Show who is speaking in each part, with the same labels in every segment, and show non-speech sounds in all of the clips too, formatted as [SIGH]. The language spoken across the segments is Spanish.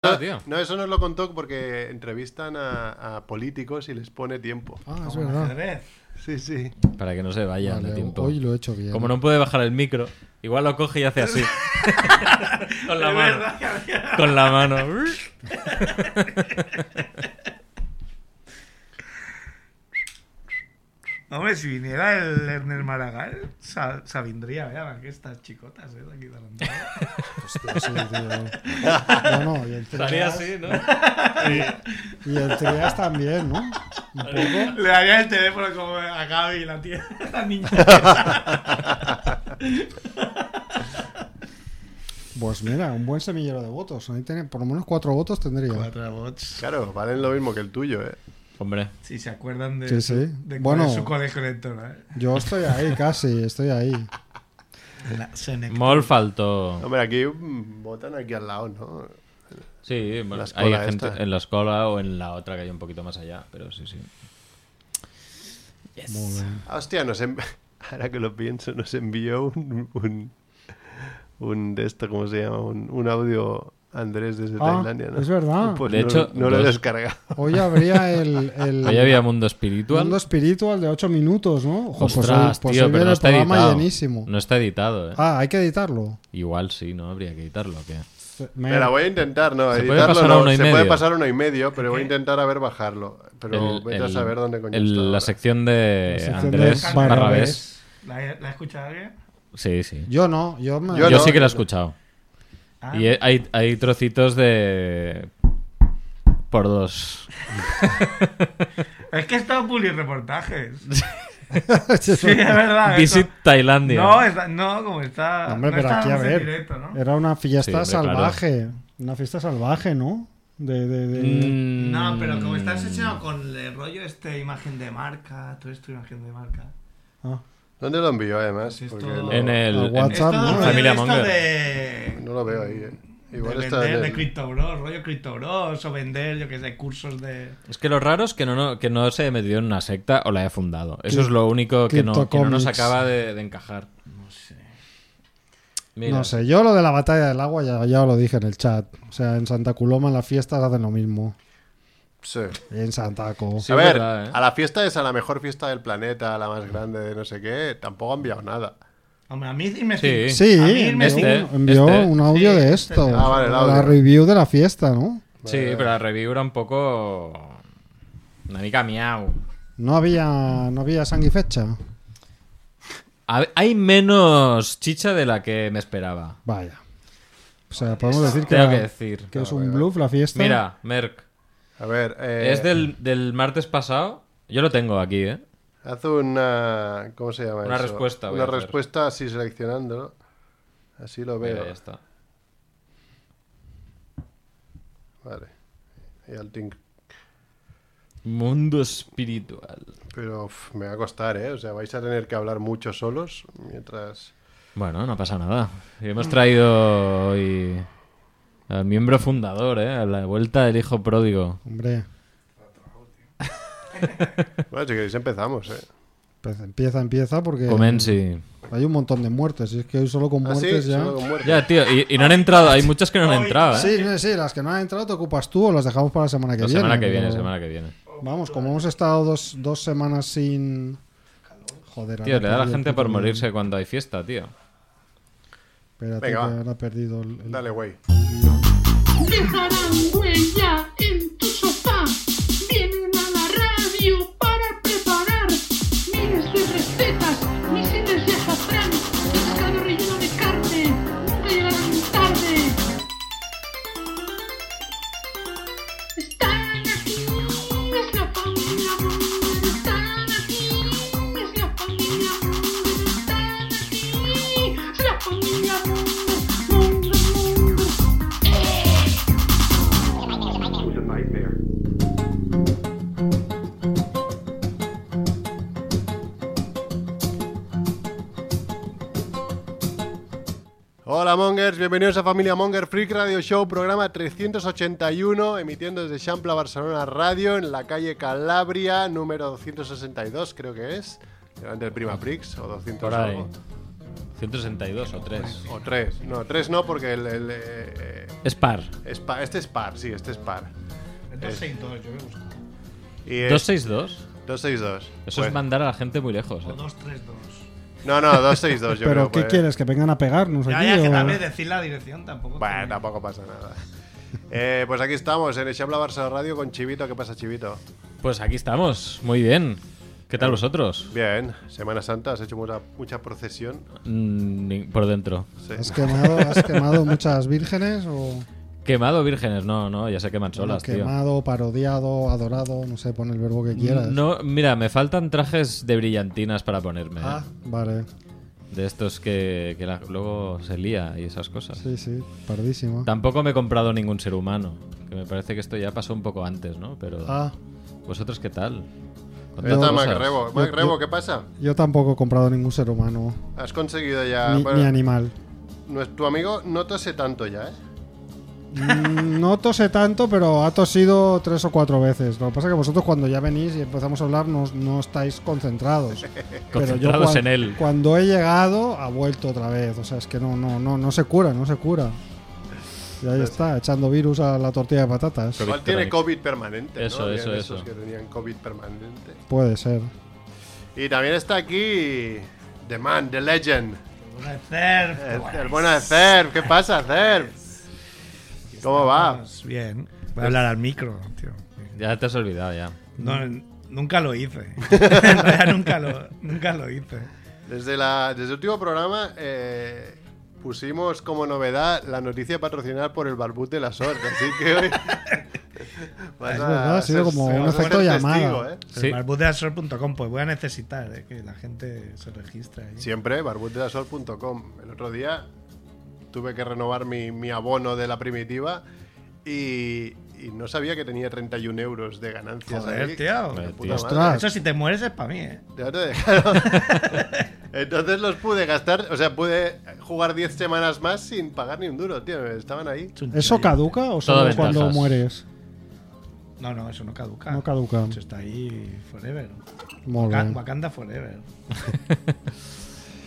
Speaker 1: contó,
Speaker 2: Ah, tío.
Speaker 1: no, eso nos lo contó porque entrevistan a, a políticos y les pone tiempo.
Speaker 3: Ah, es
Speaker 4: Como
Speaker 3: verdad.
Speaker 4: ajedrez.
Speaker 1: Sí, sí.
Speaker 2: Para que no se vaya
Speaker 3: Vale,
Speaker 2: de tiempo.
Speaker 3: hoy lo he hecho bien. ¿eh?
Speaker 2: Como no puede bajar el micro, igual lo coge y hace así. Con la
Speaker 4: Es
Speaker 2: mano.
Speaker 4: verdad que había-
Speaker 2: Con la mano.
Speaker 4: Hombre, si viniera el Ernest Maragall, sa- saldría, vean, que estas chicotas, ¿eh? de aquí de la entrada.
Speaker 3: Hostia, Pues sí, tío. No, no, y el
Speaker 2: Estaría
Speaker 3: Trias,
Speaker 2: así, ¿no?
Speaker 3: y el Trias también, ¿no? Un poco.
Speaker 4: Le daría el teléfono como a Gaby, la tía, [LAUGHS] la niña.
Speaker 3: Pues mira, un buen semillero de votos. Ahí tiene- por lo menos cuatro votos tendría.
Speaker 4: Cuatro bots.
Speaker 1: Claro, valen lo mismo que el tuyo, ¿eh?
Speaker 2: [LAUGHS] Hombre.
Speaker 4: Si se acuerdan de,
Speaker 3: Sí,
Speaker 4: su-
Speaker 3: sí.
Speaker 4: de cuál
Speaker 3: Bueno.
Speaker 4: es su colegio electoral. ¿eh?
Speaker 3: Yo estoy ahí casi, estoy ahí.
Speaker 4: La Senec.
Speaker 2: Mol faltó.
Speaker 1: Hombre, aquí mm, votan aquí al lado, ¿no?
Speaker 2: Sí, bueno,
Speaker 1: La
Speaker 2: hay
Speaker 1: escuela
Speaker 2: gente
Speaker 1: esta.
Speaker 2: en la escuela o en la otra que hay un poquito más allá, pero sí, sí.
Speaker 3: Muy bien.
Speaker 1: Ah, Hostia, nos env- [LAUGHS] ahora que lo pienso, nos envió un, un, un de esto, ¿cómo se llama? Un, un audio Andrés desde
Speaker 3: Ah,
Speaker 1: Tailandia, ¿no?
Speaker 3: es verdad.
Speaker 1: Pues
Speaker 2: De
Speaker 1: no,
Speaker 2: hecho,
Speaker 1: no lo he
Speaker 2: dos-
Speaker 1: descargado.
Speaker 3: Hoy habría el, el
Speaker 2: Hoy había mundo espiritual.
Speaker 3: mundo espiritual de ocho minutos, ¿no? Ojo, pues
Speaker 2: Ostras,
Speaker 3: hoy- pues
Speaker 2: tío, pero
Speaker 3: hoy viene
Speaker 2: no
Speaker 3: el
Speaker 2: está
Speaker 3: programa
Speaker 2: editado.
Speaker 3: llenísimo.
Speaker 2: No está editado, ¿eh?
Speaker 3: Ah, hay que editarlo.
Speaker 2: Igual sí, ¿no habría que editarlo. ¿o ¿qué?
Speaker 3: Me-
Speaker 1: Mira, voy a intentar, no,
Speaker 2: Se puede
Speaker 1: editarlo
Speaker 2: pasar a
Speaker 1: no,
Speaker 2: uno y
Speaker 1: se
Speaker 2: medio.
Speaker 1: puede pasar uno y medio, pero voy a intentar a ver bajarlo. Pero
Speaker 2: El-
Speaker 1: vete a
Speaker 2: el-
Speaker 1: saber dónde coño
Speaker 2: el-
Speaker 1: está ahora.
Speaker 2: La sección de
Speaker 3: La sección de
Speaker 2: Andrés
Speaker 3: Barrabés.
Speaker 2: Barrabés.
Speaker 4: ¿La, la ha escuchado alguien?
Speaker 2: Sí, sí.
Speaker 3: Yo no, [LAUGHS] yo me...
Speaker 2: Yo,
Speaker 1: Yo no,
Speaker 2: sí que
Speaker 1: yo
Speaker 2: lo he
Speaker 1: no.
Speaker 2: escuchado.
Speaker 4: Ah,
Speaker 2: Y he- hay, hay trocitos de... Por dos.
Speaker 4: Es que he estado public
Speaker 3: [LAUGHS]
Speaker 4: reportajes.
Speaker 3: Sí,
Speaker 4: [LAUGHS] Sí, es verdad.
Speaker 2: Visit
Speaker 4: Ah, eso.
Speaker 2: Tailandia.
Speaker 4: No, eh. está- no, como está.
Speaker 3: Hombre,
Speaker 4: Ah, no
Speaker 3: pero aquí a
Speaker 4: estábamos en
Speaker 3: ver,
Speaker 4: directo, ¿no?
Speaker 3: era una fiesta
Speaker 2: Sí, hombre, claro.
Speaker 3: salvaje, una fiesta salvaje, ¿no? De, de, de-
Speaker 2: Mm,
Speaker 4: No, pero como está obsesionado con el rollo este imagen de marca, todo esto imagen de marca.
Speaker 3: Ah,
Speaker 1: ¿Dónde lo envió además?
Speaker 4: Pues
Speaker 1: Porque
Speaker 4: esto-
Speaker 1: no,
Speaker 2: En el...
Speaker 3: Al
Speaker 2: en-
Speaker 3: WhatsApp.
Speaker 4: Esto
Speaker 3: ¿no?
Speaker 4: rollo
Speaker 2: Familia
Speaker 4: esto
Speaker 2: Monger.
Speaker 4: de,
Speaker 1: no lo veo ahí. eh. Igual
Speaker 4: de
Speaker 1: está en
Speaker 4: vender de
Speaker 1: el-
Speaker 4: Crypto Bros, rollo Crypto Bros, o vender, yo que sé, cursos de...
Speaker 2: Es que lo raro es que no, no- que no se haya metido en una secta o la haya fundado. Eso es lo único que no, que no nos
Speaker 3: Cryptocomics.
Speaker 2: acaba de, de encajar. No sé.
Speaker 3: no sé, yo lo de la batalla del agua ya, ya os lo dije en el chat. O sea, en Santa Coloma en las fiestas hacen lo mismo.
Speaker 1: Sí.
Speaker 3: En Santaco.
Speaker 2: Sí,
Speaker 1: a
Speaker 2: es
Speaker 1: ver,
Speaker 2: verdad, ¿eh?
Speaker 1: a la fiesta esa, la mejor fiesta del planeta, la más grande de no sé qué, tampoco ha enviado nada.
Speaker 4: Hombre, a mí me...
Speaker 2: Sí.
Speaker 3: Sí,
Speaker 4: a mí
Speaker 3: envió,
Speaker 4: me...
Speaker 2: Este.
Speaker 3: un- envió
Speaker 2: este.
Speaker 3: un audio
Speaker 4: Sí,
Speaker 3: de
Speaker 4: este.
Speaker 3: esto.
Speaker 1: Ah, vale, el audio.
Speaker 3: La review de la fiesta, ¿no?
Speaker 2: Sí, pero la review era un poco... Una mica miau.
Speaker 3: No había, no había sanguifecha.
Speaker 2: A- Hay menos chicha de la que me esperaba.
Speaker 3: Vaya. O sea, podemos decir que,
Speaker 2: Tengo que
Speaker 3: la-
Speaker 2: decir.
Speaker 3: que es un bluff la fiesta.
Speaker 2: Mira, Merck.
Speaker 1: A ver, eh,
Speaker 2: Es del, del martes pasado. Yo lo tengo aquí, ¿eh?
Speaker 1: haz una... ¿Cómo se llama
Speaker 2: Una
Speaker 1: eso?
Speaker 2: respuesta voy
Speaker 1: Una
Speaker 2: a hacer.
Speaker 1: respuesta así seleccionándolo. Así lo veo.
Speaker 2: Mira, ya está.
Speaker 1: Vale. Y al tink.
Speaker 2: Mundo espiritual.
Speaker 1: Pero uf, me va a costar, ¿eh? O sea, vais a tener que hablar mucho solos
Speaker 2: [LAUGHS]
Speaker 1: mientras...
Speaker 2: Bueno, no pasa nada. Y Hemos traído hoy al miembro fundador, ¿eh? A la vuelta del hijo pródigo.
Speaker 3: Hombre,
Speaker 1: Bueno, si queréis empezamos, ¿eh?
Speaker 3: pues empieza, empieza
Speaker 2: Eh.
Speaker 3: porque
Speaker 2: Comensi.
Speaker 3: hay un montón de muertes. Y es que hoy solo con
Speaker 1: Ah, sí,
Speaker 3: muertes ya.
Speaker 1: solo con muertes.
Speaker 2: Ya, tío. Y, y no han entrado. Hay muchas que no han entrado, ¿eh?
Speaker 3: Sí, no, sí, las que no han entrado te ocupas tú o las dejamos para la semana que
Speaker 2: La
Speaker 3: viene.
Speaker 2: semana que viene,
Speaker 3: pero-
Speaker 2: semana que viene.
Speaker 3: Vamos, como hemos estado dos, dos semanas sin. Joder,
Speaker 2: Tío,
Speaker 3: ahora
Speaker 2: le da a la
Speaker 3: perdí el
Speaker 2: gente por
Speaker 3: puto-
Speaker 2: morirse cuando hay fiesta, tío.
Speaker 3: Espérate,
Speaker 1: Venga,
Speaker 3: que
Speaker 1: va.
Speaker 3: ahora he perdido el. el-
Speaker 1: Dale, güey.
Speaker 5: dejarán huella en tu sofá. Vienen a la radio para preparar miles de recetas, misiles de azafrán, pescado relleno de carne. Nunca llegarán tarde. Están aquí, es la familia Munger. Están aquí, es la familia Munger. Están aquí, es la familia Munger. Munger, Munger.
Speaker 1: Hola Mongers, bienvenidos a Familia Monger Freak Radio Show, programa 381, emitiendo desde Champla Barcelona Radio, en la calle Calabria, número 262 creo que es, delante del Prima Prix, o 200
Speaker 2: Por ahí.
Speaker 1: algo.
Speaker 2: 162 o 3.
Speaker 1: O tres. No, tres no, porque el. el, eh,
Speaker 2: Es par.
Speaker 1: es par- este es par, sí, este es par.
Speaker 4: El 262, yo lo he buscado.
Speaker 1: Y es
Speaker 2: 262.
Speaker 1: 262.
Speaker 2: Eso
Speaker 1: Pues-
Speaker 2: es mandar a la gente muy lejos.
Speaker 4: O
Speaker 2: ¿eh?
Speaker 4: 232.
Speaker 1: No, no, 262.
Speaker 3: [LAUGHS]
Speaker 1: yo
Speaker 3: ¿Pero
Speaker 1: creo,
Speaker 3: qué
Speaker 1: pues.
Speaker 3: quieres? ¿Que vengan a pegarnos
Speaker 4: Ya,
Speaker 3: aquí?
Speaker 4: ya, que
Speaker 3: o-
Speaker 4: también decir la dirección tampoco.
Speaker 1: Bueno,
Speaker 4: tiene-
Speaker 1: tampoco pasa nada. Eh, pues aquí estamos en Echambla Barça Radio con Chivito. ¿Qué pasa, Chivito?
Speaker 2: Pues aquí estamos. Muy bien. ¿Qué tal vosotros?
Speaker 1: Bien, Semana Santa, has hecho mucha, mucha procesión.
Speaker 2: Mm, ni- por dentro.
Speaker 1: Sí.
Speaker 3: ¿Has quemado, has quemado muchas vírgenes o
Speaker 2: ¿Quemado vírgenes? No, no, ya se queman [LAUGHS] solas, tío.
Speaker 3: quemado, parodiado, adorado? No sé, pon el verbo que quieras.
Speaker 2: No, mira, me faltan trajes de brillantinas para ponerme. ¿eh?
Speaker 3: Ah, vale.
Speaker 2: De estos que, que la- luego se lía y esas cosas.
Speaker 3: Sí, sí, pardísimo.
Speaker 2: Tampoco me he comprado ningún ser humano. Que me parece que esto ya pasó un poco antes, ¿no? Pero.
Speaker 3: Ah,
Speaker 2: ¿Vosotros qué tal?
Speaker 1: Ya
Speaker 2: Contad
Speaker 1: está,
Speaker 3: No,
Speaker 1: Mac
Speaker 2: cosas.
Speaker 1: Rebo.
Speaker 3: Yo-
Speaker 1: Mac
Speaker 3: yo-
Speaker 1: Rebo, ¿qué pasa?
Speaker 3: yo tampoco he comprado ningún ser humano,
Speaker 1: Has conseguido ya.
Speaker 3: ni,
Speaker 1: Ah, bueno,
Speaker 3: ni animal.
Speaker 1: no es- tu amigo no tose tanto ya, ¿eh?
Speaker 3: Mm, No tose tanto, pero ha tosido tres o cuatro veces. Lo que pasa es que vosotros cuando ya venís y empezamos a hablar no, no
Speaker 1: [LAUGHS]
Speaker 3: estáis concentrados. Pero yo
Speaker 2: Concentrados
Speaker 3: cuan-
Speaker 2: en él.
Speaker 3: Cuando he llegado ha vuelto otra vez. O sea, es que no, no, no, no se cura, no se cura. Y ahí está, echando virus a la tortilla de patatas.
Speaker 2: Pero-
Speaker 1: Igual tiene COVID permanente. ¿no?
Speaker 2: Eso,
Speaker 1: Habían
Speaker 2: eso,
Speaker 1: esos
Speaker 2: eso.
Speaker 1: que tenían COVID permanente.
Speaker 3: Puede ser.
Speaker 1: Y también está aquí. The Man, The Legend.
Speaker 4: Una CERF,
Speaker 1: El,
Speaker 4: pues.
Speaker 1: el bueno de Cerf. ¿Qué pasa, Cerf? ¿Cómo va?
Speaker 4: Pues Bien. Voy a hablar al micro, tío.
Speaker 2: Ya te has olvidado, ya.
Speaker 4: No,
Speaker 1: Mm.
Speaker 4: nunca lo hice. [LAUGHS] En realidad nunca lo, nunca lo hice.
Speaker 1: Desde, la, desde el último programa eh, pusimos como novedad la noticia patrocinada por el barbut de la suerte, [LAUGHS] así que
Speaker 3: [LAUGHS]
Speaker 1: hoy... vas
Speaker 3: Es
Speaker 1: a
Speaker 3: verdad, ha sido
Speaker 1: ser-
Speaker 3: como
Speaker 1: ser
Speaker 3: un
Speaker 1: ser
Speaker 3: efecto llamada.
Speaker 1: testigo, ¿eh?
Speaker 2: Sí.
Speaker 4: El barbudeasor.com, pues voy a necesitar eh, que la gente se registre. ahí.
Speaker 1: Siempre, barbutdelasol.com. El otro día tuve que renovar mi, mi abono de la primitiva y, y no sabía que tenía 31 euros de ganancias.
Speaker 4: Joder,
Speaker 1: ahí.
Speaker 4: tío.
Speaker 1: De puta
Speaker 2: Ostras.
Speaker 1: madre.
Speaker 4: Eso si te mueres es para mí, ¿eh?
Speaker 1: Ya te dejaron. [LAUGHS] Entonces los pude gastar, o sea, pude jugar 10 semanas más sin pagar ni un duro, tío. Estaban ahí.
Speaker 4: Es un
Speaker 3: ¿Eso
Speaker 4: chollo.
Speaker 3: caduca o
Speaker 2: Todo
Speaker 3: solo
Speaker 2: ventajas.
Speaker 3: cuando mueres?
Speaker 4: No, no, eso no caduca.
Speaker 3: No caduca.
Speaker 4: Eso está ahí forever.
Speaker 3: Muy
Speaker 4: Waka-
Speaker 3: bien.
Speaker 4: Wakanda forever.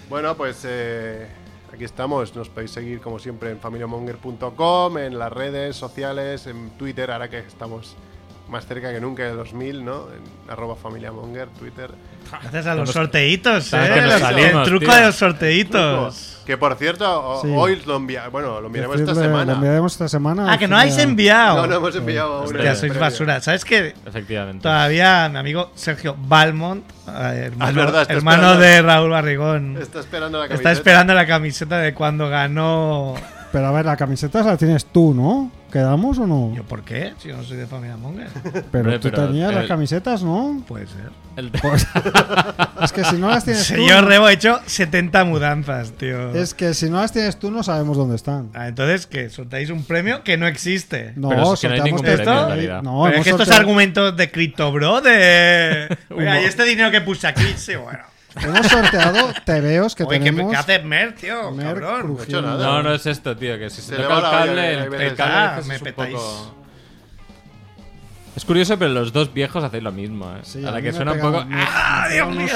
Speaker 1: Bueno, pues eh, aquí estamos. Nos podéis seguir como siempre en familiamonger.com, en las redes sociales, en Twitter, ahora que estamos más cerca que nunca de 2000, ¿no? En arroba familiamonger, Twitter.
Speaker 4: Gracias a los sorteitos,
Speaker 2: Sabes
Speaker 4: ¿eh?
Speaker 2: que nos
Speaker 4: El-
Speaker 2: salimos,
Speaker 4: el truco
Speaker 2: tío.
Speaker 4: de los sorteitos.
Speaker 1: Que por cierto, o-
Speaker 3: Sí.
Speaker 1: hoy lo envia- bueno, lo miraremos esta
Speaker 3: Decirle,
Speaker 1: semana.
Speaker 3: Lo enviaremos esta semana.
Speaker 4: Ah, que no habéis
Speaker 3: Decirle a-
Speaker 4: enviado.
Speaker 1: No, no hemos enviado aún
Speaker 2: Hostia,
Speaker 1: el
Speaker 4: Ya sois
Speaker 1: premio.
Speaker 4: basura. ¿Sabes qué?
Speaker 2: Efectivamente.
Speaker 4: Todavía mi amigo Sergio Balmont, eh, hermano,
Speaker 1: Ah, Es verdad, está
Speaker 4: hermano
Speaker 1: esperando.
Speaker 4: de Raúl Barrigón,
Speaker 1: Está esperando la
Speaker 4: está
Speaker 1: camiseta.
Speaker 4: esperando la camiseta de cuando ganó.
Speaker 3: Pero a ver, la camiseta la tienes tú, ¿no? ¿Quedamos o no?
Speaker 4: Yo, ¿por qué? Si yo no soy de familia
Speaker 3: [LAUGHS]
Speaker 4: Monger.
Speaker 3: Pero
Speaker 2: Hombre,
Speaker 3: tú
Speaker 2: pero
Speaker 3: tenías
Speaker 2: el-
Speaker 3: las camisetas, ¿no?
Speaker 4: Puede ser.
Speaker 2: El-
Speaker 3: Es que si no las tienes tú.
Speaker 4: Señor Rebo, he hecho 70 mudanzas, tío.
Speaker 3: Es que si no las tienes tú, no sabemos dónde están.
Speaker 4: Ah, entonces, ¿qué? Soltáis un premio que no existe.
Speaker 3: No,
Speaker 2: Pero es que no hay
Speaker 3: sorteamos
Speaker 2: ningún
Speaker 3: por-
Speaker 4: premio, en
Speaker 2: realidad.
Speaker 3: No,
Speaker 4: Pero
Speaker 3: hemos
Speaker 4: es que estos
Speaker 3: sorteado-
Speaker 4: argumentos de Crypto Bro
Speaker 3: [LAUGHS]
Speaker 4: de. Oiga, y
Speaker 3: Humor.
Speaker 4: este dinero que puse aquí, sí, bueno.
Speaker 3: Hemos sorteado TVOs
Speaker 1: [LAUGHS]
Speaker 3: que
Speaker 4: Oye, ¿qué,
Speaker 3: tenemos.
Speaker 4: qué hace Mer, tío?
Speaker 3: Mer
Speaker 4: cabrón.
Speaker 1: No he hecho
Speaker 3: crujiendo.
Speaker 1: nada.
Speaker 2: No, no es esto, tío. Que si se,
Speaker 1: Se le
Speaker 2: toca
Speaker 1: va
Speaker 2: el
Speaker 1: la olla, eh,
Speaker 2: cable,
Speaker 1: hay
Speaker 2: el-
Speaker 1: veces.
Speaker 2: el cable a
Speaker 4: Ah,
Speaker 2: veces
Speaker 4: me
Speaker 2: es un
Speaker 4: petáis.
Speaker 2: poco- Es curioso, pero los dos viejos hacéis lo mismo, ¿eh?
Speaker 3: Sí,
Speaker 2: a
Speaker 3: mí
Speaker 2: la que
Speaker 3: me
Speaker 2: suena un
Speaker 3: pega
Speaker 2: poco...
Speaker 3: unos-
Speaker 4: ¡Ah, Dios mío!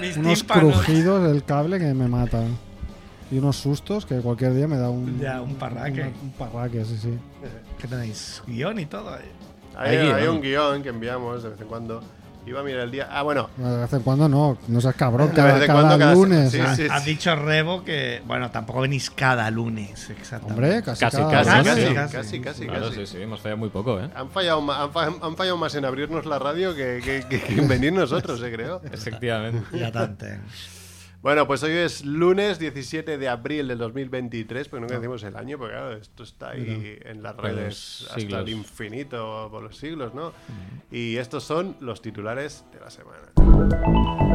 Speaker 4: Mis
Speaker 3: Unos
Speaker 4: tímpanos.
Speaker 3: crujidos del cable que me matan. Y unos sustos que cualquier día me da un.
Speaker 4: Ya, un parraque.
Speaker 3: Un, un parraque, sí, sí.
Speaker 4: ¿Qué tenéis? Guión y todo. eh.
Speaker 1: Hay,
Speaker 2: Hay
Speaker 1: hay
Speaker 2: guión.
Speaker 1: un guión que enviamos de vez en cuando. Iba a mirar el día. Ah, bueno.
Speaker 3: De vez en cuando no, no seas cabrón.
Speaker 1: De
Speaker 3: Cada,
Speaker 1: vez en
Speaker 3: cada
Speaker 1: cuando, cada-
Speaker 3: lunes.
Speaker 1: sí,
Speaker 3: ah,
Speaker 1: sí.
Speaker 4: Has dicho Rebo que. Bueno, tampoco venís cada lunes, exactamente.
Speaker 3: Hombre, casi,
Speaker 2: Casi,
Speaker 3: cada
Speaker 4: Ah,
Speaker 2: casi,
Speaker 3: lunes.
Speaker 1: casi,
Speaker 2: sí.
Speaker 1: casi, casi, casi.
Speaker 2: Claro, sí, sí, hemos fallado muy poco,
Speaker 3: [LAUGHS]
Speaker 2: ¿eh?
Speaker 1: Han fallado, ma- han, fa- han fallado más en abrirnos la radio que, que- que- que en venir nosotros, eh, creo.
Speaker 2: Efectivamente.
Speaker 4: Ya tanto. ¿eh?
Speaker 1: Bueno, pues hoy es lunes 17 de abril del 2023, porque
Speaker 4: Ah.
Speaker 1: nunca decimos el año, porque claro, esto está ahí en las
Speaker 2: Por
Speaker 1: redes
Speaker 2: los
Speaker 1: hasta
Speaker 2: siglos.
Speaker 1: el infinito, por los siglos, ¿no? Y estos son los titulares de la semana.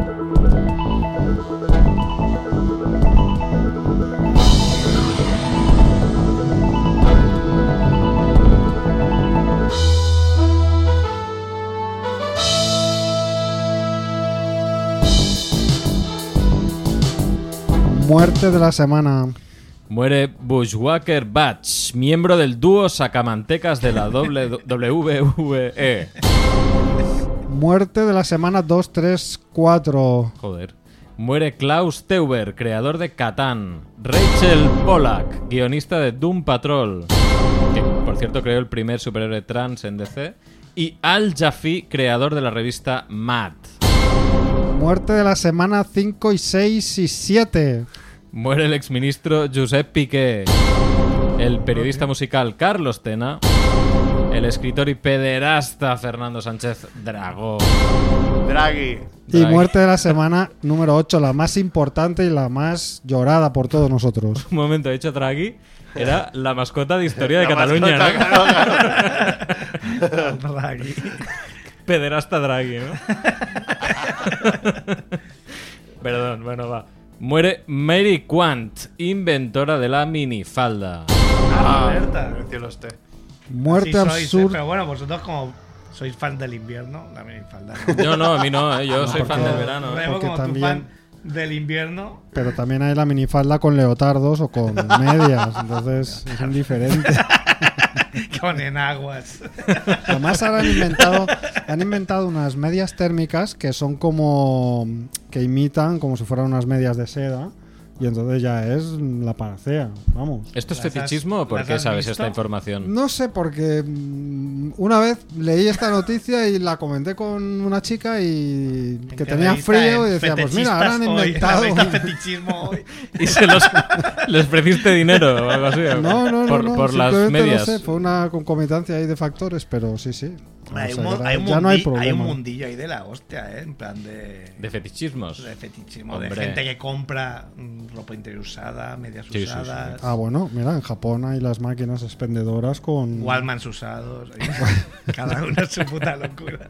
Speaker 3: Muerte de la semana.
Speaker 2: Muere Bushwacker Batch, miembro del dúo Sacamantecas de la doble- [LAUGHS] WWE. E.
Speaker 3: Muerte de la semana 234.
Speaker 2: Joder. Muere Klaus Teuber, creador de Catán. Rachel Pollack, guionista de Doom Patrol, que por cierto creó el primer superhéroe trans en DC. Y Al Jafi, creador de la revista Mad.
Speaker 3: Muerte de la semana 5 y 6 y 7.
Speaker 2: Muere el exministro Josep Piqué, el periodista musical Carlos Tena, el escritor y pederasta Fernando Sánchez Dragó.
Speaker 1: Draghi.
Speaker 3: Y muerte de la semana número 8, la más importante y la más llorada por todos nosotros.
Speaker 2: Un momento, he dicho Draghi. Era la mascota de historia de
Speaker 1: La
Speaker 2: Cataluña,
Speaker 1: mascota,
Speaker 2: ¿no?
Speaker 1: claro, claro.
Speaker 4: Draghi.
Speaker 2: Pederasta Draghi,
Speaker 4: [LAUGHS]
Speaker 2: ¿no? Perdón, bueno, va. Muere Mary Quant, inventora de la
Speaker 4: [LAUGHS]
Speaker 2: minifalda.
Speaker 1: Ah,
Speaker 4: Berta.
Speaker 1: el cielo esté.
Speaker 3: [LAUGHS] Muerte
Speaker 4: Sí sois, eh,
Speaker 3: absurda.
Speaker 4: Pero bueno, vosotros como sois fan del invierno,
Speaker 2: [LAUGHS]
Speaker 4: la minifalda.
Speaker 2: Yo no, a mí no, ¿eh? yo soy
Speaker 3: porque-
Speaker 2: fan del verano. ¿eh?
Speaker 4: Remo,
Speaker 3: Porque
Speaker 4: como
Speaker 3: también-
Speaker 4: tu fan del invierno, [LAUGHS]
Speaker 3: Pero también hay la minifalda con leotardos o con medias, entonces es indiferente.
Speaker 4: con enaguas.
Speaker 3: Además ahora han inventado, han inventado unas medias térmicas que son como que imitan como si fueran unas medias de seda y entonces ya es la panacea, vamos.
Speaker 2: ¿Esto es
Speaker 4: ¿Las has-
Speaker 2: fetichismo o por
Speaker 4: las
Speaker 2: qué
Speaker 4: has
Speaker 2: sabes
Speaker 4: visto?
Speaker 2: esta información?
Speaker 3: No sé porque mm, una vez leí esta noticia y la comenté con una chica y que tenía
Speaker 4: eh,
Speaker 3: frío y decía, pues mira, ahora han
Speaker 4: [LAUGHS]
Speaker 3: inventado.
Speaker 4: fetichismo
Speaker 3: [LAUGHS]
Speaker 4: hoy.
Speaker 2: ¿Y se los les ofreciste dinero o algo así? o-
Speaker 3: No, no, no,
Speaker 2: por,
Speaker 3: no,
Speaker 2: por las
Speaker 3: simplemente no
Speaker 2: medias.
Speaker 3: sé, fue una concomitancia ahí de factores, pero sí, sí.
Speaker 4: Hay
Speaker 3: O sea,
Speaker 4: un mon-
Speaker 3: ya-
Speaker 4: hay un
Speaker 3: ya no hay
Speaker 4: mundi- hay un
Speaker 3: problema.
Speaker 4: mundillo ahí de la hostia, ¿eh? En plan de.
Speaker 2: De fetichismos.
Speaker 4: de fetichismo, de
Speaker 2: Hombre.
Speaker 4: gente que compra mm, ropa interior usada, medias
Speaker 2: Sí, sí, sí.
Speaker 4: usadas,
Speaker 3: Ah, bueno, mira, en Japón hay las máquinas expendedoras con...
Speaker 4: Walmans usados, [LAUGHS] cada una es su puta locura.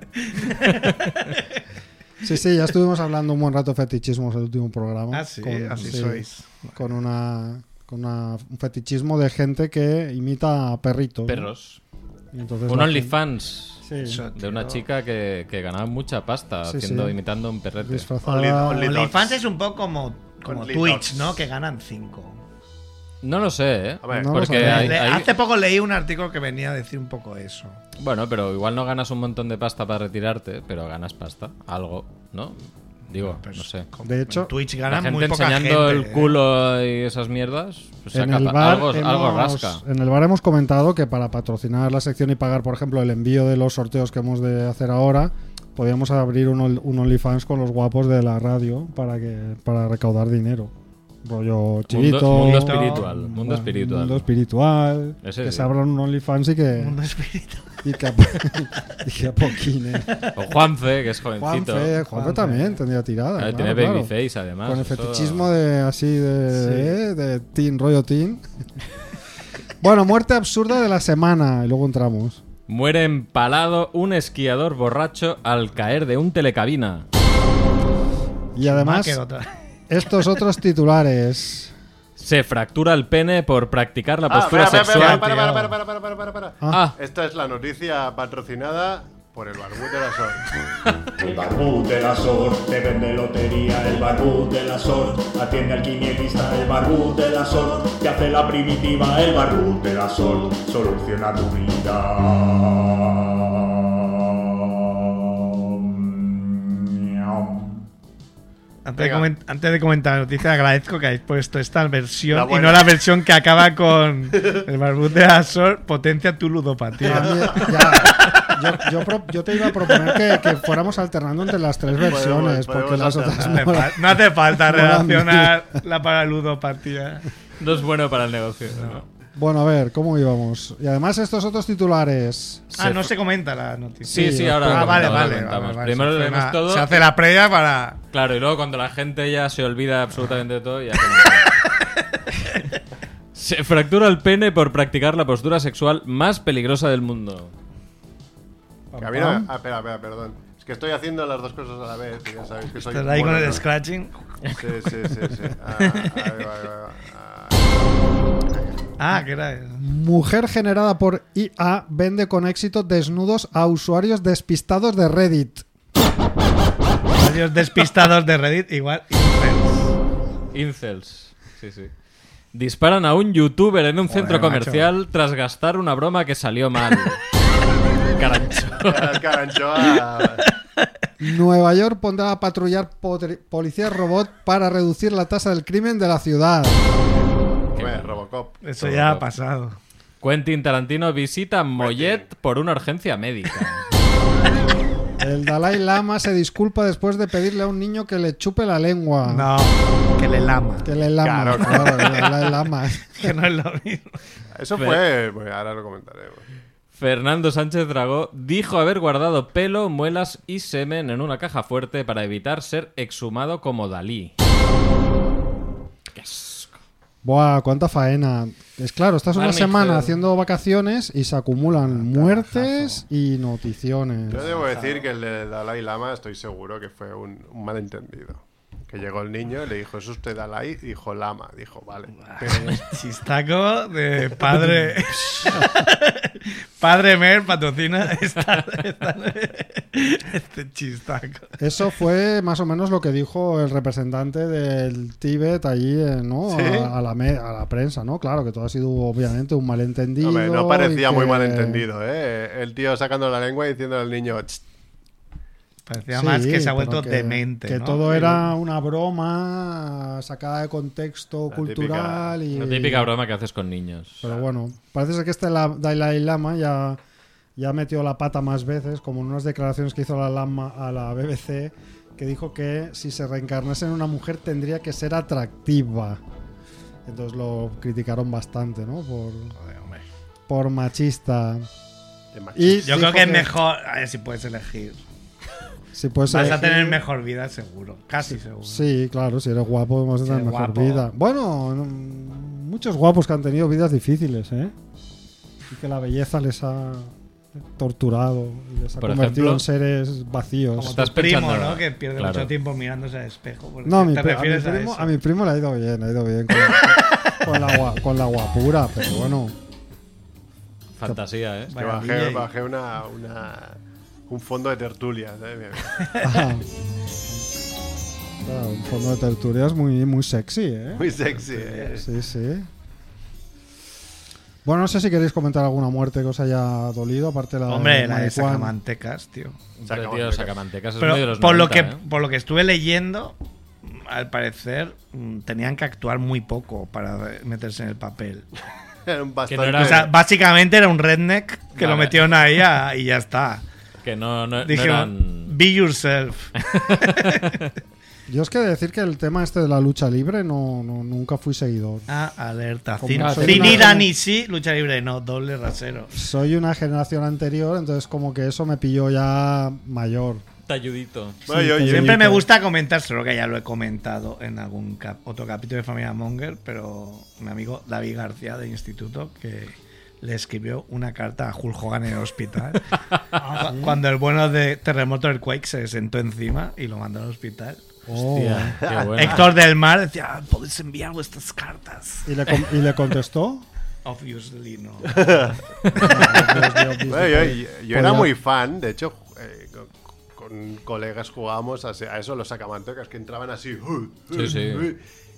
Speaker 3: Sí, sí, ya estuvimos hablando un buen rato de fetichismos en el último programa.
Speaker 4: Ah, sí,
Speaker 3: Con-
Speaker 4: así
Speaker 3: sí,
Speaker 4: sois.
Speaker 3: Con una con una- un fetichismo de gente que imita a perritos. ¿no?
Speaker 2: Perros.
Speaker 3: Y entonces
Speaker 2: Un
Speaker 3: Pues la
Speaker 2: OnlyFans
Speaker 3: gente- Sí,
Speaker 4: Eso,
Speaker 2: de una
Speaker 4: tío.
Speaker 2: chica que, que ganaba mucha pasta
Speaker 3: Sí,
Speaker 2: haciendo,
Speaker 3: sí.
Speaker 2: imitando un perrete.
Speaker 3: disfrazada-
Speaker 1: Only- only-
Speaker 4: OnlyFans es un poco como, como
Speaker 1: Only
Speaker 4: Twitch,
Speaker 1: dogs.
Speaker 4: ¿no? Que ganan 5.
Speaker 2: No lo sé, ¿eh?
Speaker 1: A ver.
Speaker 3: No lo
Speaker 2: Porque
Speaker 3: sabemos.
Speaker 2: hay- hay-
Speaker 4: Hace poco leí un artículo que venía a decir un poco eso.
Speaker 2: Bueno, pero igual no ganas un montón de pasta para retirarte, pero ganas pasta, algo, ¿no? Digo,
Speaker 4: Pero
Speaker 2: no
Speaker 4: es
Speaker 2: sé.
Speaker 4: como-
Speaker 3: De hecho,
Speaker 4: en Twitch
Speaker 2: La
Speaker 4: pues ganan muy
Speaker 2: gente
Speaker 4: poca
Speaker 2: enseñando
Speaker 4: gente,
Speaker 2: el
Speaker 4: ¿eh?
Speaker 2: culo y esas mierdas, pues
Speaker 3: En
Speaker 2: saca
Speaker 3: el,
Speaker 2: pa-
Speaker 3: bar
Speaker 2: algo,
Speaker 3: hemos,
Speaker 2: algo rasca.
Speaker 3: en el bar hemos comentado que para patrocinar la sección y pagar, por ejemplo, el envío de los sorteos que hemos de hacer ahora, podríamos abrir un, Ol- un OnlyFans con los guapos de la radio para que para recaudar dinero. Rollo chivito.
Speaker 2: mundo espiritual, mundo
Speaker 3: bueno,
Speaker 2: espiritual.
Speaker 3: Mundo espiritual.
Speaker 2: Ese
Speaker 3: que
Speaker 2: sí.
Speaker 3: se abran un OnlyFans y que,
Speaker 4: Mundo espíritu.
Speaker 3: y que, a- y que a poquine.
Speaker 2: O Juanfe, que es jovencito.
Speaker 3: Juanfe, Juanfe también tendría tirada.
Speaker 2: Claro,
Speaker 3: claro,
Speaker 2: tiene
Speaker 3: claro.
Speaker 2: babyface, además.
Speaker 3: Con el
Speaker 2: eso-
Speaker 3: fetichismo de así de, ¿eh? de teen, rollo teen. bueno, muerte absurda de la semana. Y luego entramos.
Speaker 2: Muere empalado un esquiador borracho al caer de un telecabina.
Speaker 3: Y [LAUGHS] además,
Speaker 4: Más que otra.
Speaker 3: estos
Speaker 1: [LAUGHS]
Speaker 3: otros titulares.
Speaker 2: Se fractura el pene por practicar la
Speaker 1: Ah,
Speaker 2: postura
Speaker 1: espera, espera,
Speaker 2: sexual.
Speaker 1: espera, para, para, para, para, para, para, para.
Speaker 2: Ah,
Speaker 1: Esta es la noticia patrocinada por el Barbú de la Sol.
Speaker 6: El barbú de la SOR te vende lotería, el barbú de la SOR atiende al quinielista, el barbú de la SOR te hace la primitiva, el barbú de la SOR soluciona tu vida. Miau.
Speaker 4: Antes, de
Speaker 1: Venga.
Speaker 4: comen- antes de comentar la noticia, agradezco que hayáis puesto esta
Speaker 1: La
Speaker 4: versión y
Speaker 1: buena.
Speaker 4: no la versión que acaba con [LAUGHS] el barbud de Azor, potencia tu ludopatía.
Speaker 3: Ya, ya. yo, yo pro- yo te iba a proponer que, que fuéramos alternando entre las tres
Speaker 1: Podemos-
Speaker 3: versiones, porque
Speaker 1: podemos
Speaker 3: las otras
Speaker 4: No
Speaker 1: alternar.
Speaker 3: no.
Speaker 4: hace, fal- no hace falta
Speaker 3: Ah, [LAUGHS] Mola
Speaker 4: relacionar la paraludopatía.
Speaker 2: no es bueno para el negocio. ¿no?
Speaker 3: Bueno, a ver, ¿cómo íbamos? Y además, estos otros titulares.
Speaker 4: Ah, no se comenta la noticia.
Speaker 2: Sí, sí,
Speaker 3: Sí,
Speaker 2: ahora. lo
Speaker 4: Ah, vale,
Speaker 2: comentamos, lo
Speaker 4: vale.
Speaker 2: comentamos.
Speaker 4: vale, vale.
Speaker 2: Primero
Speaker 4: Se
Speaker 2: lo
Speaker 4: hace
Speaker 2: leemos
Speaker 4: una-
Speaker 2: todo.
Speaker 4: Se hace la previa para.
Speaker 2: Claro, y luego cuando la gente ya se olvida absolutamente de todo, ya.
Speaker 3: [LAUGHS]
Speaker 2: comentamos. se fractura el pene por practicar la postura sexual más peligrosa del mundo.
Speaker 1: Que a mí no- ah, espera, espera, perdón. Es que estoy haciendo las dos cosas a la vez, que ya sabéis que soy
Speaker 4: Estás ahí con
Speaker 1: mono,
Speaker 4: el
Speaker 1: ¿no?
Speaker 4: scratching.
Speaker 1: Sí, sí, sí, sí. Ah, ahí va, ahí va, ah.
Speaker 4: Ah, que era. eso.
Speaker 3: Mujer generada por IA vende con éxito desnudos a usuarios despistados de Reddit.
Speaker 4: Varios despistados de Reddit, igual.
Speaker 2: Incels. Sí, sí. Disparan a un youtuber en un
Speaker 4: Joder,
Speaker 2: centro
Speaker 4: macho.
Speaker 2: comercial tras gastar una
Speaker 4: [LAUGHS]
Speaker 2: broma que salió mal. Carancho.
Speaker 1: ah. Caranchoa.
Speaker 3: Nueva York pondrá a patrullar potri- policías robot para reducir la tasa del crimen de la ciudad.
Speaker 1: Hombre, Robocop.
Speaker 4: Eso ya ha pasado.
Speaker 2: Quentin Tarantino visita Mollet por una urgencia médica.
Speaker 3: El Dalai Lama se disculpa después de pedirle a un niño que le chupe la lengua.
Speaker 4: No, que le lama.
Speaker 3: Que le lama,
Speaker 1: Claro,
Speaker 3: claro, el Dalai Lama.
Speaker 4: Que no es lo mismo.
Speaker 1: Eso fue. bueno, ahora lo comentaré. bueno.
Speaker 2: Fernando Sánchez Dragó dijo haber guardado pelo, muelas y semen en una caja fuerte para evitar ser exhumado como Dalí.
Speaker 3: Buah, cuánta faena. Es claro, estás una
Speaker 2: Vale,
Speaker 3: semana
Speaker 2: joder.
Speaker 3: haciendo vacaciones y se acumulan muertes y noticiones.
Speaker 1: Yo debo decir que el de Dalai Lama estoy seguro que fue un, un malentendido. Que llegó el niño y le dijo, ¿es usted Dalai? Dijo Lama. Dijo, vale. Pero
Speaker 4: Chistaco de padre. padre Mer patrocina esta- esta- este chistaco.
Speaker 3: Eso fue más o menos lo que dijo el representante del Tíbet allí, eh, ¿no?
Speaker 1: ¿Sí?
Speaker 3: A, a la me- a la prensa, ¿no? Claro, que todo ha sido obviamente un malentendido.
Speaker 1: Hombre, no
Speaker 3: y
Speaker 1: parecía
Speaker 3: que-
Speaker 1: muy malentendido, ¿eh? El tío sacando la lengua y diciendo al niño, "Tss".
Speaker 4: Parecía
Speaker 3: Sí,
Speaker 4: más que se
Speaker 3: pero
Speaker 4: ha vuelto
Speaker 3: que-
Speaker 4: demente.
Speaker 3: Que
Speaker 4: ¿no?
Speaker 3: todo era una broma sacada de contexto
Speaker 1: La
Speaker 3: cultural y.
Speaker 2: La típica broma que haces con niños.
Speaker 3: Pero bueno, parece ser que este la- Dalai Lama ya, ya metió la pata más veces, como en unas declaraciones que hizo la Lama a la BBC, que dijo que si se reencarnase en una mujer tendría que ser atractiva. Entonces lo criticaron bastante, ¿no? Por,
Speaker 4: Joder, hombre.
Speaker 3: por machista.
Speaker 1: de
Speaker 3: Y dijo
Speaker 4: Yo creo que es mejor. A ver si puedes elegir.
Speaker 3: Si puedes
Speaker 4: Vas a
Speaker 3: elegir-
Speaker 4: tener mejor vida, seguro. Casi seguro.
Speaker 3: Sí, claro, si eres guapo vas a
Speaker 4: Si
Speaker 3: tener
Speaker 4: eres
Speaker 3: mejor
Speaker 4: guapo.
Speaker 3: vida. Bueno, no- muchos guapos que han tenido vidas difíciles, ¿eh? Y que la belleza les ha torturado y les ha
Speaker 2: Por
Speaker 3: convertido
Speaker 2: ejemplo,
Speaker 3: en seres
Speaker 4: Como
Speaker 3: vacíos.
Speaker 2: estás
Speaker 4: tu primo,
Speaker 2: pensando ahora.
Speaker 4: ¿no? Que pierde
Speaker 2: Claro.
Speaker 4: mucho tiempo mirándose al espejo. porque
Speaker 3: No, a mi,
Speaker 4: ¿Te
Speaker 3: pri- a mi
Speaker 4: refieres a,
Speaker 3: primo,
Speaker 4: eso?
Speaker 3: a mi primo le ha ido bien, ha ido bien con la, con la gua- con la guapura, pero
Speaker 4: [LAUGHS]
Speaker 3: bueno.
Speaker 2: Fantasía, ¿eh?
Speaker 1: Que
Speaker 4: Vaya
Speaker 1: bajé,
Speaker 4: DJ.
Speaker 1: bajé una, una- un fondo de tertulia. ¿eh? ¿sabes?
Speaker 3: [LAUGHS]
Speaker 1: Mira, mira.
Speaker 3: Ajá. Ah, Claro, un fondo de tertulia es muy, muy sexy, ¿eh?
Speaker 1: Muy sexy. ¿eh?
Speaker 3: Sí, sí. Bueno, no sé si queréis comentar alguna muerte que os haya dolido, aparte de la
Speaker 4: Hombre, la de
Speaker 3: Maricuán.
Speaker 4: sacamantecas, tío.
Speaker 2: Hombre, tío,
Speaker 1: Sacamantecas.
Speaker 2: sacamantecas es muy de
Speaker 4: Pero
Speaker 2: los
Speaker 4: por, lo
Speaker 2: 90,
Speaker 4: que,
Speaker 2: ¿eh?
Speaker 4: por lo que estuve leyendo, al parecer mm, tenían que actuar muy poco para eh, meterse en el papel.
Speaker 1: Era un
Speaker 2: Que no era-
Speaker 1: bastante-
Speaker 4: O sea,
Speaker 2: [LAUGHS]
Speaker 4: básicamente era un redneck que
Speaker 2: Vale.
Speaker 4: lo metieron ahí a- y ya está.
Speaker 2: ¿eh? Que no, [LAUGHS] no- no
Speaker 4: Dijeron,
Speaker 2: eran...
Speaker 4: be
Speaker 2: [LAUGHS]
Speaker 4: yourself.
Speaker 3: Yo es que decir que el tema este de la lucha libre no, no- nunca fui seguidor.
Speaker 4: Ah, alerta.
Speaker 3: Como
Speaker 4: Sin,
Speaker 3: soy
Speaker 4: sin
Speaker 3: una-
Speaker 4: ir a ni sí, lucha libre, no, doble rasero.
Speaker 3: Soy una generación anterior, entonces como que eso me pilló ya mayor.
Speaker 2: Talludito.
Speaker 1: Bueno,
Speaker 3: sí,
Speaker 1: yo-
Speaker 3: que
Speaker 1: yo-
Speaker 4: Siempre me
Speaker 3: Benito.
Speaker 4: gusta comentar, solo que ya lo he comentado en algún cap- otro capítulo de Familia Monger, pero mi amigo David García de Instituto que le escribió una carta a Hulk Hogan en el
Speaker 1: [LAUGHS]
Speaker 4: hospital
Speaker 1: Ah,
Speaker 4: Cu- cuando el bueno de Terremoto del Quake se sentó encima y lo mandó al hospital.
Speaker 3: Oh.
Speaker 2: Hostia, qué
Speaker 4: [LAUGHS]
Speaker 2: bueno.
Speaker 4: Héctor del Mar decía, podéis enviar vuestras cartas.
Speaker 3: ¿Y le, com- y le contestó.
Speaker 1: [LAUGHS]
Speaker 4: Obviously no. [LAUGHS]
Speaker 1: Bueno, yo, yo- yo era
Speaker 3: Podía-
Speaker 1: muy fan, de hecho, eh, con, con colegas jugábamos a, se- a eso, los sacamantecas que entraban así. uh, uh,
Speaker 2: Sí, sí.
Speaker 1: uh,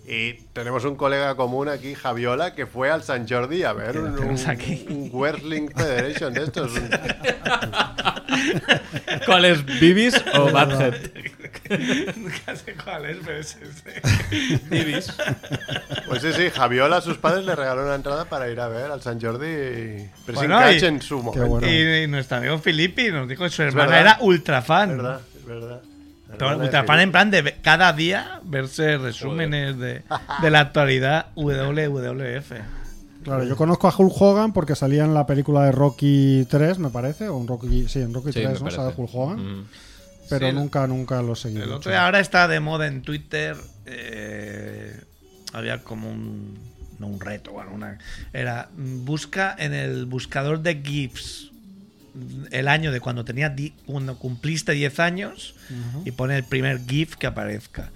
Speaker 1: Y tenemos un colega común aquí, Javiola, que fue al San Jordi a ver
Speaker 4: ¿Qué
Speaker 1: un,
Speaker 4: hacemos
Speaker 1: un-
Speaker 4: aquí?
Speaker 1: un Wrestling Federation de estos. un-
Speaker 3: [LAUGHS]
Speaker 2: ¿Cuál es, Bibis o Badhead?
Speaker 4: Nunca sé cuál es, pero es ese.
Speaker 2: Bibis.
Speaker 1: Pues sí, sí, Javiola, sus padres le regalaron una entrada para ir a ver al San Jordi. y- Pero
Speaker 4: Bueno,
Speaker 1: sin catch
Speaker 4: y-
Speaker 1: en su momento.
Speaker 3: bueno.
Speaker 4: Y, y nuestro amigo Filippi nos dijo que su hermana
Speaker 1: verdad.
Speaker 4: era ultra fan.
Speaker 1: Es verdad, es verdad. La
Speaker 4: Pero
Speaker 1: hermana de
Speaker 4: Ultrafan en
Speaker 1: Felipe.
Speaker 4: plan de ve- cada día verse resúmenes de, de la actualidad WWF.
Speaker 3: Claro, yo conozco a Hulk Hogan porque salía en la película de Rocky 3, me parece, o en Rocky, sí, en Rocky
Speaker 2: Sí,
Speaker 3: 3,
Speaker 2: me
Speaker 3: ¿no? Sale
Speaker 2: parece.
Speaker 3: Hulk Hogan,
Speaker 2: Mm.
Speaker 3: pero
Speaker 4: Sí, el-
Speaker 3: nunca, nunca lo seguí.
Speaker 4: El
Speaker 3: mucho.
Speaker 4: otro día ahora está de moda en Twitter. eh, había como un. No un reto, bueno, una. Era. mm, Busca en el buscador de GIFs mm, el año de cuando tenía di- cuando cumpliste 10 años
Speaker 3: Ujú.
Speaker 4: y pone el primer GIF que aparezca.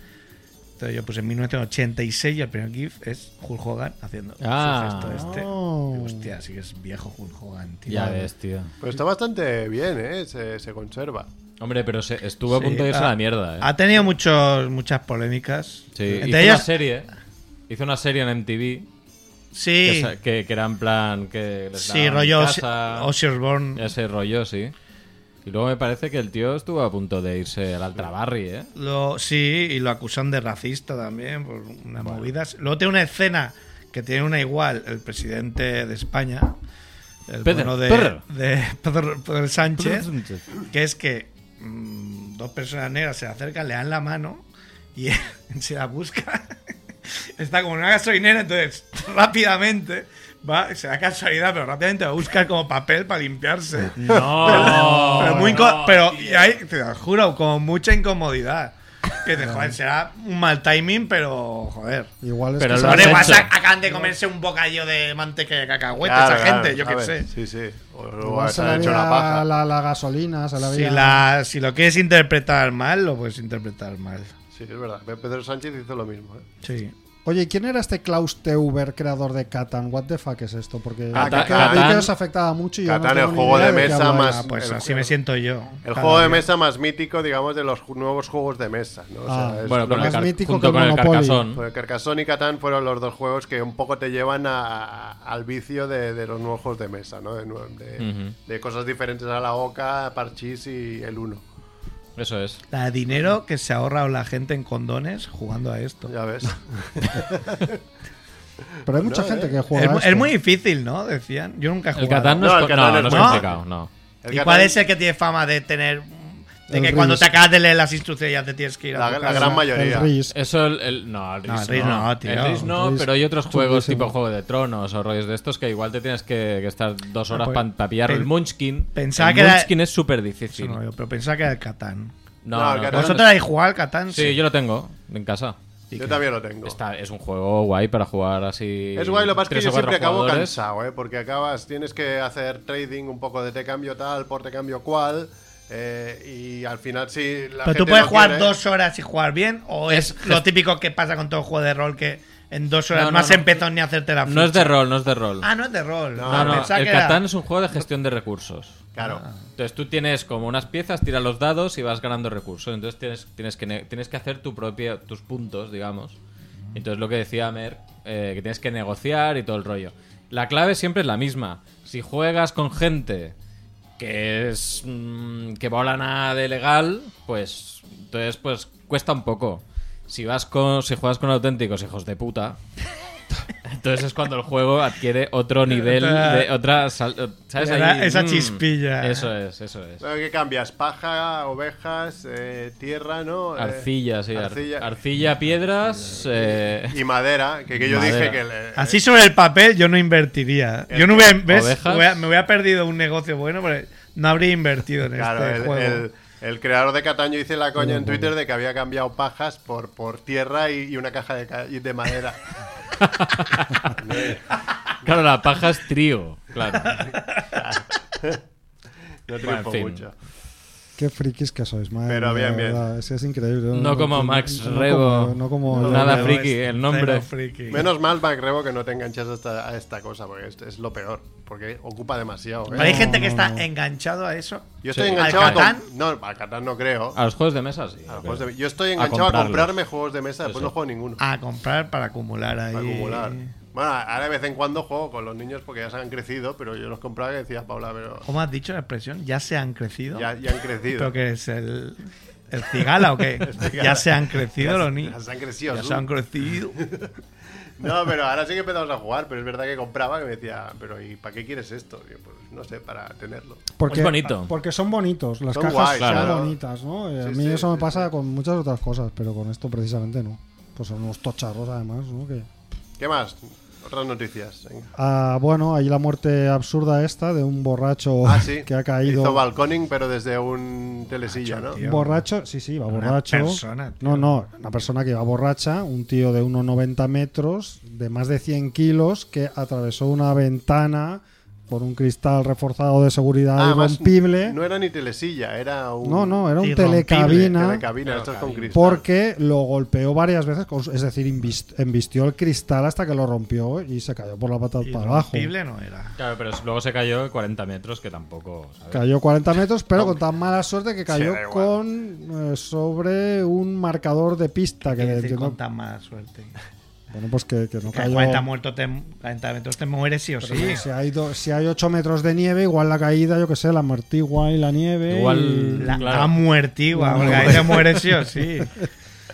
Speaker 4: Entonces yo puse en 1986 y el primer GIF es Hulk Hogan haciendo
Speaker 2: Ah.
Speaker 4: su gesto este.
Speaker 3: Oh.
Speaker 4: Hostia, sí que es viejo Hulk Hogan, tío.
Speaker 2: Ya ves, tío.
Speaker 1: Pero está bastante bien, ¿eh? Se, se conserva.
Speaker 2: Hombre, pero se- estuvo a
Speaker 4: Sí,
Speaker 2: punto de irse a
Speaker 4: ah,
Speaker 2: la mierda, ¿eh?
Speaker 4: Ha tenido muchos, muchas polémicas.
Speaker 2: Sí, hizo
Speaker 4: Entre ellas,
Speaker 2: una serie. Hizo una serie en MTV que,
Speaker 4: sí,
Speaker 2: sa- que, que era Pues en plan que les
Speaker 4: sí,
Speaker 2: daban
Speaker 4: rollo
Speaker 2: casa,
Speaker 4: Osborne.
Speaker 2: ese rollo, sí. Y luego me parece que el tío estuvo a punto de irse al Altrabarri, ¿eh?
Speaker 4: Lo, sí, y lo acusan de racista también por unas movidas. Luego tiene una escena que tiene una igual el presidente de España, el
Speaker 2: Pedro,
Speaker 4: bueno de,
Speaker 2: Pedro.
Speaker 4: de Pedro- Pedro Sánchez,
Speaker 2: Pedro Sánchez.
Speaker 4: que es que mm, dos personas negras se le acercan, le dan la mano y [LAUGHS] él se la busca. [LAUGHS] Está como en una gasolinera, entonces rápidamente va, se da casualidad, pero rápidamente va a buscar como papel para limpiarse.
Speaker 2: No,
Speaker 4: [LAUGHS] pero muy inco- pero y ahí, te lo juro, con mucha incomodidad. Que te joder, será un mal timing, pero joder.
Speaker 3: Igual es
Speaker 2: Pero
Speaker 3: que
Speaker 2: lo
Speaker 3: se-
Speaker 2: has
Speaker 4: Hombre, igual
Speaker 2: hecho.
Speaker 4: se acaban de comerse un bocadillo de manteca de cacahuete
Speaker 1: Claro,
Speaker 4: esa
Speaker 1: claro,
Speaker 4: gente, yo
Speaker 1: a
Speaker 4: qué
Speaker 1: ver,
Speaker 4: sé.
Speaker 1: Sí, sí. O, o
Speaker 3: igual
Speaker 1: se
Speaker 3: se
Speaker 1: han
Speaker 3: le
Speaker 1: hecho una
Speaker 3: había
Speaker 1: paja.
Speaker 3: La, la gasolina, se la
Speaker 4: Si,
Speaker 3: había...
Speaker 4: la, si lo quieres interpretar mal, lo puedes interpretar mal.
Speaker 1: Sí, es verdad. Pedro Sánchez hizo lo mismo. ¿eh?
Speaker 4: Sí.
Speaker 3: Oye, ¿y ¿quién era este Klaus Teuber, creador de Catan? What the fuck es esto? Porque
Speaker 1: Ah,
Speaker 3: a
Speaker 1: Catan-
Speaker 3: mí
Speaker 2: Catan-
Speaker 3: que os afectaba mucho y yo no
Speaker 1: Catan,
Speaker 3: tengo
Speaker 1: el
Speaker 3: ni
Speaker 1: juego
Speaker 3: idea
Speaker 1: de
Speaker 3: qué
Speaker 1: mesa
Speaker 3: habláis.
Speaker 1: más-
Speaker 4: Ah, pues
Speaker 1: el
Speaker 4: así
Speaker 1: juego-
Speaker 4: me siento yo.
Speaker 1: El
Speaker 3: Ah,
Speaker 4: Cada
Speaker 1: juego de
Speaker 4: día.
Speaker 1: mesa más mítico, digamos, de los ju- nuevos juegos de mesa. ¿no? O sea,
Speaker 3: Ah,
Speaker 1: es
Speaker 2: Bueno,
Speaker 1: lo
Speaker 2: con el
Speaker 1: que-
Speaker 3: más
Speaker 2: car-
Speaker 3: mítico
Speaker 2: junto
Speaker 3: que
Speaker 2: con el
Speaker 3: Monopoly.
Speaker 2: Carcasón.
Speaker 1: Porque Carcassonne y Catán fueron los dos juegos que un poco te llevan a- al vicio de, de los nuevos juegos de mesa, ¿no? De, nue- de-
Speaker 2: Ujú.
Speaker 1: de cosas diferentes a la Oca, Parchís y el Uno.
Speaker 2: Eso es.
Speaker 4: La de dinero que se ahorra la gente en condones jugando a esto.
Speaker 1: Ya
Speaker 2: [LAUGHS]
Speaker 1: ves.
Speaker 3: Pero hay mucha
Speaker 1: No,
Speaker 3: gente
Speaker 1: eh.
Speaker 3: que juega
Speaker 4: Es, mu-
Speaker 3: a esto.
Speaker 4: es muy difícil, ¿no? Decían. Yo nunca he
Speaker 2: El
Speaker 4: jugado.
Speaker 2: Catán no,
Speaker 1: No,
Speaker 2: es,
Speaker 1: el
Speaker 2: co-
Speaker 1: Catán
Speaker 2: no,
Speaker 1: es
Speaker 2: no es
Speaker 1: bueno.
Speaker 2: complicado, no.
Speaker 1: El
Speaker 4: ¿Y
Speaker 1: Catán-
Speaker 4: cuál es el que tiene fama de tener. de
Speaker 3: El
Speaker 4: que cuando
Speaker 3: Risk.
Speaker 4: te acabas de leer las instrucciones ya te tienes que ir a
Speaker 1: La,
Speaker 4: tu
Speaker 1: la
Speaker 4: casa?
Speaker 1: gran
Speaker 3: El
Speaker 1: mayoría.
Speaker 3: Risk.
Speaker 2: Eso, el, el- no, el
Speaker 4: No,
Speaker 2: RIS
Speaker 4: el Risk no, tío.
Speaker 2: El Risk no,
Speaker 3: Risk
Speaker 2: pero hay otros juegos
Speaker 3: chunguísimo.
Speaker 2: tipo Juego de Tronos o rollos de estos que igual te tienes que, que estar dos horas
Speaker 4: pues,
Speaker 2: para pillar
Speaker 4: pen-
Speaker 2: el Munchkin.
Speaker 4: pensaba
Speaker 2: el
Speaker 4: que era-
Speaker 2: Munchkin es súper
Speaker 4: Eso
Speaker 2: difícil.
Speaker 4: no
Speaker 2: No,
Speaker 4: lo veo, pero pensaba que era el Catán.
Speaker 1: No,
Speaker 2: no,
Speaker 1: que
Speaker 2: no.
Speaker 1: no-
Speaker 4: ¿Vosotros habéis jugado al Catán?
Speaker 2: Sí, yo lo tengo en casa.
Speaker 1: Yo también lo tengo.
Speaker 2: Está, es un juego guay para jugar así.
Speaker 1: Es guay, lo que pasa es que
Speaker 2: tres
Speaker 1: yo
Speaker 2: o cuatro
Speaker 1: siempre acabo
Speaker 2: jugadores.
Speaker 1: cansado, ¿eh? porque acabas, tienes que hacer trading un poco de te cambio tal, por te cambio cual, eh, y al final sí. La
Speaker 4: Pero
Speaker 1: gente
Speaker 4: tú puedes
Speaker 1: no
Speaker 4: jugar
Speaker 1: quiere- ¿eh?
Speaker 4: dos horas y jugar bien, o es,
Speaker 2: Es-
Speaker 4: lo típico que pasa con todo juego de rol que en dos horas
Speaker 2: No,
Speaker 4: no,
Speaker 2: no,
Speaker 4: has
Speaker 2: no.
Speaker 4: empezado ni a hacerte la
Speaker 2: No es
Speaker 4: ficha.
Speaker 2: de rol, no es de rol.
Speaker 4: Ah, no es de rol.
Speaker 2: No,
Speaker 4: Ah,
Speaker 2: no,
Speaker 4: pensaba
Speaker 2: el
Speaker 4: que era-
Speaker 2: Catán es un juego de gestión de recursos.
Speaker 1: Claro.
Speaker 4: Ah.
Speaker 2: Entonces tú tienes como unas piezas, tiras los dados y vas ganando recursos. Entonces tienes, tienes, que, ne- tienes que hacer tu propia, tus puntos, digamos. Entonces lo que decía Mer, eh, que tienes que negociar y todo el rollo. La clave siempre es la misma. Si juegas con gente que es mm, que vola nada de legal, pues entonces pues cuesta un poco. Si vas con si juegas con auténticos hijos de puta, [LAUGHS] entonces es cuando el juego adquiere otro nivel de otra sal- eh, ¿sabes?
Speaker 4: Le da
Speaker 2: Ahí, mm,
Speaker 4: esa chispilla.
Speaker 2: Eso es, eso es.
Speaker 1: Luego, ¿Qué cambias? Paja, ovejas, eh, tierra, ¿no? Eh,
Speaker 2: Arcilla, sí, ar-
Speaker 1: arcilla.
Speaker 2: arcilla, piedras, eh, [LAUGHS]
Speaker 1: Y madera, que, que yo
Speaker 2: Madera.
Speaker 1: dije que. le-
Speaker 4: Así sobre el papel yo no invertiría. Yo no hubiera, ¿ves?
Speaker 2: Ovejas.
Speaker 4: Hubiera- me hubiera perdido un negocio bueno, porque no habría invertido en
Speaker 1: Claro,
Speaker 4: este
Speaker 1: el,
Speaker 4: juego.
Speaker 1: el- el creador de Cataño hice la coña en Twitter de que había cambiado pajas por, por tierra y, y una caja de, ca- y de madera.
Speaker 2: claro, la paja es trigo, claro.
Speaker 1: No
Speaker 2: Bueno, en
Speaker 1: triunfo
Speaker 2: fin.
Speaker 1: mucho.
Speaker 3: Qué frikis que sois, madre
Speaker 1: Pero
Speaker 3: mía,
Speaker 1: bien,
Speaker 3: de
Speaker 1: bien.
Speaker 3: verdad. Es, que es increíble. Yo
Speaker 2: No como Max
Speaker 3: no como-
Speaker 2: Rebo.
Speaker 3: no como
Speaker 2: No,
Speaker 3: yo.
Speaker 2: nada
Speaker 4: Pero
Speaker 2: friki,
Speaker 4: es
Speaker 2: el nombre.
Speaker 4: cero friki.
Speaker 1: Menos mal, Mac Rebo, que no te enganchas a esta, a esta cosa, porque es, es lo peor, porque ocupa demasiado. ¿eh?
Speaker 4: Pero hay
Speaker 3: No,
Speaker 4: gente que
Speaker 3: no,
Speaker 4: está
Speaker 3: no.
Speaker 4: enganchado a eso.
Speaker 1: Yo estoy
Speaker 2: Sí.
Speaker 1: enganchado
Speaker 4: ¿Al Catán?
Speaker 1: con. No, al Catán no creo.
Speaker 2: A los juegos de mesa sí.
Speaker 1: A los
Speaker 2: yo
Speaker 1: juegos
Speaker 2: creo.
Speaker 1: de- Yo estoy enganchado a,
Speaker 2: comprarlos.
Speaker 1: comprarme juegos de mesa, después
Speaker 2: Eso.
Speaker 1: no juego ninguno.
Speaker 4: A comprar para acumular ahí.
Speaker 1: Para acumular. Bueno, ahora de vez en cuando juego con los niños porque ya se han crecido, pero yo los compraba y decía Paula, pero
Speaker 4: ¿Cómo has dicho la expresión? ¿Ya se han crecido?
Speaker 1: ya, ya han crecido.
Speaker 4: ¿Pero qué es? ¿El, el cigala
Speaker 1: [LAUGHS]
Speaker 4: o qué? ¿Ya se han crecido los
Speaker 1: Ya
Speaker 4: niños?
Speaker 1: se han crecido.
Speaker 4: Ya
Speaker 1: tú.
Speaker 4: se han crecido.
Speaker 1: No, pero ahora sí que empezamos a jugar, pero es verdad que compraba que me decía, pero ¿y para qué quieres esto? Y yo, pues no sé, para tenerlo.
Speaker 3: Porque,
Speaker 2: Es bonito.
Speaker 3: Porque son bonitos. Las
Speaker 1: Son
Speaker 3: cajas
Speaker 1: guays,
Speaker 3: son
Speaker 1: claro.
Speaker 3: bonitas, ¿no? Eh, a
Speaker 1: Sí,
Speaker 3: mí
Speaker 1: sí,
Speaker 3: eso me
Speaker 1: sí,
Speaker 3: pasa con muchas otras cosas, pero con esto precisamente no. Pues son unos tocharros además, ¿no? Que...
Speaker 1: ¿Qué más? Otras noticias. venga.
Speaker 3: Ah, bueno, ahí la muerte absurda esta de un borracho
Speaker 1: Ah, sí.
Speaker 3: que ha caído.
Speaker 1: Hizo balconing, pero desde un telesilla, ¿no? Ah,
Speaker 4: tío.
Speaker 3: Borracho, sí, sí, iba
Speaker 4: Una
Speaker 3: borracho.
Speaker 4: persona, tío.
Speaker 3: No, no, una persona que iba borracha, un tío de 1,90 metros, de más de 100 kilos, que atravesó una ventana con un cristal reforzado de seguridad
Speaker 1: Ah, además,
Speaker 3: irrompible.
Speaker 1: No era ni telesilla, era un.
Speaker 3: No, no, era un
Speaker 4: Irrompible,
Speaker 3: telecabina.
Speaker 1: Telecabina, esto es con cristal.
Speaker 3: Porque lo golpeó varias veces, con su- es decir, invist- embistió el cristal hasta que lo rompió y se cayó por la pata para abajo.
Speaker 4: Irrompible no era.
Speaker 2: Claro, pero luego se cayó 40 metros, que tampoco. ¿sabes?
Speaker 3: Cayó 40 metros, pero con tan mala suerte que cayó
Speaker 1: da igual.
Speaker 3: con eh, sobre un marcador de pista que
Speaker 4: Quiero
Speaker 3: le
Speaker 4: decir,
Speaker 3: entiendo
Speaker 4: con tan mala suerte.
Speaker 3: Bueno, pues que, que no
Speaker 4: Que a
Speaker 3: cayó.
Speaker 4: 40, muertos te, 40 metros te mueres sí o
Speaker 3: Pero
Speaker 4: sí.
Speaker 3: Si hay, do- si hay 8 metros de nieve, igual la caída, yo que sé, la amortigua y la nieve.
Speaker 2: Igual-
Speaker 3: y-
Speaker 4: La,
Speaker 2: Claro.
Speaker 4: la muertigua, porque ahí te mueres sí
Speaker 1: [LAUGHS]
Speaker 4: o sí.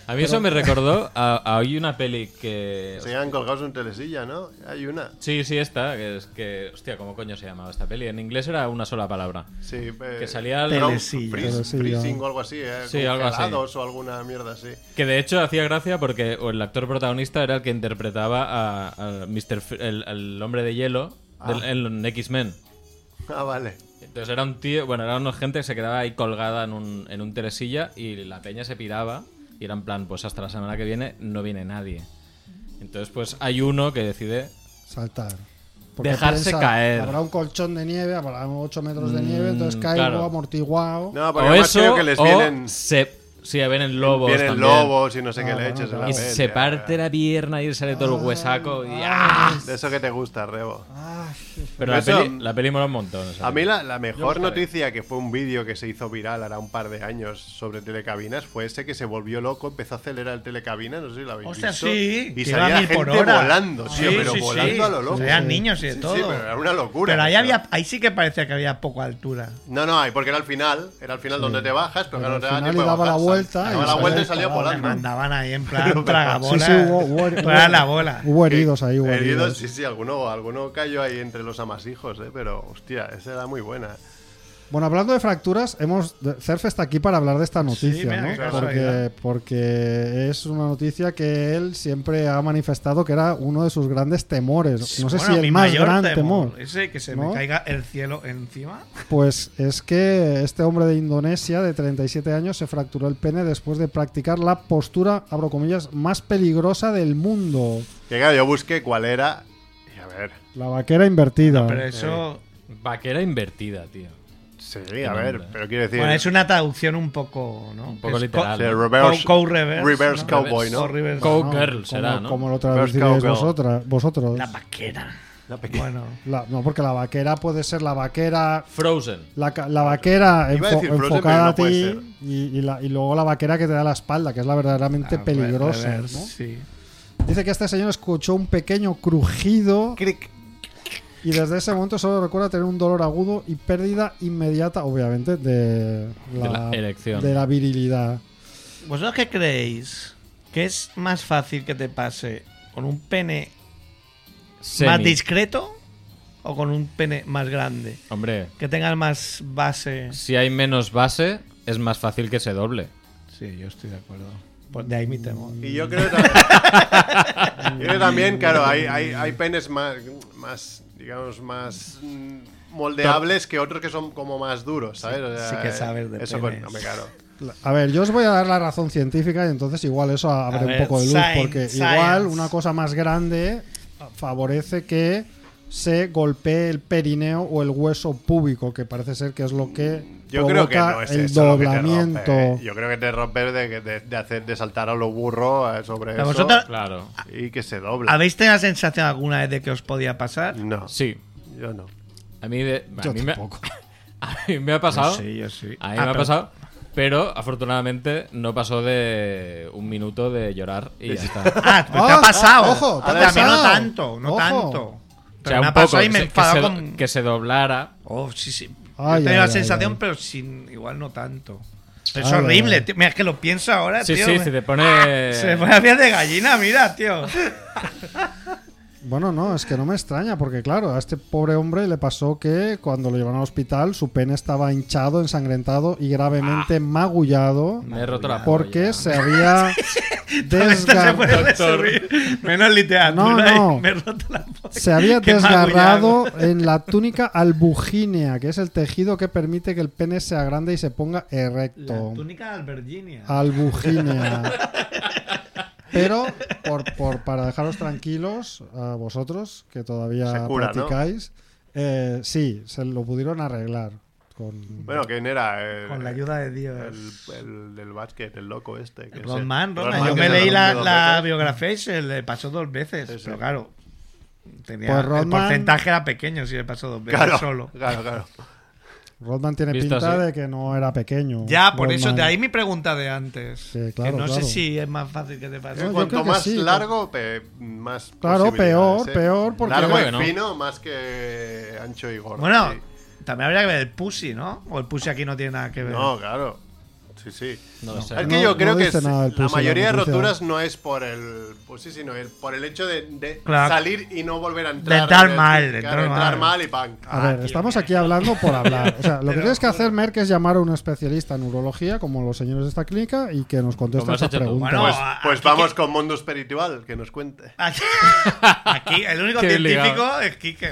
Speaker 2: A mí eso me recordó a, a hoy una peli que.
Speaker 1: Se han colgados en telesilla, ¿no? Hay una.
Speaker 2: Sí, sí, esta, que es que. Hostia, ¿cómo coño se llamaba esta peli? En inglés era una sola palabra.
Speaker 1: Sí, eh,
Speaker 2: Que salía el-
Speaker 1: no,
Speaker 4: Telesilla.
Speaker 1: freeze-
Speaker 3: Telesilla.
Speaker 1: freezing o algo así, ¿eh?
Speaker 2: Sí, algo así.
Speaker 1: Congelados o alguna mierda así.
Speaker 2: Que de hecho hacía gracia porque o el actor protagonista era el que interpretaba a, a Mr. F- el, al hombre de hielo del- en X-Men.
Speaker 1: Ah, vale.
Speaker 2: Entonces era un tío, bueno, era una gente que se quedaba ahí colgada en un, en un telesilla y la peña se piraba y era en plan, pues hasta la semana que viene no viene nadie. Entonces pues hay uno que decide,
Speaker 3: saltar.
Speaker 2: Dejarse caer.
Speaker 3: Habrá un colchón de nieve, habrá 8 metros de nieve, entonces
Speaker 2: Mm,
Speaker 3: caigo
Speaker 2: claro.
Speaker 3: amortiguado.
Speaker 1: No, porque
Speaker 2: o
Speaker 1: además
Speaker 2: eso
Speaker 1: creo que les
Speaker 2: o
Speaker 1: vienen,
Speaker 2: se, sí, vienen lobos
Speaker 1: vienen
Speaker 2: también.
Speaker 1: lobos y no sé
Speaker 3: Ah,
Speaker 1: qué
Speaker 3: bueno,
Speaker 1: leches. en
Speaker 3: claro.
Speaker 1: la
Speaker 2: Y
Speaker 1: peli,
Speaker 2: se
Speaker 1: ya,
Speaker 2: parte
Speaker 1: ya.
Speaker 2: la pierna y sale todo el huesaco y ¡ah!
Speaker 1: De eso que te gusta, Rebo.
Speaker 4: Ah.
Speaker 3: Ay,
Speaker 2: Pero la
Speaker 1: Eso-
Speaker 2: peli, la peli mola un montón. esa
Speaker 1: A mí
Speaker 2: peli.
Speaker 1: la, la mejor
Speaker 2: buscaré.
Speaker 1: noticia que fue un vídeo que se hizo viral hará un par de años sobre telecabinas fue ese que se volvió loco, empezó a acelerar el telecabina, no sé si lo habéis
Speaker 4: Hostia,
Speaker 1: visto. Y
Speaker 4: sí. que iba a
Speaker 1: salía
Speaker 4: mil
Speaker 1: gente
Speaker 4: por hora.
Speaker 1: volando, tío,
Speaker 4: Sí,
Speaker 1: pero
Speaker 4: sí, sí.
Speaker 1: volando a lo loco.
Speaker 4: Eran niños y de
Speaker 1: Sí, sí,
Speaker 4: todo.
Speaker 1: pero era una locura.
Speaker 4: Pero ahí,
Speaker 1: o sea.
Speaker 4: había, ahí sí que parecía que había poca altura.
Speaker 1: No, no, y porque era al final, era al final donde te bajas, pero
Speaker 3: Pero
Speaker 1: claro, no te
Speaker 3: al
Speaker 1: daba
Speaker 3: final
Speaker 1: tiempo de
Speaker 3: daba la
Speaker 1: bajar,
Speaker 3: vuelta
Speaker 1: sal-
Speaker 3: y
Speaker 1: Daba la
Speaker 3: salía
Speaker 1: vuelta y salía
Speaker 3: disparado.
Speaker 4: Me
Speaker 1: volando.
Speaker 4: mandaban
Speaker 1: [LAUGHS]
Speaker 4: ahí en plan
Speaker 3: Sí,
Speaker 4: tragabola.
Speaker 3: sí, hubo, hubo-
Speaker 4: Traga la bola.
Speaker 3: hubo heridos ahí, hubo
Speaker 1: Heridos,
Speaker 3: heridos.
Speaker 1: sí, sí, alguno, alguno cayó ahí entre los amasijos, eh, pero hostia, esa era muy buena.
Speaker 3: Bueno, hablando de fracturas, hemos Cerf está aquí para hablar de esta noticia,
Speaker 4: mira, qué
Speaker 3: ¿no?
Speaker 4: casualidad.
Speaker 3: Porque, porque es una noticia que él siempre ha manifestado que era uno de sus grandes temores. No sé
Speaker 4: Bueno,
Speaker 3: si
Speaker 4: mi
Speaker 3: el más
Speaker 4: mayor
Speaker 3: gran temor.
Speaker 4: Ese que se
Speaker 3: ¿no?
Speaker 4: me caiga el cielo encima.
Speaker 3: Pues es que este hombre de Indonesia, de 37 años, se fracturó el pene después de practicar la postura, abro comillas, más peligrosa del mundo.
Speaker 1: Que claro, yo busqué cuál era y a ver,
Speaker 3: La vaquera invertida.
Speaker 4: Pero eso.
Speaker 2: Vaquera invertida, tío.
Speaker 1: sí, a ver, pero quiero decir...
Speaker 4: Bueno, es una traducción un poco. ¿no?
Speaker 2: Un poco
Speaker 4: Es
Speaker 2: literal.
Speaker 1: Sí,
Speaker 2: ¿no?
Speaker 1: reverse,
Speaker 4: Co- co- reverse,
Speaker 1: reverse
Speaker 4: ¿no?
Speaker 1: cowboy,
Speaker 4: co-
Speaker 1: ¿no?
Speaker 4: o reverse.
Speaker 2: Co-
Speaker 3: No,
Speaker 2: Cowgirl
Speaker 3: como-
Speaker 2: será, ¿no?
Speaker 3: Como lo traduciréis
Speaker 1: Cowgirl.
Speaker 3: vosotra- vosotros.
Speaker 4: La vaquera.
Speaker 1: La pequeña.
Speaker 4: Bueno.
Speaker 3: La- no, porque la vaquera puede ser la vaquera.
Speaker 2: Frozen.
Speaker 3: La, ca- la vaquera
Speaker 1: Iba a
Speaker 3: enfo-
Speaker 1: decir Frozen, pero
Speaker 3: enfocada
Speaker 1: no
Speaker 3: a
Speaker 1: puede
Speaker 3: ti
Speaker 1: ser.
Speaker 3: y, y la- y luego la vaquera que te da la espalda, que es la verdaderamente
Speaker 4: Ah,
Speaker 3: peligrosa.
Speaker 4: reverse,
Speaker 3: Este ¿no?
Speaker 4: Sí.
Speaker 3: Dice que este señor escuchó un pequeño crujido
Speaker 1: Cric.
Speaker 3: Y desde ese momento solo recuerda tener un dolor agudo y pérdida inmediata, obviamente, de
Speaker 2: la erección.
Speaker 3: de la virilidad.
Speaker 4: ¿Vosotros qué creéis? ¿Que es más fácil que te pase con un pene más
Speaker 2: Semi.
Speaker 4: discreto o con un pene más grande?
Speaker 2: Hombre,
Speaker 4: Que tenga más base.
Speaker 2: si hay menos base, es más fácil que se doble.
Speaker 4: Sí, yo estoy de acuerdo. Pues de ahí mi temor.
Speaker 1: Y yo creo también, [LAUGHS] yo creo también, claro, hay, hay, hay penes más, más, digamos, más mm, moldeables que otros que son como más duros, ¿sabes? O sea,
Speaker 4: sí que sabes de
Speaker 1: eso con-
Speaker 4: penes.
Speaker 1: hombre, claro.
Speaker 3: A ver, yo os voy a dar la razón científica y entonces igual eso abre
Speaker 4: A
Speaker 3: un
Speaker 4: ver,
Speaker 3: poco de luz,
Speaker 4: science,
Speaker 3: porque
Speaker 4: science.
Speaker 3: igual una cosa más grande favorece que se golpee el perineo o el hueso púbico, que parece ser que es lo que
Speaker 1: Yo creo
Speaker 3: provoca
Speaker 1: que no es
Speaker 3: el
Speaker 1: eso lo que te
Speaker 3: doblamiento.
Speaker 1: rompe, ¿eh? Yo creo que te rompes de, de, de hacer, de saltar a lo burro eh, sobre
Speaker 4: Pero
Speaker 1: eso
Speaker 4: vosotros-
Speaker 2: Claro.
Speaker 1: y que se dobla.
Speaker 4: ¿Habéis tenido la sensación alguna vez de que os podía pasar?
Speaker 1: No,
Speaker 2: Sí.
Speaker 1: yo no.
Speaker 2: A mí, de- a
Speaker 3: Yo
Speaker 2: mí me,
Speaker 3: tampoco.
Speaker 2: [LAUGHS] a mí me ha pasado.
Speaker 4: Pues Sí, yo sí.
Speaker 2: A mí
Speaker 4: Ah,
Speaker 2: me ha
Speaker 4: pero-
Speaker 2: pasado. Pero afortunadamente no pasó de un minuto de llorar y ya
Speaker 4: [LAUGHS]
Speaker 2: está.
Speaker 4: Ah, pero te
Speaker 3: Ah,
Speaker 4: ha pasado.
Speaker 3: ojo, te ha
Speaker 4: Pero a mí no
Speaker 3: pasado.
Speaker 4: tanto, no
Speaker 3: Ojo.
Speaker 4: tanto.
Speaker 2: O
Speaker 4: Pero
Speaker 2: sea,
Speaker 4: me ha
Speaker 2: un poco
Speaker 4: pasado y
Speaker 2: que
Speaker 4: me he
Speaker 2: se, que, se,
Speaker 4: enfadado
Speaker 2: do-
Speaker 4: con.
Speaker 2: que se doblara.
Speaker 4: Oh, sí, sí. Yo
Speaker 3: Ay,
Speaker 4: he tenido
Speaker 3: ay,
Speaker 4: la
Speaker 3: ay,
Speaker 4: sensación,
Speaker 3: ay. Ah,
Speaker 4: pero sin igual no tanto. Es
Speaker 3: Ay,
Speaker 4: horrible,
Speaker 3: ay, ay.
Speaker 4: tío. Mira, es que lo pienso ahora,
Speaker 2: Sí,
Speaker 4: Eh, tío.
Speaker 2: sí,
Speaker 4: Me- [LAUGHS]
Speaker 2: se te pone.
Speaker 4: Se me pone la piel de gallina,
Speaker 3: [LAUGHS]
Speaker 4: mira, tío. [LAUGHS]
Speaker 3: Bueno, no, es que no me extraña, porque claro, a este pobre hombre le pasó que cuando lo llevaron al hospital su pene estaba hinchado, ensangrentado y gravemente
Speaker 1: Ah.
Speaker 3: magullado
Speaker 2: Me he roto la
Speaker 3: porque
Speaker 2: polla.
Speaker 1: [LAUGHS]
Speaker 3: se había
Speaker 4: Esto se puede
Speaker 3: desgarrado.
Speaker 2: Doctor.
Speaker 4: resumir. Menos literatura
Speaker 3: No, no.
Speaker 4: y me he roto la polla.
Speaker 3: Se
Speaker 1: [LAUGHS]
Speaker 3: había
Speaker 4: Qué
Speaker 3: desgarrado
Speaker 4: magullado.
Speaker 3: en la túnica albugínea, que es el tejido que permite que el pene sea grande y se ponga
Speaker 4: La
Speaker 3: erecto.
Speaker 4: túnica de Alberginia.
Speaker 3: Ah.
Speaker 4: [LAUGHS]
Speaker 3: Albugínea. Pero por, por- para dejaros tranquilos a vosotros que todavía
Speaker 1: Se cura, ¿no?
Speaker 3: practicáis, eh, sí, se lo pudieron arreglar. Con...
Speaker 1: Bueno, ¿quién era? El,
Speaker 4: Con la ayuda de Dios.
Speaker 1: el, el del básquet, el loco este. que se-
Speaker 4: Rodman, Rodman.
Speaker 1: Rodman,
Speaker 4: Yo
Speaker 1: que
Speaker 4: me
Speaker 1: se
Speaker 4: leí la,
Speaker 1: rompió dos
Speaker 4: la
Speaker 1: veces.
Speaker 4: biografía y se le pasó dos veces. Pero claro, tenía,
Speaker 3: Pues
Speaker 4: el
Speaker 3: Rodman-
Speaker 4: porcentaje era pequeño si le pasó dos veces
Speaker 1: Claro,
Speaker 4: solo.
Speaker 1: claro, claro.
Speaker 3: Rodman tiene
Speaker 2: Visto
Speaker 3: pinta
Speaker 2: así.
Speaker 3: de que no era pequeño.
Speaker 4: Ya, por eso,
Speaker 3: Rodman.
Speaker 4: de ahí mi pregunta de antes.
Speaker 3: Sí,
Speaker 4: Que
Speaker 3: claro,
Speaker 4: no
Speaker 3: claro.
Speaker 4: sé si es más fácil que te
Speaker 1: Es que
Speaker 4: pase.
Speaker 3: No, [LAUGHS] yo
Speaker 1: cuanto
Speaker 3: creo que
Speaker 1: más
Speaker 3: sí,
Speaker 1: largo, pe- más.
Speaker 3: Claro,
Speaker 1: posibilidades,
Speaker 3: peor,
Speaker 1: ¿eh?
Speaker 3: peor, porque-
Speaker 1: Largo y
Speaker 2: Yo creo que no.
Speaker 1: fino, más que ancho y gordo.
Speaker 4: Bueno,
Speaker 1: sí.
Speaker 4: también habría que ver el pussy, ¿no? O el pussy aquí no tiene nada que ver.
Speaker 1: No, claro. Sí, sí.
Speaker 2: No lo sé.
Speaker 1: Es que
Speaker 3: No-
Speaker 1: yo creo
Speaker 3: no
Speaker 1: que
Speaker 3: dice
Speaker 1: es-
Speaker 3: nada el
Speaker 1: la
Speaker 3: pulso,
Speaker 1: mayoría
Speaker 3: la
Speaker 1: de
Speaker 3: noticia.
Speaker 1: roturas no es por el pues sí, sino el, por el hecho de, de
Speaker 4: Claro.
Speaker 1: salir y no volver a entrar.
Speaker 4: De entrar
Speaker 1: Claro,
Speaker 4: mal, de entrar
Speaker 1: entrar
Speaker 4: mal. Ah,
Speaker 1: mal y pan.
Speaker 3: A ver, estamos aquí hablando por hablar.
Speaker 4: [LAUGHS]
Speaker 3: O sea, lo que tienes que hacer, Merck, es llamar a un especialista en urología, como los señores de esta clínica, y que nos conteste
Speaker 2: Como has
Speaker 3: estas
Speaker 2: hecho tú.
Speaker 3: preguntas.
Speaker 4: Bueno,
Speaker 1: Pues,
Speaker 4: a-
Speaker 1: pues
Speaker 4: aquí
Speaker 1: vamos
Speaker 4: que-
Speaker 1: con Mundo Espiritual, que nos cuente.
Speaker 4: Aquí, [LAUGHS] aquí el único
Speaker 2: Qué
Speaker 4: científico
Speaker 2: ligado.
Speaker 4: es Quique.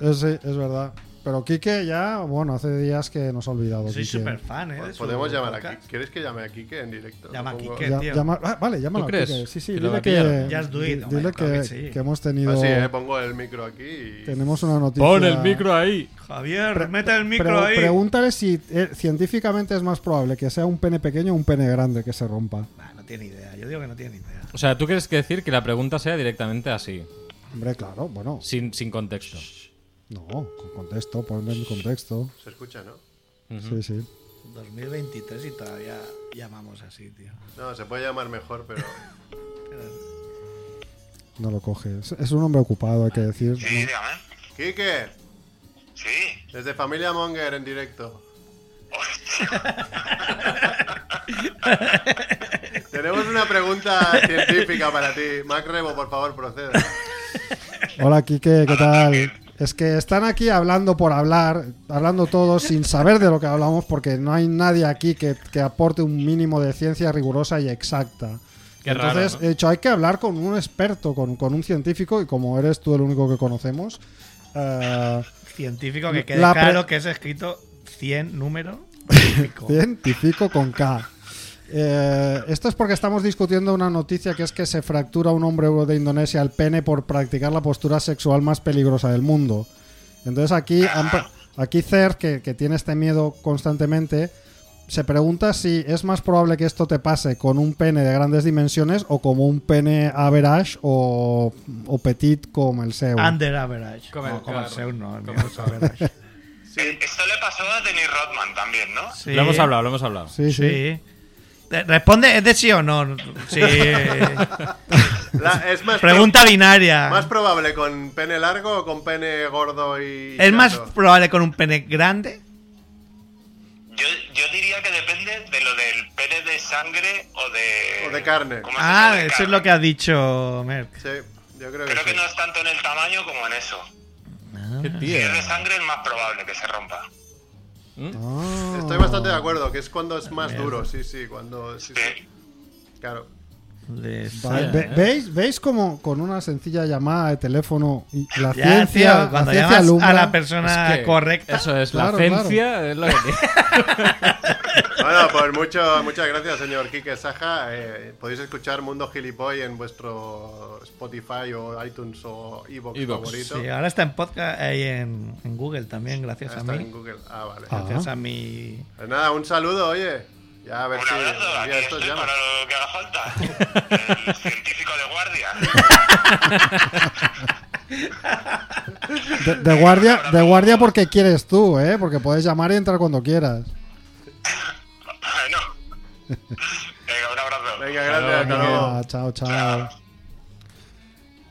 Speaker 3: Eh, Sí, es verdad. Pero Quique ya, bueno, hace días que nos ha olvidado.
Speaker 4: Soy
Speaker 3: Quique.
Speaker 4: súper fan, ¿eh? de su
Speaker 1: Pues Podemos llamar
Speaker 4: podcast.
Speaker 1: aquí. ¿Quieres que llame a Kike en directo?
Speaker 4: Llama a
Speaker 1: Lo pongo-
Speaker 4: Quique.
Speaker 3: Ya-
Speaker 4: tío.
Speaker 3: llama- ah, vale, llámalo.
Speaker 2: ¿Tú crees?
Speaker 3: Quique. Sí, sí,
Speaker 2: Que lo va
Speaker 3: dile
Speaker 2: a pillar.
Speaker 3: que,
Speaker 4: Just do it,
Speaker 3: di-
Speaker 4: homá,
Speaker 3: dile
Speaker 4: claro
Speaker 3: que,
Speaker 4: que sí.
Speaker 3: que hemos tenido.
Speaker 1: Así, eh, pongo el micro aquí y.
Speaker 3: Tenemos una noticia.
Speaker 2: Pon el micro ahí.
Speaker 4: Javier, mete el micro
Speaker 3: Pre-
Speaker 4: ahí.
Speaker 3: Pregúntale si eh, científicamente es más probable que sea un pene pequeño o un pene grande que se rompa.
Speaker 4: Bah, Ah, no tiene idea, yo digo que no tiene idea.
Speaker 2: O sea, tú quieres que decir que la pregunta sea directamente así,
Speaker 3: Hombre, claro, bueno.
Speaker 2: sin, sin contexto.
Speaker 3: No, con contexto, ponle en contexto.
Speaker 1: Se escucha, ¿no?
Speaker 3: Sí, sí.
Speaker 4: 2023 y todavía llamamos así, tío.
Speaker 1: No, se puede llamar mejor, pero.
Speaker 3: No lo coge. Es, es un hombre ocupado, hay que decir.
Speaker 7: Sí, dígame.
Speaker 1: Quique,
Speaker 7: Sí.
Speaker 1: desde Familia Monger en directo.
Speaker 7: [LAUGHS]
Speaker 1: Tenemos una pregunta científica para ti. Mac Rebo, por favor, proceda.
Speaker 3: Hola, Quique, ¿qué tal? Es que están aquí hablando por hablar, hablando todos sin saber de lo que hablamos, porque no hay nadie aquí que, que aporte un mínimo de ciencia rigurosa y exacta.
Speaker 2: Qué raro,
Speaker 3: Entonces,
Speaker 2: ¿no?
Speaker 3: he dicho, hay que hablar con un experto, con, con un científico, y como eres tú el único que conocemos, eh,
Speaker 4: Científico que quede
Speaker 3: La pre-
Speaker 4: claro que es escrito 100
Speaker 3: [LAUGHS]
Speaker 4: número. científico.
Speaker 3: Científico con K. Eh, esto es porque estamos discutiendo una noticia que es que se fractura un hombre de Indonesia el pene por practicar la postura sexual más peligrosa del mundo. Entonces aquí, han pre- aquí CERF, que, que tiene este miedo constantemente, se pregunta si es más probable que esto te pase con un pene de grandes dimensiones o como un pene average o, o petit como el seu.
Speaker 4: Under average.
Speaker 2: Como el-
Speaker 4: No, como el
Speaker 2: claro.
Speaker 4: seu, no, el
Speaker 2: Como el
Speaker 4: mío
Speaker 2: [LAUGHS]
Speaker 4: es average.
Speaker 7: Eh, Esto le pasó a Denis Rodman también, ¿no?
Speaker 4: Sí.
Speaker 2: Lo hemos hablado, lo hemos hablado.
Speaker 3: Sí, sí.
Speaker 4: Sí. Eh, Responde, ¿es de sí o no? Sí.
Speaker 1: La- es más,
Speaker 4: Pregunta binaria.
Speaker 1: más probable con pene largo o con pene gordo y.
Speaker 4: ¿Es más
Speaker 1: chato?
Speaker 4: probable con un pene grande?
Speaker 7: Yo, yo diría que depende de lo del pene de sangre o de.
Speaker 1: O de carne.
Speaker 7: ¿Cómo se
Speaker 4: Ah,
Speaker 7: llama? De
Speaker 4: eso es
Speaker 7: carne.
Speaker 4: lo que ha dicho Merck.
Speaker 1: Sí, yo creo que.
Speaker 7: Creo que
Speaker 1: sí.
Speaker 7: no es tanto en el tamaño como en eso.
Speaker 2: Qué
Speaker 7: Si
Speaker 2: tío.
Speaker 7: es de sangre, es más probable que se rompa.
Speaker 3: Ah.
Speaker 1: Estoy bastante de acuerdo, que es cuando es más duro, sí, sí, cuando. sí, sí. Claro.
Speaker 4: De
Speaker 3: Va-
Speaker 4: sangre.
Speaker 3: ve- ¿Veis, ¿Veis como con una sencilla llamada de teléfono y la
Speaker 4: Ya,
Speaker 3: ciencia,
Speaker 4: tío, cuando
Speaker 3: la ciencia
Speaker 4: llamas
Speaker 3: alumbra?
Speaker 4: a la persona
Speaker 2: Es que
Speaker 4: correcta.
Speaker 2: Eso es,
Speaker 3: Claro,
Speaker 2: la ciencia es lo que tiene.
Speaker 1: Bueno, pues mucho, muchas gracias, señor Quique Saja. Eh, podéis escuchar Mundo Gilipoy en vuestro Spotify o iTunes o iVoox
Speaker 2: iVoox,
Speaker 1: favorito.
Speaker 4: Sí, ahora está en podcast ahí en, en Google también, gracias
Speaker 1: Ah,
Speaker 4: a
Speaker 1: está
Speaker 4: mí.
Speaker 1: en Google. Ah, vale.
Speaker 3: Ah.
Speaker 4: Gracias a mi.
Speaker 1: Pues nada, un saludo, oye. Ya a ver
Speaker 7: Un
Speaker 1: si
Speaker 7: abrazo,
Speaker 1: un
Speaker 7: aquí
Speaker 1: día estos
Speaker 7: estoy
Speaker 1: llaman.
Speaker 7: para lo que haga
Speaker 1: [LAUGHS]
Speaker 7: falta. El científico de guardia. [LAUGHS]
Speaker 3: De,
Speaker 4: [LAUGHS]
Speaker 3: de guardia, de guardia porque quieres tú, ¿eh? Porque puedes llamar y entrar cuando quieras.
Speaker 1: [LAUGHS]
Speaker 7: Bueno. Venga, un abrazo.
Speaker 1: Venga, gracias, hasta luego.
Speaker 3: Ah, chao, chao.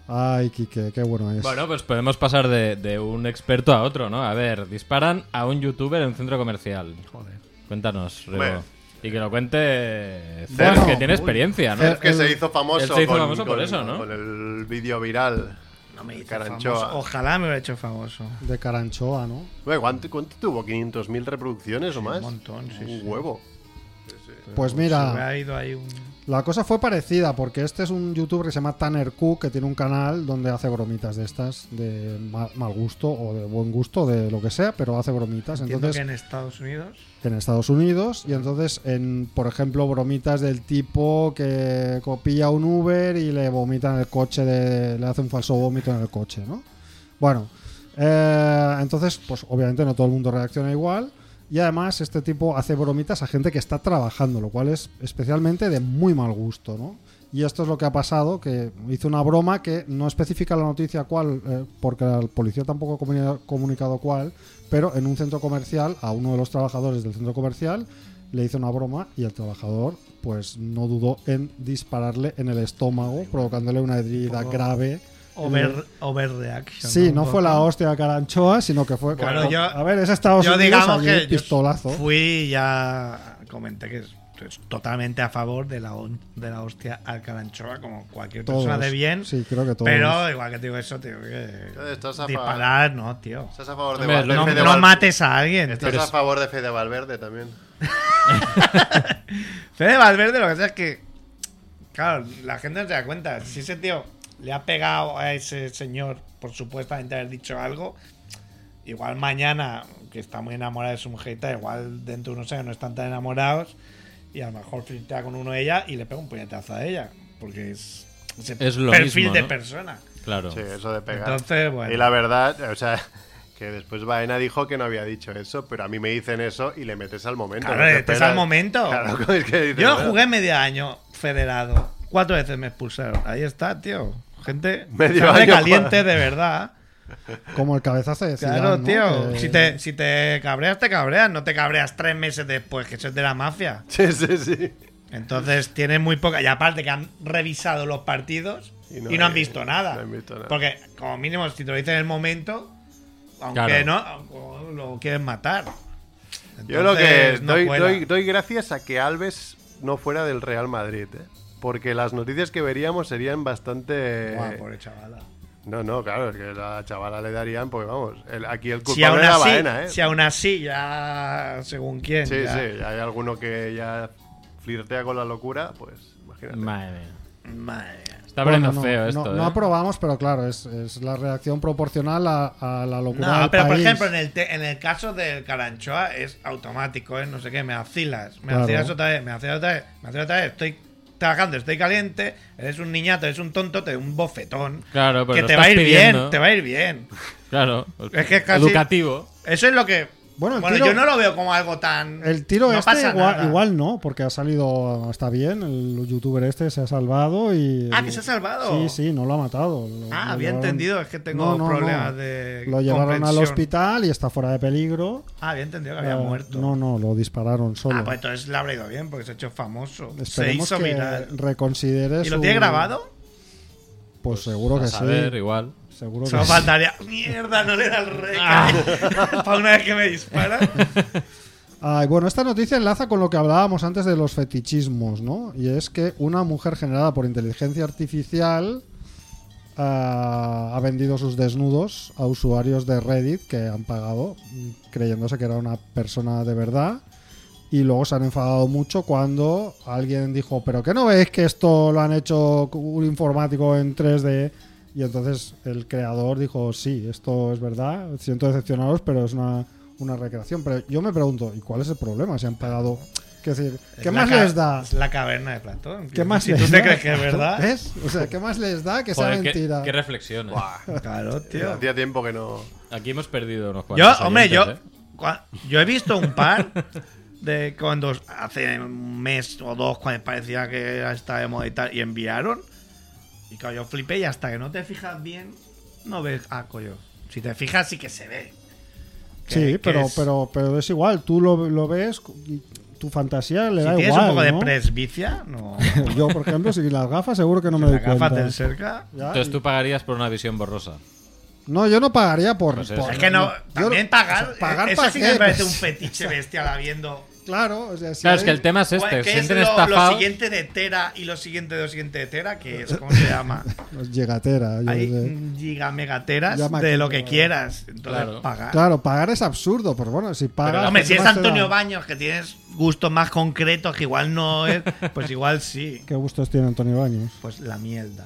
Speaker 3: Ay, Quique, qué bueno es.
Speaker 2: Bueno, pues podemos pasar de, de un experto a otro, ¿no? A ver, disparan a un youtuber en un centro comercial.
Speaker 4: Joder.
Speaker 2: Cuéntanos, Rebo.
Speaker 1: Hombre.
Speaker 2: Y que lo cuente Cerf,
Speaker 1: Bueno.
Speaker 2: que tiene experiencia,
Speaker 4: Eh,
Speaker 2: ¿no?
Speaker 1: Es que
Speaker 3: el-
Speaker 1: se hizo famoso,
Speaker 2: él se hizo
Speaker 1: con,
Speaker 2: famoso por
Speaker 1: con-
Speaker 2: eso, ¿no?
Speaker 1: con el vídeo viral.
Speaker 4: No me hizo
Speaker 1: Caranchoa.
Speaker 4: famoso. Ojalá me hubiera hecho famoso.
Speaker 3: De Caranchoa, ¿no?
Speaker 1: Oye, ¿Cuánto, cuánto tuvo? ¿500.000 reproducciones o más?
Speaker 4: montón, sí,
Speaker 1: Un
Speaker 4: sí.
Speaker 1: huevo.
Speaker 3: Pues
Speaker 4: Se me
Speaker 3: mira,
Speaker 4: ha ido ahí un.
Speaker 3: la cosa fue parecida, porque este es un youtuber que se llama Tanner Q, que tiene un canal donde hace bromitas de estas, de ma- mal gusto o de buen gusto, de lo que sea, pero hace bromitas.
Speaker 4: Entiendo
Speaker 3: Entonces,
Speaker 4: que en Estados Unidos.
Speaker 3: en Estados Unidos y entonces en por ejemplo bromitas del tipo que copia un Uber y le vomita en el coche de- le hace un falso vómito en el coche no bueno eh, entonces pues obviamente no todo el mundo reacciona igual Y además, este tipo hace bromitas a gente que está trabajando, lo cual es especialmente de muy mal gusto, ¿no? Y esto es lo que ha pasado, que hizo una broma que no especifica la noticia cuál, eh, porque la policía tampoco ha comuni- comunicado cuál, pero en un centro comercial, a uno de los trabajadores del centro comercial, le hizo una broma y el trabajador, pues no dudó en dispararle en el estómago, provocándole una herida
Speaker 4: Poco
Speaker 3: grave.
Speaker 4: Over, overreaction.
Speaker 3: Eh, Sí,
Speaker 4: Un
Speaker 3: no fue
Speaker 4: poco.
Speaker 3: la hostia de Caranchoa, sino que fue.
Speaker 4: Bueno, yo-
Speaker 3: a ver, es Estados
Speaker 4: Yo
Speaker 3: Unidos,
Speaker 4: digamos
Speaker 3: allí,
Speaker 4: que yo
Speaker 3: pistolazo.
Speaker 4: fui y ya comenté que es- es totalmente a favor de la, on- de la hostia al calanchoa como cualquier persona
Speaker 3: Todos.
Speaker 4: de bien.
Speaker 3: Sí, creo que todos.
Speaker 4: Pero igual que te digo eso, tío, que
Speaker 1: Entonces, estás a
Speaker 4: disparar, no, tío.
Speaker 1: ¿Estás a favor de,
Speaker 2: Hombre,
Speaker 1: Val- de
Speaker 2: no-
Speaker 1: Fede
Speaker 2: Pero
Speaker 4: No
Speaker 1: Val-
Speaker 4: mates a alguien.
Speaker 1: ¿Estás
Speaker 4: tío.
Speaker 1: a favor de Fede Valverde también?
Speaker 4: Fede Valverde lo que pasa es que, claro, la gente no se da cuenta. Si ese tío le ha pegado a ese señor por supuestamente haber dicho algo, igual mañana, que está muy enamorada de su mujerita, igual dentro de unos años no están tan enamorados y a lo mejor flirtea con uno de ella y le pega un puñetazo a ella. Porque es ese
Speaker 2: Es lo
Speaker 4: perfil
Speaker 2: mismo,
Speaker 4: de
Speaker 2: ¿no?
Speaker 4: persona.
Speaker 2: Claro.
Speaker 1: Sí, eso de pegar.
Speaker 4: Entonces, bueno.
Speaker 1: Y la verdad, o sea, [LAUGHS] que después Baena dijo que no había dicho eso, pero a mí me dicen eso y le metes al momento.
Speaker 4: Claro,
Speaker 1: no te
Speaker 4: le metes
Speaker 1: esperas.
Speaker 4: al momento.
Speaker 1: Claro, [LAUGHS] es que dices,
Speaker 4: Yo
Speaker 1: bueno,
Speaker 4: jugué medio año federado. Cuatro veces me expulsaron. Ahí está, tío. Gente
Speaker 1: Medio
Speaker 4: sangre
Speaker 1: año,
Speaker 4: caliente de verdad.
Speaker 3: Como el cabezazo de Zidane,
Speaker 4: Claro,
Speaker 3: ¿no? Eh,
Speaker 4: tío.
Speaker 3: Que-
Speaker 4: Si, te, si te cabreas, te cabreas. No te cabreas tres meses después, que eso es de la mafia.
Speaker 1: [LAUGHS] Sí, sí, sí.
Speaker 4: Entonces tienen muy poca. Y aparte que han revisado los partidos
Speaker 1: Y
Speaker 4: y
Speaker 1: no
Speaker 4: no,
Speaker 1: hay-
Speaker 4: han, visto nada.
Speaker 1: no han visto nada.
Speaker 4: Porque, como mínimo, si te lo dicen en el momento, aunque
Speaker 2: Claro.
Speaker 4: no, aunque lo quieren matar.
Speaker 1: Yo lo que
Speaker 4: Entonces, no
Speaker 1: doy,
Speaker 4: cuela.
Speaker 1: doy- doy gracias a que Alves no fuera del Real Madrid, ¿eh? Porque las noticias que veríamos serían bastante.
Speaker 4: Buah, pobre chavala.
Speaker 1: No, no, claro, es que la chavala le darían, porque vamos, el- aquí el
Speaker 4: Si aún,
Speaker 1: culpable era
Speaker 4: así,
Speaker 1: Baena, ¿eh?
Speaker 4: si aún así, ya según quién.
Speaker 1: Sí,
Speaker 4: ya.
Speaker 1: sí, hay alguno que ya flirtea con la locura, pues imagínate.
Speaker 2: Madre mía.
Speaker 4: Madre mía.
Speaker 2: Está abriendo
Speaker 3: Bueno, no,
Speaker 2: feo
Speaker 3: no-
Speaker 2: esto.
Speaker 3: No,
Speaker 2: ¿eh?
Speaker 3: aprobamos, pero claro, es, es la reacción proporcional a, a la locura.
Speaker 4: No,
Speaker 3: del
Speaker 4: pero por
Speaker 3: país.
Speaker 4: ejemplo, en el, te- en el caso del caranchoa es automático, ¿eh? No sé qué, me vacilas, me
Speaker 3: Claro.
Speaker 4: vacilas otra vez, me vacilas otra vez, me vacilas otra vez, estoy trabajando, estoy caliente, eres un niñato, eres un tonto, te doy un bofetón.
Speaker 2: Claro, pero
Speaker 4: que
Speaker 2: lo
Speaker 4: te
Speaker 2: estás
Speaker 4: va a ir
Speaker 2: pidiendo.
Speaker 4: bien, te va a ir bien.
Speaker 2: Claro.
Speaker 4: Es que es casi-
Speaker 2: Educativo.
Speaker 4: Eso es lo que.
Speaker 3: Bueno,
Speaker 4: Bueno,
Speaker 3: el tiro-
Speaker 4: yo no lo veo como algo tan.
Speaker 3: El tiro
Speaker 4: no
Speaker 3: este
Speaker 4: pasa
Speaker 3: igual,
Speaker 4: nada.
Speaker 3: igual no, porque ha salido, está bien, el youtuber este se ha salvado y...
Speaker 4: Ah, que se ha salvado.
Speaker 3: Sí, sí, no lo ha matado. Lo-
Speaker 4: Ah,
Speaker 3: lo
Speaker 4: había
Speaker 3: llevaron-
Speaker 4: entendido, es que tengo
Speaker 3: No, no,
Speaker 4: problemas
Speaker 3: no.
Speaker 4: de.
Speaker 3: Lo llevaron al
Speaker 4: comprensión.
Speaker 3: hospital y está fuera de peligro.
Speaker 4: Ah, había entendido que había
Speaker 3: Eh,
Speaker 4: muerto.
Speaker 3: No, no, lo dispararon solo.
Speaker 4: Ah, pues entonces le habrá ido bien porque se ha hecho famoso.
Speaker 3: Esperemos
Speaker 4: se hizo
Speaker 3: que
Speaker 4: viral.
Speaker 3: reconsidere
Speaker 4: ¿Y lo
Speaker 3: su-
Speaker 4: tiene grabado?
Speaker 3: Pues seguro que
Speaker 2: A saber,
Speaker 3: sí.
Speaker 2: igual.
Speaker 3: Seguro que
Speaker 4: Solo
Speaker 3: sí.
Speaker 4: faltaría. Mierda, no le da el rey.
Speaker 3: Ah.
Speaker 4: [LAUGHS] Para una vez que me
Speaker 3: [LAUGHS]
Speaker 4: dispara.
Speaker 3: Ay, bueno, esta noticia enlaza con lo que hablábamos antes de los fetichismos, ¿no? Y es que una mujer generada por inteligencia artificial ah, ha vendido sus desnudos a usuarios de Reddit que han pagado mm, creyéndose que era una persona de verdad. Y luego se han enfadado mucho cuando alguien dijo, pero ¿qué no veis que esto lo han hecho un informático en 3D? Y entonces el creador dijo, sí, esto es verdad, siento decepcionaros, pero es una, una recreación. Pero yo me pregunto, ¿y cuál es el problema? Si han pagado... Quiero decir, ¿qué
Speaker 4: Es la
Speaker 3: más
Speaker 4: ca-
Speaker 3: les da?
Speaker 4: Es la caverna de Platón.
Speaker 3: ¿Qué más
Speaker 4: si
Speaker 3: les ¿Eh?
Speaker 4: tú te
Speaker 3: da?
Speaker 4: crees que es verdad.
Speaker 3: ¿Ves? O sea, ¿qué más les da que sea
Speaker 2: Joder, qué,
Speaker 3: mentira?
Speaker 2: qué reflexiones.
Speaker 4: Claro, tío.
Speaker 1: Hacía tiempo que no.
Speaker 2: Aquí hemos perdido unos
Speaker 4: Yo,
Speaker 2: cuantos.
Speaker 4: hombre, yo.
Speaker 2: oyentes, ¿eh?
Speaker 4: cua- Yo he visto un par de cuando hace un mes o dos, cuando parecía que era esta de moda y tal, y enviaron. Y claro, yo flipé y hasta que no te fijas bien, no ves. Ah, coño. Si te fijas, sí que se ve. Que-
Speaker 3: Sí,
Speaker 4: que
Speaker 3: pero,
Speaker 4: es-
Speaker 3: pero, pero es igual, tú lo, lo ves, tu fantasía le
Speaker 4: Si
Speaker 3: da
Speaker 4: tienes
Speaker 3: igual.
Speaker 4: un
Speaker 3: ¿no?
Speaker 4: poco de presbicia, no.
Speaker 3: [LAUGHS] Yo, por ejemplo, sin las gafas seguro que no me
Speaker 4: la
Speaker 3: doy cuenta. ¿eh?
Speaker 4: gafa te cerca.
Speaker 3: Ya,
Speaker 2: Entonces
Speaker 3: y-
Speaker 2: tú pagarías por una visión borrosa.
Speaker 3: No, yo no pagaría por...
Speaker 2: Pues eso.
Speaker 3: por-
Speaker 4: Es que no.
Speaker 3: yo-
Speaker 4: También pagar.
Speaker 3: o sea, pagar
Speaker 4: eso
Speaker 3: pa'
Speaker 4: sí
Speaker 3: qué,
Speaker 4: que me parece un
Speaker 3: pues,
Speaker 4: fetiche bestial habiendo.
Speaker 3: Claro, o sea, si
Speaker 2: claro, es
Speaker 3: hay-
Speaker 2: que el tema es
Speaker 4: Bueno,
Speaker 2: este.
Speaker 4: ¿qué
Speaker 2: Se
Speaker 4: es
Speaker 2: sienten
Speaker 4: lo, lo
Speaker 2: estafados.
Speaker 4: siguiente de Tera y lo siguiente de lo siguiente de Tera? Que es, ¿Cómo se
Speaker 3: [LAUGHS]
Speaker 4: llama?
Speaker 3: Pues llegatera, yo
Speaker 4: Hay
Speaker 3: qué sé.
Speaker 4: mm, gigamegateras
Speaker 3: Llama
Speaker 4: de lo
Speaker 3: aquí,
Speaker 4: que
Speaker 3: ¿no?
Speaker 4: quieras. Entonces,
Speaker 2: Claro.
Speaker 4: pagar.
Speaker 3: Claro, pagar es absurdo, pero bueno, si pagas...
Speaker 4: ah. Hombre, si
Speaker 3: ¿qué
Speaker 4: es
Speaker 3: más te
Speaker 4: Antonio
Speaker 3: da?
Speaker 4: Baños, que tienes gustos más concretos, que igual no es. Pues igual sí.
Speaker 3: ¿Qué gustos tiene Antonio Baños?
Speaker 4: Pues la mierda.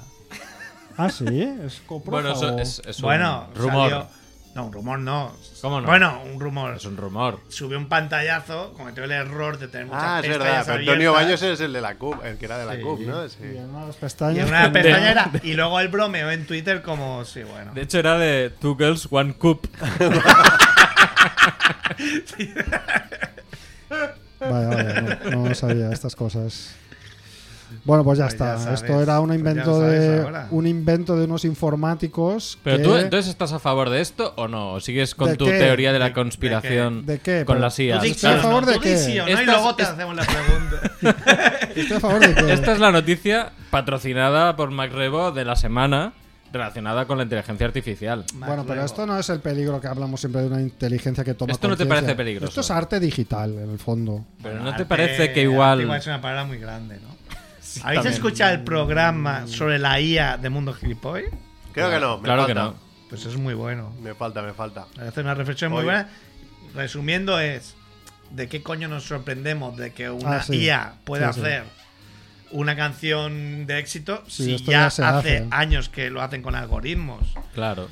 Speaker 3: Ah, sí, es coprofa
Speaker 2: Bueno, eso
Speaker 3: o-
Speaker 2: es, es un
Speaker 4: Bueno,
Speaker 2: rumor.
Speaker 4: salió- No, un rumor no.
Speaker 2: ¿Cómo no?
Speaker 4: Bueno, un rumor.
Speaker 2: Es un rumor.
Speaker 4: subió un pantallazo, cometió el error de tener muchas
Speaker 1: Ah, es verdad,
Speaker 4: pestañas
Speaker 1: pero Antonio Baños
Speaker 4: abiertas,
Speaker 1: es el de la CUP, el que era de la
Speaker 4: Sí.
Speaker 1: CUP, ¿no?
Speaker 3: Y
Speaker 1: Sí.
Speaker 3: en una de las pestañas...
Speaker 4: Y en una
Speaker 3: tenía-
Speaker 4: pestaña era- y luego el bromeo en Twitter como sí, bueno.
Speaker 2: De hecho, era de Two Girls, One Cup.
Speaker 3: Vaya, vaya, no, no sabía estas cosas. Bueno, pues ya
Speaker 4: Pues ya
Speaker 3: está.
Speaker 4: sabes,
Speaker 3: Esto era un
Speaker 4: pues ya lo
Speaker 3: invento
Speaker 4: sabes
Speaker 3: de
Speaker 4: ahora.
Speaker 3: un invento de unos informáticos.
Speaker 2: Pero
Speaker 3: que-
Speaker 2: tú eh, entonces estás a favor de esto o no? ¿O sigues con
Speaker 3: ¿De
Speaker 2: tu
Speaker 3: qué?
Speaker 2: teoría de
Speaker 4: ¿De- de
Speaker 2: la
Speaker 4: qué?
Speaker 2: conspiración
Speaker 3: ¿De qué?
Speaker 2: con
Speaker 3: Pero-
Speaker 2: las IA?
Speaker 3: Pues ¿Estás a favor de
Speaker 4: Tú
Speaker 3: qué?
Speaker 4: di sí o no, y
Speaker 2: Estas-
Speaker 4: luego te
Speaker 2: es-
Speaker 4: hacemos
Speaker 2: [LAUGHS]
Speaker 4: la pregunta.
Speaker 3: Estoy a favor de que
Speaker 2: Esta es la noticia patrocinada por MacRebo de la semana relacionada con la inteligencia artificial.
Speaker 3: Bueno, pero esto no es el peligro que hablamos siempre de una inteligencia que toma.
Speaker 2: Esto no te
Speaker 3: conciencia.
Speaker 2: parece peligroso.
Speaker 3: Esto es arte digital, en el fondo.
Speaker 2: Pero ¿no te parece que igual...
Speaker 4: Igual es una palabra muy grande, ¿no? ¿Habéis
Speaker 2: también.
Speaker 4: escuchado el programa sobre la IA de Mundo Gilipoy?
Speaker 1: Creo que no, me
Speaker 2: claro que
Speaker 1: falta.
Speaker 2: no.
Speaker 4: Pues es muy bueno.
Speaker 1: Me falta, me falta.
Speaker 4: Hace una reflexión muy
Speaker 1: Oye.
Speaker 4: buena. Resumiendo es de qué coño nos sorprendemos de que una
Speaker 3: Ah, sí.
Speaker 4: IA pueda
Speaker 3: Sí, sí.
Speaker 4: hacer una canción de éxito
Speaker 3: Sí,
Speaker 4: si
Speaker 3: esto
Speaker 4: ya,
Speaker 3: ya se
Speaker 4: hace
Speaker 3: hace.
Speaker 4: años que lo hacen con algoritmos.
Speaker 1: Eh,
Speaker 2: Claro.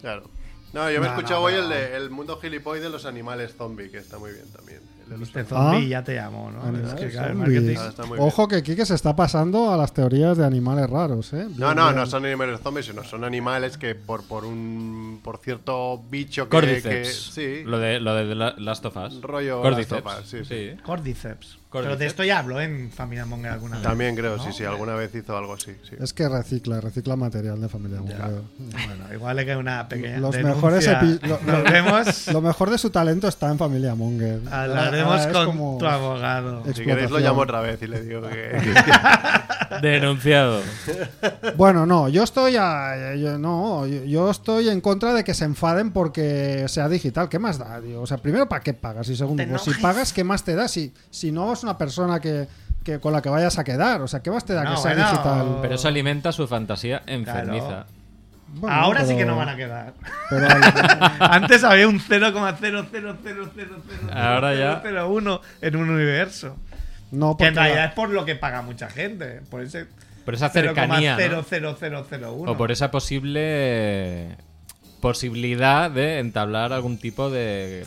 Speaker 1: Claro. No, yo me he
Speaker 4: No,
Speaker 1: escuchado
Speaker 4: no,
Speaker 1: hoy
Speaker 4: pero-
Speaker 1: el de El mundo gilipollas de los animales zombie, que está muy bien también. El de los
Speaker 4: Este
Speaker 1: animales.
Speaker 4: zombie ya te amo, ¿no?
Speaker 3: Animales
Speaker 4: Es que, claro, el
Speaker 3: Ah. zombies.
Speaker 4: marketing-
Speaker 1: Ah, está muy bien.
Speaker 3: Ojo que Kike se está pasando a las teorías de animales raros, ¿eh?
Speaker 1: No,
Speaker 3: Bien,
Speaker 1: no,
Speaker 3: bien.
Speaker 1: no son animales zombies, sino son animales que por, por un por cierto bicho que, que-
Speaker 2: Cordyceps.
Speaker 1: sí,
Speaker 2: Lo de, lo de The La- Last of Us.
Speaker 1: Rollo
Speaker 2: Cordyceps.
Speaker 1: Last of Us, sí, sí.
Speaker 4: Cordyceps. Pero de
Speaker 2: Cordyceps.
Speaker 4: esto ya habló en Familia Monger alguna vez.
Speaker 1: también creo, sí,
Speaker 4: ¿no?
Speaker 1: sí, alguna vez hizo algo así, sí.
Speaker 3: Es que recicla, recicla material de familia. Monger.
Speaker 4: Bueno, igual le queda una pequeña.
Speaker 3: Los
Speaker 4: denuncia.
Speaker 3: mejores epi- lo-
Speaker 4: Nos vemos.
Speaker 3: Lo mejor de su talento está en familia Monger.
Speaker 4: Hablaremos
Speaker 3: Ahora es
Speaker 4: con
Speaker 3: como-
Speaker 4: tu abogado.
Speaker 3: Ex-
Speaker 1: Si queréis lo
Speaker 3: explotación.
Speaker 1: llamo otra vez y le digo
Speaker 4: [LAUGHS]
Speaker 1: que...
Speaker 2: Denunciado.
Speaker 1: [LAUGHS]
Speaker 3: Bueno, no, yo estoy a- yo, no, yo, yo estoy en contra de que se enfaden porque sea digital. ¿Qué más da? tío? O sea, primero, ¿para qué pagas? Y segundo,
Speaker 4: Te
Speaker 3: pues, si
Speaker 4: enojes.
Speaker 3: pagas, ¿qué más te da? Si, si no es una persona que, que- con la que vayas a quedar, o sea, ¿qué más te da
Speaker 4: No,
Speaker 3: que sea
Speaker 4: bueno.
Speaker 3: digital?
Speaker 2: Pero eso alimenta su fantasía enfermiza.
Speaker 3: Bueno,
Speaker 4: Ahora sí
Speaker 3: pero-
Speaker 4: que no van a quedar.
Speaker 3: pero al-
Speaker 4: Antes había un 0,0000001
Speaker 2: Ahora ya.
Speaker 4: en un universo.
Speaker 3: no,
Speaker 4: [LAUGHS] Que
Speaker 3: porque
Speaker 4: en realidad es por lo que paga mucha gente. Por ese
Speaker 2: Por esa cercanía, ¿no?
Speaker 4: 0,00001.
Speaker 2: O por esa posible posibilidad de entablar algún tipo de.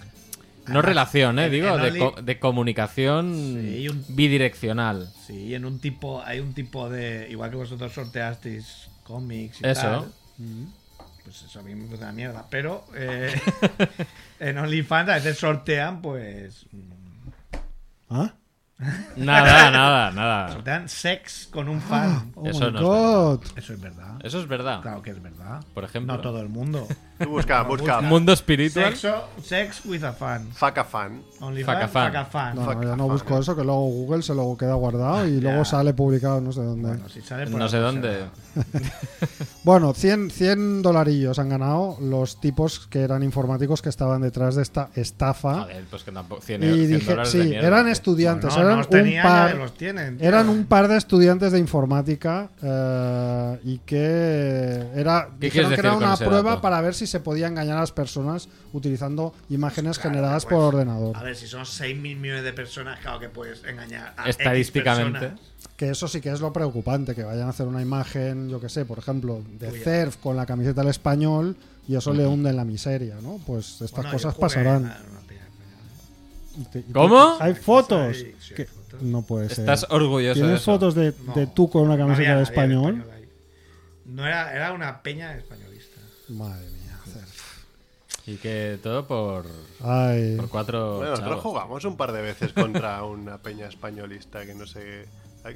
Speaker 2: No
Speaker 4: Además,
Speaker 2: relación, eh,
Speaker 4: en-
Speaker 2: digo,
Speaker 4: en
Speaker 2: de,
Speaker 4: Only-
Speaker 2: co- de comunicación
Speaker 4: Sí, un- [LAUGHS]
Speaker 2: bidireccional.
Speaker 4: Sí, en un tipo, hay un tipo de. Igual que vosotros sorteasteis cómics y
Speaker 2: Eso.
Speaker 4: tal. Pues eso a mí me gusta la mierda. Pero eh, en OnlyFans a veces sortean, pues.
Speaker 3: ¿Ah?
Speaker 2: Nada, nada, nada.
Speaker 4: Sortean sex con un fan.
Speaker 3: Oh
Speaker 2: Eso
Speaker 3: my
Speaker 2: no es
Speaker 3: God.
Speaker 4: Eso es verdad.
Speaker 2: Eso es verdad.
Speaker 4: Claro que es verdad.
Speaker 2: Por ejemplo.
Speaker 4: No todo el mundo.
Speaker 1: Tú busca, busca.
Speaker 2: Mundo espiritual.
Speaker 4: Sexo, sex with a fan.
Speaker 1: Faca fan.
Speaker 4: Only
Speaker 2: Faca
Speaker 4: fan,
Speaker 2: fan.
Speaker 4: faca fan.
Speaker 3: No, no, yo no
Speaker 1: Fuck,
Speaker 3: busco
Speaker 1: fuck.
Speaker 3: eso, que luego Google se lo queda guardado y luego
Speaker 4: Ya.
Speaker 3: sale publicado no sé dónde.
Speaker 4: Bueno, si sale ¿eh? por
Speaker 2: No sé
Speaker 4: algo
Speaker 2: dónde.
Speaker 4: será.
Speaker 3: Bueno, 100, 100 dolarillos han ganado los tipos que eran informáticos que estaban detrás de esta estafa.
Speaker 2: Joder, pues que tampoco. 100,
Speaker 3: y dije,
Speaker 2: dólares de
Speaker 3: sí,
Speaker 2: mierda,
Speaker 3: eran
Speaker 2: tío.
Speaker 3: estudiantes,
Speaker 4: No, no,
Speaker 3: eran
Speaker 4: los
Speaker 3: un
Speaker 4: tenía,
Speaker 3: par,
Speaker 4: ya los tienen, tío.
Speaker 3: eran un par de estudiantes de informática eh, y que era,
Speaker 2: ¿Qué
Speaker 3: dijeron
Speaker 2: quieres
Speaker 3: que era
Speaker 2: decir con
Speaker 3: una
Speaker 2: ese
Speaker 3: prueba
Speaker 2: dato?
Speaker 3: para ver si se podía engañar a las personas utilizando imágenes
Speaker 4: Claro,
Speaker 3: generadas
Speaker 4: pues,
Speaker 3: por ordenador.
Speaker 4: A ver, si son 6.000 millones de personas, claro que puedes engañar a X
Speaker 2: Estadísticamente.
Speaker 4: personas.
Speaker 3: Que eso sí que es lo preocupante, que vayan a hacer una imagen, yo que sé, por ejemplo, de CERF con la camiseta del español y eso le hunde en la miseria, ¿no? Pues estas
Speaker 4: Bueno, yo
Speaker 3: cosas
Speaker 4: jugué
Speaker 3: pasarán.
Speaker 4: a una pilla-
Speaker 3: Y te- y te-
Speaker 2: ¿Cómo?
Speaker 3: Hay
Speaker 4: Sí,
Speaker 3: fotos.
Speaker 4: sí, sí, hay
Speaker 3: que-
Speaker 4: fotos.
Speaker 3: No puede ser.
Speaker 2: Estás orgulloso de
Speaker 3: ¿Tienes
Speaker 2: eso.
Speaker 3: fotos de,
Speaker 4: No,
Speaker 3: de tú con una
Speaker 4: no
Speaker 3: camiseta
Speaker 4: había
Speaker 3: de
Speaker 4: nadie
Speaker 3: español?
Speaker 4: ahí. No era, era una peña españolista.
Speaker 3: Madre mía. Cerf.
Speaker 2: Y que todo por,
Speaker 3: Ay.
Speaker 2: por cuatro.
Speaker 1: Bueno, nosotros
Speaker 2: chavos.
Speaker 1: jugamos un par de veces contra [LAUGHS] una peña españolista que no sé.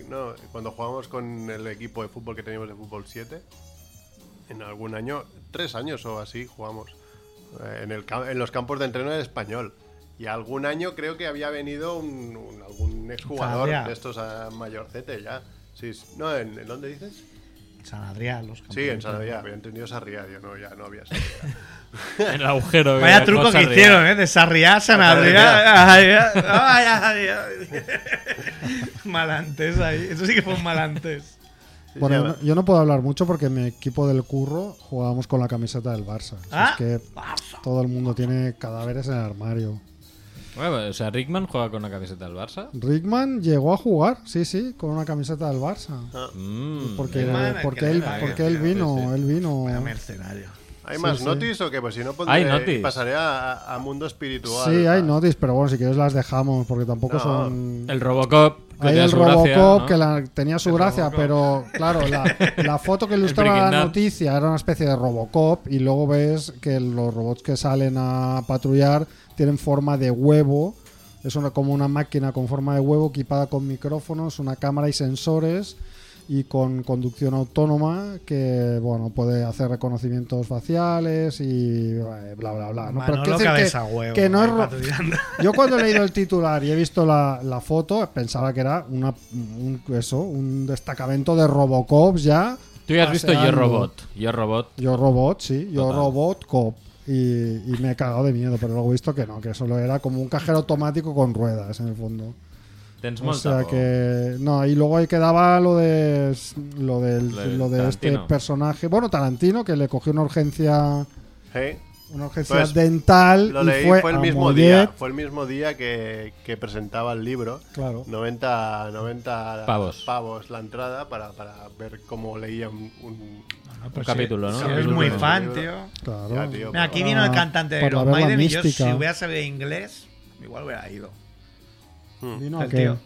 Speaker 1: No, cuando jugamos con el equipo de fútbol que teníamos de fútbol 7, en algún año, tres años o así, jugamos eh, en, el, cam- en los campos de entreno de español. Y algún año creo que había venido un, un- algún exjugador
Speaker 4: Sabia.
Speaker 1: de estos a Mayorcete ya. Sí, s- no, ¿en, en dónde dices?
Speaker 4: San Adrián, los
Speaker 1: Sí, en
Speaker 4: campeones.
Speaker 1: Sarriá. Había entendido Sarriá, yo no, ya no había
Speaker 3: [LAUGHS]
Speaker 2: En [LAUGHS] el agujero. que
Speaker 4: Vaya
Speaker 2: dejó
Speaker 4: truco que
Speaker 2: Sarriá.
Speaker 4: hicieron, ¿eh? De Sarriá, San Adrián. [LAUGHS] Malantes ahí. Eso sí que fue un malantes.
Speaker 3: Bueno, yo
Speaker 1: Sarriá.
Speaker 3: no, yo no puedo hablar mucho porque mi equipo del curro jugábamos con la camiseta del Barça. Así
Speaker 4: Ah.
Speaker 3: Es que todo el mundo tiene cadáveres en el armario.
Speaker 2: Bueno, o sea, Rickman juega con una camiseta del Barça.
Speaker 3: Rickman llegó a jugar, sí, sí, con una camiseta del Barça.
Speaker 2: Mm.
Speaker 3: Porque,
Speaker 4: Rickman, el
Speaker 3: porque
Speaker 4: que
Speaker 3: él,
Speaker 4: le da,
Speaker 3: porque
Speaker 4: eh,
Speaker 3: él
Speaker 4: tío,
Speaker 3: vino,
Speaker 2: sí, sí.
Speaker 3: él vino.
Speaker 4: Era mercenario.
Speaker 1: ¿Hay
Speaker 3: Sí,
Speaker 1: más
Speaker 3: sí.
Speaker 1: notis o qué? Pues si no,
Speaker 2: Hay
Speaker 1: pondré,
Speaker 2: notis.
Speaker 1: pasaré a, a mundo espiritual.
Speaker 3: Sí, hay
Speaker 1: Ah,
Speaker 3: notis, pero bueno, si quieres las dejamos porque tampoco
Speaker 1: No,
Speaker 3: son.
Speaker 4: Mm.
Speaker 2: El Robocop. que
Speaker 3: Hay
Speaker 2: tiene
Speaker 3: el
Speaker 2: su gracia,
Speaker 3: Robocop
Speaker 2: ¿no?
Speaker 3: que la- tenía su gracia, pero claro, la, la
Speaker 2: [LAUGHS]
Speaker 3: foto que ilustraba
Speaker 2: Breaking
Speaker 3: la
Speaker 2: Bad.
Speaker 3: noticia era una especie de Robocop y luego ves que los robots que salen a patrullar tienen forma de huevo. Es una, como una máquina con forma de huevo equipada con micrófonos, una cámara y sensores y con conducción autónoma que bueno puede hacer reconocimientos faciales y eh, bla bla bla. ¿no? Pero
Speaker 4: Manolo
Speaker 3: quiero decir que-
Speaker 4: cabeza huevo.
Speaker 3: que no
Speaker 4: ahí
Speaker 3: es ro-
Speaker 4: patrullando.
Speaker 3: yo cuando he leído el titular y he visto la, la foto, pensaba que era una, un, eso, un destacamento de Robocop ya.
Speaker 2: Tú ya has visto Yo
Speaker 3: paseando.
Speaker 2: Robot. Yo Robot.
Speaker 3: Yo Robot, sí. Yo
Speaker 2: Total.
Speaker 3: Robot Cop. Y, y me he cagado de miedo, pero luego he visto que no, que solo era como un cajero automático con ruedas en el fondo.
Speaker 2: Tens
Speaker 3: O
Speaker 2: molt
Speaker 3: sea
Speaker 2: tapó.
Speaker 3: que. No, y luego ahí quedaba lo de. Lo, del,
Speaker 2: Lo de
Speaker 3: lo de este
Speaker 2: Tarantino.
Speaker 3: personaje. Bueno, Tarantino, que le cogió una urgencia.
Speaker 1: sí.
Speaker 3: Una urgencia
Speaker 1: Pues,
Speaker 3: dental.
Speaker 1: Lo
Speaker 3: y
Speaker 1: leí,
Speaker 3: fue,
Speaker 1: fue, el
Speaker 3: a
Speaker 1: mismo
Speaker 3: Mollet.
Speaker 1: día. Fue el mismo día que, que presentaba el libro.
Speaker 3: Claro.
Speaker 1: 90, 90
Speaker 2: Pavos.
Speaker 1: la entrada para, para ver cómo leía un. un-
Speaker 4: Ah, pues
Speaker 2: Un
Speaker 4: sí.
Speaker 2: capítulo, ¿no?
Speaker 4: Sí,
Speaker 2: Un
Speaker 4: eres
Speaker 2: capítulo.
Speaker 4: muy
Speaker 1: del
Speaker 4: fan,
Speaker 1: libro.
Speaker 4: tío.
Speaker 3: Claro.
Speaker 1: Ya, tío,
Speaker 4: Mira, aquí
Speaker 3: Para-
Speaker 4: vino el cantante de
Speaker 3: para
Speaker 4: Iron
Speaker 3: ver Ah, la
Speaker 4: Maiden y yo, si
Speaker 3: mística.
Speaker 4: hubiera sabido inglés, igual hubiera ido.
Speaker 3: Vino
Speaker 4: El
Speaker 3: a qué?
Speaker 4: tío.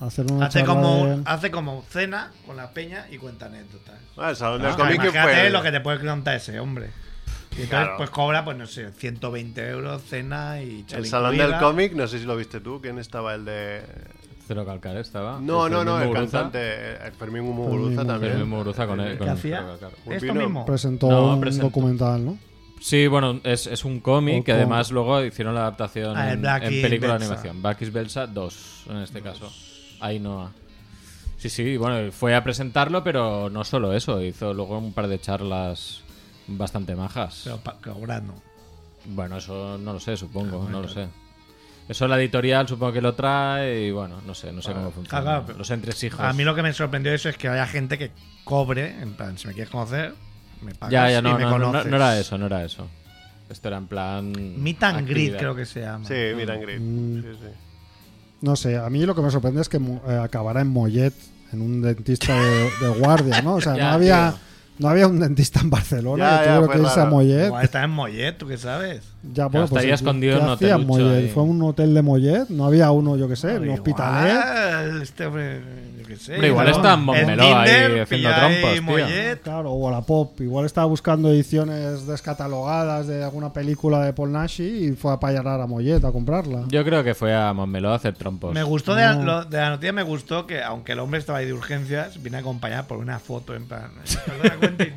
Speaker 3: A Hacer una
Speaker 4: Hace
Speaker 3: charla
Speaker 4: como,
Speaker 3: de-
Speaker 4: un- hace como cena con la peña y cuenta anécdotas.
Speaker 1: Ah, el salón
Speaker 4: Ah,
Speaker 1: del cómic que
Speaker 4: imagínate
Speaker 1: fue.
Speaker 4: lo que te puede contar ese hombre. Y entonces,
Speaker 1: pues, Claro.
Speaker 4: pues cobra, pues no sé, 120 euros, cena y
Speaker 1: El
Speaker 4: choricruida.
Speaker 1: salón del cómic, no sé si lo viste tú, ¿quién estaba el de...?
Speaker 2: Cero Calcar estaba.
Speaker 1: No, no, no, el
Speaker 2: Ah, Muguruza.
Speaker 1: cantante, el Fermín Muguruza
Speaker 3: Fermín
Speaker 2: Fermín
Speaker 1: también.
Speaker 2: Muguruza con él.
Speaker 4: ¿Qué
Speaker 2: con Pues-
Speaker 4: hacía?
Speaker 2: Cero Calcar.
Speaker 1: Un
Speaker 4: Esto
Speaker 1: vino.
Speaker 4: mismo.
Speaker 3: Presentó
Speaker 2: No,
Speaker 3: un
Speaker 2: presentó.
Speaker 3: documental, ¿no?
Speaker 2: Sí, bueno, es, es un cómic
Speaker 3: Un
Speaker 2: que
Speaker 3: cómic.
Speaker 2: además luego hicieron la adaptación
Speaker 4: Ah, el
Speaker 2: en,
Speaker 4: Black
Speaker 2: en
Speaker 4: is
Speaker 2: película de
Speaker 4: Belsa.
Speaker 2: animación. Black is Belsa 2, en este caso. Ainhoa. Sí, sí, bueno, y fue a presentarlo, pero no solo eso, hizo luego un par de charlas bastante majas.
Speaker 4: Pero pa- cobrando.
Speaker 2: Bueno, eso no lo sé, supongo,
Speaker 4: Ah,
Speaker 2: no lo sé. Eso la editorial supongo que lo trae y bueno, no sé, no sé cómo funciona.
Speaker 4: claro, pero-
Speaker 2: Los
Speaker 1: Pues-
Speaker 2: entresijos.
Speaker 4: A mí lo que me sorprendió eso es que haya gente que cobre, en plan, si me quieres conocer, me pagas
Speaker 2: ya, ya,
Speaker 4: y
Speaker 2: no,
Speaker 4: me
Speaker 2: no, no,
Speaker 4: conoces.
Speaker 2: no era eso, no era eso. Esto era en plan...
Speaker 4: Meet and greet
Speaker 2: actividad.
Speaker 4: creo que se llama.
Speaker 1: Sí, Miran Grid.
Speaker 3: Mm.
Speaker 1: Sí, sí.
Speaker 3: No sé, a mí lo que me sorprende es que mu- eh, acabará en Mollet, en un dentista de, de guardia, ¿no? O sea,
Speaker 2: Ya,
Speaker 3: no, había,
Speaker 2: tío.
Speaker 3: no había un dentista en Barcelona,
Speaker 1: Ya,
Speaker 3: yo
Speaker 1: ya,
Speaker 3: creo
Speaker 1: fue
Speaker 3: que irse a
Speaker 1: raro.
Speaker 3: Mollet.
Speaker 4: Igual está en Mollet, ¿tú qué sabes?
Speaker 3: Ya,
Speaker 2: Claro,
Speaker 3: bueno, pues,
Speaker 2: estaría
Speaker 3: ¿qué-
Speaker 2: escondido
Speaker 3: qué
Speaker 2: en un
Speaker 3: hacía
Speaker 2: hotelucho
Speaker 3: Mollet?
Speaker 2: ahí.
Speaker 3: ¿Fue un hotel de Mollet? ¿No había uno, yo qué sé, en ¿eh?
Speaker 4: Igual,
Speaker 3: Hospitalet?
Speaker 4: Este hombre, yo qué sé.
Speaker 2: Hombre, igual
Speaker 4: ¿no?
Speaker 2: está en Montmeló ahí
Speaker 4: Tinder,
Speaker 2: haciendo
Speaker 4: pilla ahí
Speaker 2: trompas, tío.
Speaker 4: Mollet.
Speaker 3: Claro, o a la pop. Igual estaba buscando ediciones descatalogadas de alguna película de Paul Nashi y fue a payarar a Mollet a comprarla.
Speaker 2: Yo creo que fue a Montmeló a hacer trompos.
Speaker 3: Pues,
Speaker 4: Me gustó de, lo- de la noticia, me gustó que aunque el hombre estaba ahí de urgencias, vine acompañada por una foto en
Speaker 3: [LAUGHS]
Speaker 4: plan. "Perdona, Quentin".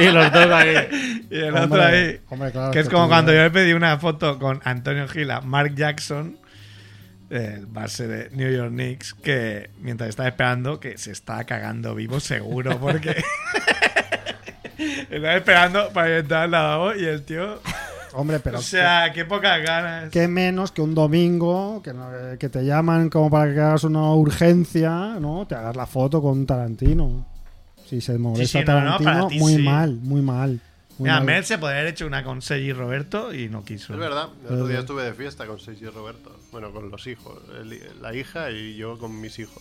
Speaker 2: y los dos ahí.
Speaker 4: y el
Speaker 3: Hombre,
Speaker 4: otro ahí.
Speaker 3: hombre, claro,
Speaker 4: que
Speaker 3: es
Speaker 4: es
Speaker 3: que
Speaker 4: como
Speaker 3: tú-
Speaker 4: cuando yo le pedí una foto con Antonio Gila, Mark Jackson, el base de New York Knicks, que mientras estaba esperando, que se estaba cagando
Speaker 3: [LAUGHS]
Speaker 4: vivo seguro, porque. [LAUGHS] estaba esperando para entrar al lavabo y el tío.
Speaker 3: Hombre, pero
Speaker 4: O sea, qué pocas ganas.
Speaker 3: qué menos que un domingo que, no- eh, que te llaman como para que hagas una urgencia, ¿no? Te hagas la foto con Tarantino. Si se molesta
Speaker 4: Sí, sí, no, no,
Speaker 3: Tarantino,
Speaker 4: para ti
Speaker 3: muy
Speaker 4: sí.
Speaker 3: mal, muy mal. muy
Speaker 4: Mira,
Speaker 3: mal.
Speaker 4: Mel se podría haber hecho una con Sergi Roberto y no quiso.
Speaker 1: Es verdad, el otro día
Speaker 3: Eh.
Speaker 1: estuve de fiesta con Sergi y Roberto. Bueno, con los hijos, el- la hija y yo con mis hijos.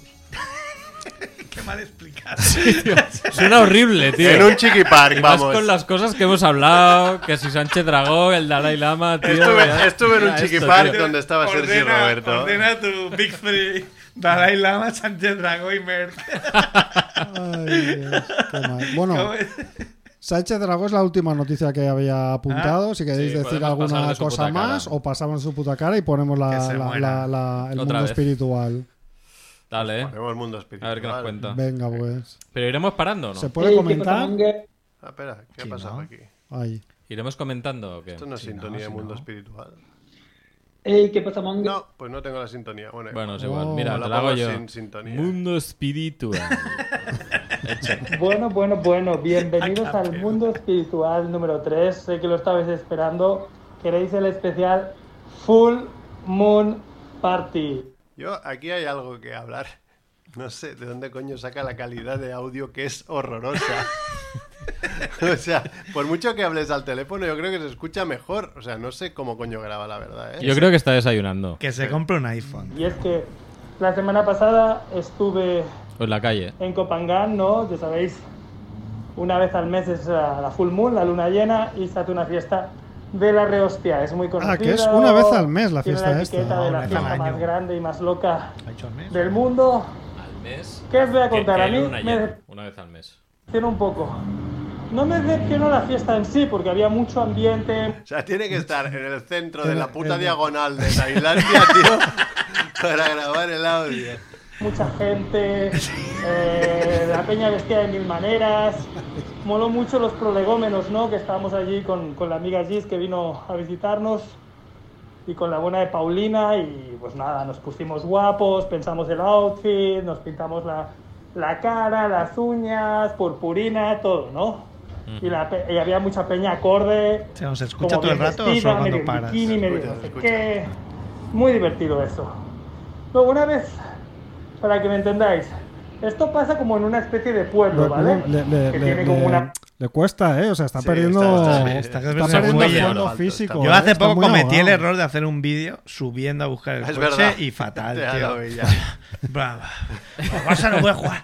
Speaker 4: Qué mal explicado.
Speaker 3: [LAUGHS]
Speaker 1: [LAUGHS]
Speaker 2: Suena horrible, tío.
Speaker 1: En un chiqui park,
Speaker 2: [LAUGHS] y más
Speaker 1: vamos.
Speaker 2: con las cosas que hemos hablado, que si Sánchez Dragó, el Dalai Lama, tío.
Speaker 1: Estuve,
Speaker 2: ya-
Speaker 1: estuve en un
Speaker 2: ya esto,
Speaker 1: chiqui park
Speaker 2: tío.
Speaker 1: donde estaba Sergi y
Speaker 4: Ordena-
Speaker 1: Roberto.
Speaker 4: Ordena tu Big Three: Dalai Lama, Sánchez Dragó y Merck.
Speaker 3: Ay, Dios, qué mal.
Speaker 4: [LAUGHS]
Speaker 3: Bueno,
Speaker 4: ¿Cómo es?
Speaker 3: Sánchez Dragó es la última noticia que había apuntado.
Speaker 4: Ah.
Speaker 3: si queréis
Speaker 2: Sí,
Speaker 3: decir
Speaker 2: podemos pasar
Speaker 3: alguna
Speaker 2: de su
Speaker 3: cosa
Speaker 2: puta cara.
Speaker 3: más, o pasamos su puta cara y ponemos la-
Speaker 4: Que se
Speaker 3: la- la-
Speaker 4: muera.
Speaker 3: la- el
Speaker 2: Otra
Speaker 3: mundo
Speaker 2: vez.
Speaker 3: espiritual.
Speaker 2: Dale, eh.
Speaker 1: Tenemos el mundo espiritual.
Speaker 2: A ver qué nos cuenta.
Speaker 3: Venga, pues.
Speaker 2: Pero iremos parando, o
Speaker 3: ¿Se
Speaker 2: ¿no?
Speaker 3: puede comentar?
Speaker 1: Ah, espera, ¿qué ha
Speaker 4: Sí,
Speaker 1: pasado
Speaker 4: ¿no?
Speaker 1: aquí?
Speaker 3: Ahí.
Speaker 2: ¿Iremos comentando o qué?
Speaker 1: Esto no es
Speaker 4: Sí, no,
Speaker 1: sintonía de
Speaker 4: sí,
Speaker 1: mundo
Speaker 4: no.
Speaker 1: espiritual.
Speaker 8: Ey, ¿qué pasa, Monger?
Speaker 1: No, pues no tengo la sintonía. Bueno,
Speaker 2: Bueno, es
Speaker 3: Oh.
Speaker 2: igual. Mira,
Speaker 1: Lo
Speaker 2: te lo hago
Speaker 1: pongo
Speaker 2: yo.
Speaker 1: sin sintonía.
Speaker 2: Mundo espiritual.
Speaker 1: [LAUGHS]
Speaker 8: Bueno, bueno, bueno, bienvenidos al mundo espiritual número 3. Sé que lo estabais esperando. Queréis el especial Full Moon Party.
Speaker 1: Yo, aquí hay algo que hablar. No sé de dónde coño saca la calidad de audio que es horrorosa. [LAUGHS] o sea, por mucho que hables al teléfono, yo creo que se escucha mejor. O sea, no sé cómo coño graba, la verdad, ¿eh?
Speaker 2: Yo creo que está desayunando.
Speaker 4: Que se compre un iPhone.
Speaker 8: Y es que la semana pasada estuve
Speaker 2: O en la calle.
Speaker 8: en Copangán, ¿no? Ya sabéis, Una vez al mes es la, la full moon, la luna llena, y se hace una fiesta de la rehostia. Es muy conocida.
Speaker 3: Ah, que es una vez al mes la
Speaker 8: tiene
Speaker 3: fiesta
Speaker 8: la
Speaker 3: esta.
Speaker 8: etiqueta
Speaker 4: Ah,
Speaker 8: de
Speaker 4: una
Speaker 8: la
Speaker 4: vez al
Speaker 8: fiesta más
Speaker 4: año.
Speaker 8: grande y más loca
Speaker 4: ¿Ha hecho el mes?
Speaker 8: del mundo.
Speaker 2: Al mes.
Speaker 8: ¿Qué os voy a contar?
Speaker 2: Que-
Speaker 8: A
Speaker 2: que
Speaker 8: mí
Speaker 2: luna
Speaker 8: me-
Speaker 2: llena, Una vez al mes.
Speaker 8: Tiene un poco. No me decepcionó la fiesta en sí, porque había mucho ambiente,
Speaker 1: O sea, tiene que estar en el centro de
Speaker 3: Era-
Speaker 1: la puta
Speaker 3: era-
Speaker 1: diagonal de Tailandia, tío, [LAUGHS] para grabar el audio.
Speaker 8: mucha
Speaker 2: [LAUGHS]
Speaker 8: gente, eh, la peña vestida de mil maneras. Moló mucho los prolegómenos, ¿no? Que estábamos allí con, con la amiga Gis que vino a visitarnos y con la buena de Paulina y pues nada, nos pusimos guapos, pensamos el outfit, nos pintamos la, la cara, las uñas, purpurina, todo, ¿no? Y, la pe- y había mucha peña acorde.
Speaker 4: Se nos escucha
Speaker 8: como
Speaker 4: todo el
Speaker 8: bien
Speaker 4: rato o
Speaker 8: vestida,
Speaker 4: solo cuando
Speaker 8: medio en
Speaker 4: paras.
Speaker 8: bikini, medio
Speaker 1: escucha,
Speaker 8: no
Speaker 1: se
Speaker 8: sé
Speaker 1: escucha.
Speaker 8: qué. Muy divertido eso. Luego, una vez, para que me entendáis, esto pasa como en una especie de pueblo,
Speaker 3: Pero
Speaker 8: ¿vale?
Speaker 3: ¿cómo? Le, le-
Speaker 8: que
Speaker 3: le-
Speaker 8: tiene como
Speaker 3: le-
Speaker 8: una.
Speaker 3: le cuesta, ¿eh? O sea, está
Speaker 1: Sí,
Speaker 3: perdiendo,
Speaker 1: está-
Speaker 3: está,
Speaker 1: está-
Speaker 4: está-
Speaker 3: perdiendo
Speaker 4: muy
Speaker 3: fondo
Speaker 1: alto,
Speaker 3: físico.
Speaker 1: está-
Speaker 3: ¿eh?
Speaker 4: Yo hace
Speaker 3: Está
Speaker 4: poco
Speaker 3: muy
Speaker 4: cometí el
Speaker 3: ahogado.
Speaker 4: error de hacer un vídeo subiendo a buscar el
Speaker 1: Es
Speaker 4: coche
Speaker 1: verdad.
Speaker 4: y
Speaker 1: [LAUGHS]
Speaker 4: fatal,
Speaker 1: Ya lo vi,
Speaker 4: tío.
Speaker 1: ya.
Speaker 4: Bravo. Pues La cosa no puede jugar.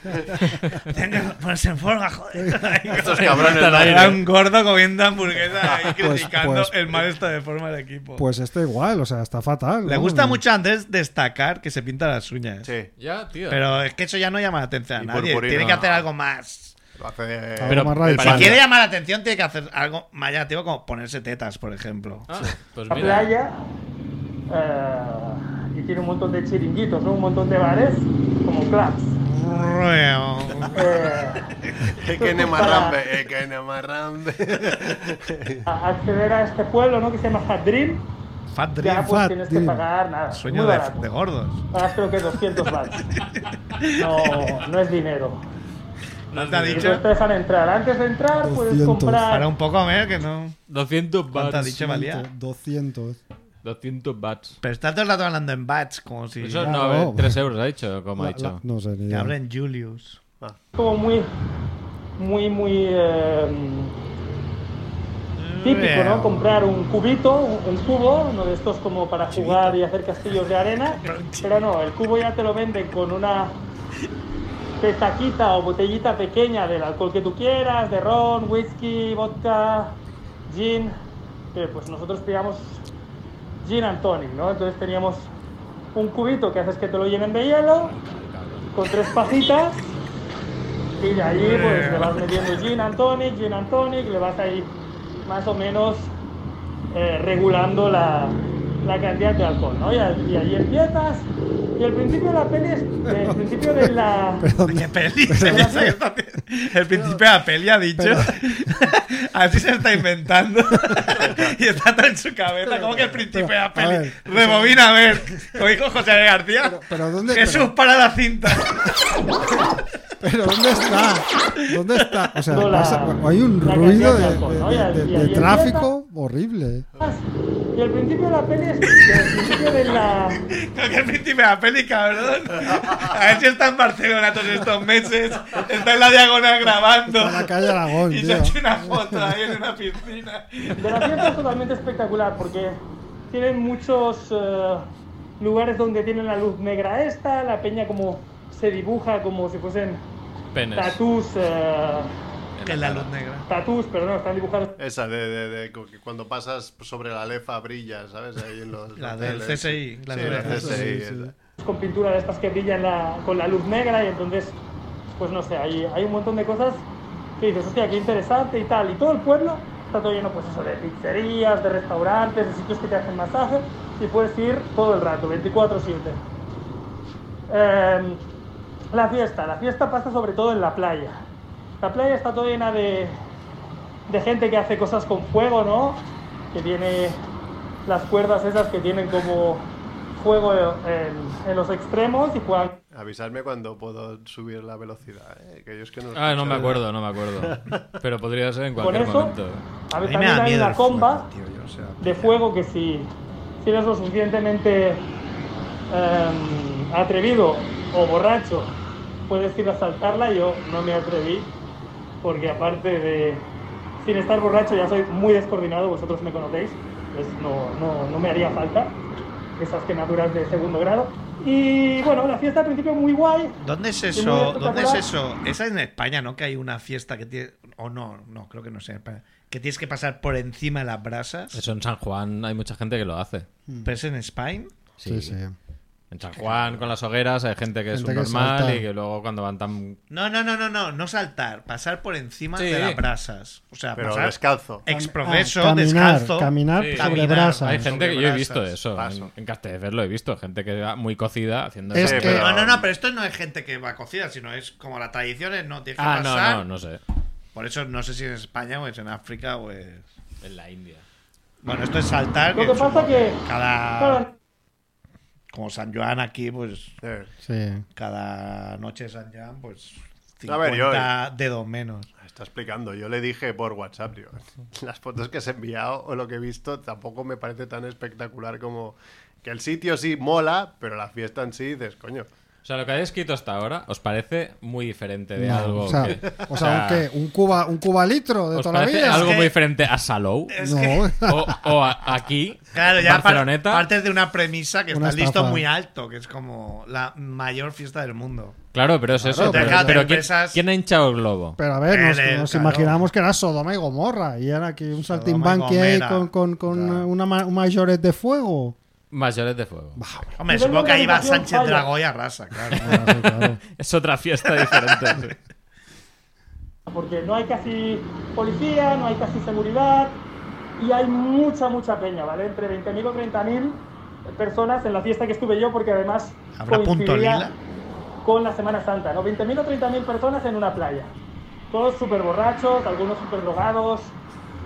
Speaker 4: Tengo que ponerse en forma, joder.
Speaker 1: Estos cabrones
Speaker 2: Está al
Speaker 1: ¿no?
Speaker 2: aire.
Speaker 4: Era un gordo comiendo hamburguesa ahí criticando
Speaker 3: pues-
Speaker 4: el mal estado de forma del equipo.
Speaker 3: Pues este igual, o sea, está fatal.
Speaker 4: Le
Speaker 3: ¿no?
Speaker 4: gusta
Speaker 3: Y-
Speaker 4: mucho a Andrés destacar que se pinta las uñas.
Speaker 1: Sí,
Speaker 2: Ya, tío.
Speaker 4: Pero es que eso ya no llama la atención a
Speaker 1: Y
Speaker 4: nadie.
Speaker 1: purpurina.
Speaker 4: Tiene que hacer algo más.
Speaker 1: lo hace eh, de-
Speaker 3: Pero- más
Speaker 1: el
Speaker 3: radical.
Speaker 4: Si
Speaker 1: panda.
Speaker 4: quiere llamar la atención, tiene que hacer algo más llamativo, como ponerse tetas, por ejemplo. [LAUGHS]
Speaker 2: Ah, pues
Speaker 8: la
Speaker 2: mira.
Speaker 8: playa eh, y tiene un montón de chiringuitos, ¿no? un montón de bares como clubs. Eh,
Speaker 1: Eh, que ne marrambe, eh, que ne marrambe. [LAUGHS]
Speaker 8: a- acceder a este pueblo ¿no? que se llama Hadrin,
Speaker 4: Fat
Speaker 8: ya
Speaker 4: Dream.
Speaker 8: pues
Speaker 3: Fat
Speaker 8: tienes
Speaker 3: Dream.
Speaker 8: que pagar nada.
Speaker 4: Sueño
Speaker 8: muy
Speaker 4: de,
Speaker 8: barato.
Speaker 4: de gordos.
Speaker 8: Pagas creo que 200
Speaker 4: [LAUGHS]
Speaker 8: baros. No, no es dinero.
Speaker 4: ¿No te ha
Speaker 8: Y no
Speaker 4: dicho?
Speaker 8: te dejan entrar. Antes de entrar puedes
Speaker 3: 200.
Speaker 4: Para
Speaker 8: comprar.
Speaker 4: un poco, ver que no.
Speaker 2: 200
Speaker 4: ¿Cuánto ha
Speaker 2: bats.
Speaker 4: dicho valía?
Speaker 3: 200.
Speaker 2: 200 bats.
Speaker 4: Pero está todo el rato hablando en bats, como si.
Speaker 2: Eso
Speaker 3: ya,
Speaker 2: no, a ver,
Speaker 3: no.
Speaker 2: 3 euros ha dicho, como ha
Speaker 3: Ah, oh. La- la-
Speaker 2: dicho.
Speaker 3: no sé, ni
Speaker 4: Que
Speaker 3: idea.
Speaker 4: habla en Julius.
Speaker 8: Como muy. Muy, muy. eh,
Speaker 4: Mm,
Speaker 8: típico, ¿no? Comprar un cubito, un un cubo, uno de estos como para jugar y hacer castillos de arena. Pero no, el cubo ya te lo venden con una petaquita o botellita pequeña del alcohol que tú quieras, de ron, whisky, vodka, gin. Que pues nosotros pillamos gin and tonic, ¿no? Entonces teníamos un cubito que haces que te lo llenen de hielo, con tres pajitas. Y de ahí pues le vas metiendo gin and tonic, gin and tonic, le vas ahí más o menos eh, regulando la, la cantidad de alcohol, ¿no? Y, a- y ahí empiezas. Y el principio de la peli es. El principio de la.
Speaker 4: ¿Qué peli? ¿Se piensa que está haciendo- El principio de la peli ha dicho. [LAUGHS] Así se está inventando. [LAUGHS] y está todo en su cabeza. Como que el principio de la
Speaker 3: pero, a
Speaker 4: peli.
Speaker 3: ver.
Speaker 4: Rebobina a ver. Como dijo José García.
Speaker 3: pero ¿dónde-
Speaker 4: Jesús
Speaker 3: pero-
Speaker 4: para la cinta. [LAUGHS]
Speaker 3: Pero ¿dónde está? ¿Dónde está? O sea,
Speaker 8: No, la-
Speaker 3: pasa- hay un
Speaker 8: la
Speaker 3: ruido
Speaker 8: cantidad de
Speaker 3: de,
Speaker 8: alcohol, ¿no?
Speaker 3: de-
Speaker 8: Y-
Speaker 3: de-
Speaker 8: y
Speaker 3: de
Speaker 8: ahí empieza.
Speaker 3: tráfico horrible.
Speaker 8: Y el principio de la peli es. El principio de la.
Speaker 4: Como que el príncipe de la peli, cabrón. A ver si está en Barcelona todos estos meses. Está en la diagonal grabando.
Speaker 3: Está en la calle Aragón,
Speaker 4: Y se
Speaker 3: tío.
Speaker 4: hace una foto ahí en una piscina.
Speaker 8: De la fiesta es totalmente espectacular porque tienen muchos eh, lugares donde tienen la luz negra esta, la peña como se dibuja como si fuesen
Speaker 2: Penes.
Speaker 8: tatús, eh,
Speaker 4: Que es la luz negra.
Speaker 8: tatús, pero no, están dibujados
Speaker 1: Esa de, de, de cu- que cuando pasas sobre la lefa brilla, ¿sabes? Ahí en los
Speaker 4: La
Speaker 1: los
Speaker 4: del
Speaker 1: hoteles.
Speaker 4: CSI, la
Speaker 1: sí,
Speaker 4: de
Speaker 1: la
Speaker 4: la-
Speaker 1: CSI.
Speaker 3: Sí, sí.
Speaker 1: esa.
Speaker 8: con pintura de estas que brillan la- con la luz negra y entonces, pues no sé, hay, hay un montón de cosas que dices, hostia, qué interesante y tal. Y todo el pueblo está todo lleno pues eso, de pizzerías, de restaurantes, de sitios que te hacen masaje y puedes ir todo el rato, 24/7. Em, la fiesta, la fiesta pasa sobre todo en la playa. La playa está toda llena de, de gente que hace cosas con fuego, ¿no? Que tiene las cuerdas esas que tienen como fuego en, en los extremos y juegan
Speaker 1: Avisadme cuando puedo subir la velocidad, ¿eh? que yo es que no
Speaker 2: Ah, no me
Speaker 1: escucho.
Speaker 2: acuerdo, no me acuerdo. Pero podría ser en
Speaker 8: con
Speaker 2: cualquier
Speaker 8: eso.
Speaker 2: momento.
Speaker 8: A
Speaker 4: A
Speaker 8: ver,
Speaker 4: mí me
Speaker 8: también
Speaker 4: da
Speaker 8: hay
Speaker 4: miedo
Speaker 8: una
Speaker 4: el fuego,
Speaker 8: comba
Speaker 4: tío, yo, o sea,
Speaker 8: de fuego que si, si eres lo suficientemente em, atrevido o borracho, puedes ir a saltarla. Yo no me atreví, porque aparte de sin estar borracho ya soy muy descoordinado, vosotros me conocéis, pues no, no, no me haría falta. esas quemaduras de segundo grado. Y bueno, la fiesta al principio muy guay.
Speaker 4: ¿Dónde es
Speaker 8: Y muy
Speaker 4: eso?
Speaker 8: espectacular.
Speaker 4: ¿Dónde es eso? Esa es en España, ¿no? Que hay una fiesta que tiene. O no, no, creo que no sea en España. Que tienes que pasar por encima de las brasas. Mm.
Speaker 2: Eso en San Juan hay mucha gente que lo hace.
Speaker 4: Pero es en España.
Speaker 3: Sí, sí.
Speaker 2: En San Juan, con las hogueras, hay gente que es
Speaker 3: Gente que
Speaker 2: normal
Speaker 3: salta.
Speaker 2: y que luego cuando van tan.
Speaker 4: No, no, no, no, no. No saltar. Pasar por encima
Speaker 2: Sí.
Speaker 4: de las brasas. O sea,
Speaker 1: Pero
Speaker 4: pasar.
Speaker 1: descalzo.
Speaker 4: Exprofeso,
Speaker 3: Ah, caminar,
Speaker 4: descalzo.
Speaker 3: Caminar
Speaker 2: Sí.
Speaker 3: sobre
Speaker 4: Caminar.
Speaker 3: brasas.
Speaker 2: Hay gente que yo he
Speaker 4: brasas,
Speaker 2: visto eso. En,
Speaker 1: paso.
Speaker 2: en Castelldefels lo he visto. Gente que va muy cocida haciendo
Speaker 3: Es
Speaker 2: eso.
Speaker 3: que-
Speaker 4: No, no, no, pero esto no es gente que va cocida, sino es como las tradiciones, no tienes que
Speaker 2: Ah, no,
Speaker 4: pasar.
Speaker 2: no, no sé.
Speaker 4: Por eso no sé si es en España o es en África o es.
Speaker 2: En la India.
Speaker 4: Bueno, esto es saltar.
Speaker 8: Lo que pasa que-
Speaker 4: Cada.
Speaker 8: Claro,
Speaker 4: Como San Joan aquí, pues
Speaker 1: Eh,
Speaker 3: Sí.
Speaker 4: cada noche de San Joan, pues
Speaker 1: A ver, yo-
Speaker 4: 50 dedos menos.
Speaker 1: Está explicando. Yo le dije por WhatsApp, digo, [LAUGHS] las fotos que has enviado o lo que he visto tampoco me parece tan espectacular como que el sitio sí mola, pero la fiesta en sí dices, coño.
Speaker 2: O sea, lo que habéis escrito hasta ahora os parece muy diferente de
Speaker 3: No,
Speaker 2: algo.
Speaker 3: o sea,
Speaker 2: que- [LAUGHS]
Speaker 3: o sea, ¿un qué? ¿Un cuba, un cuba litro de
Speaker 2: ¿Os
Speaker 3: toda la
Speaker 2: parece
Speaker 3: vida?
Speaker 2: algo
Speaker 4: Es que-
Speaker 2: muy diferente a Salou?
Speaker 3: No.
Speaker 2: O, o a- aquí,
Speaker 4: Claro, ya par-
Speaker 2: Barceloneta.
Speaker 4: partes de una premisa que
Speaker 3: Una
Speaker 4: estás listo
Speaker 3: estafa.
Speaker 4: muy alto, que es como la mayor fiesta del mundo.
Speaker 2: Claro, pero es eso.
Speaker 3: Claro,
Speaker 2: pero-
Speaker 3: deja
Speaker 4: de
Speaker 2: pero ¿quién-
Speaker 4: empresas-
Speaker 2: ¿quién ha hinchado el globo?
Speaker 3: Pero a ver, nos,
Speaker 4: Eres,
Speaker 3: nos
Speaker 4: claro.
Speaker 3: imaginamos que era Sodoma y Gomorra. Y era aquí un
Speaker 4: Sodoma y
Speaker 3: saltimbanqui ahí
Speaker 4: Gomera.
Speaker 3: con, con, con
Speaker 4: Claro.
Speaker 3: una ma- un mayoret de fuego.
Speaker 2: Mayores de fuego.
Speaker 4: Hombre,
Speaker 8: Nivel
Speaker 4: supongo
Speaker 8: de
Speaker 4: que ahí va
Speaker 8: organización
Speaker 4: Sánchez
Speaker 8: falla.
Speaker 4: Dragó y arrasa, claro.
Speaker 3: [LAUGHS] Ah, sí, claro.
Speaker 2: Es otra fiesta diferente.
Speaker 8: porque no hay casi policía, no hay casi seguridad y hay mucha, mucha peña, ¿vale? Entre 20.000 o 30.000 personas en la fiesta que estuve yo, porque además
Speaker 4: ¿Habrá punto
Speaker 8: coincidía
Speaker 4: lila?
Speaker 8: con la Semana Santa, ¿no? 20.000 o 30.000 personas en una playa. Todos súper borrachos, algunos súper drogados.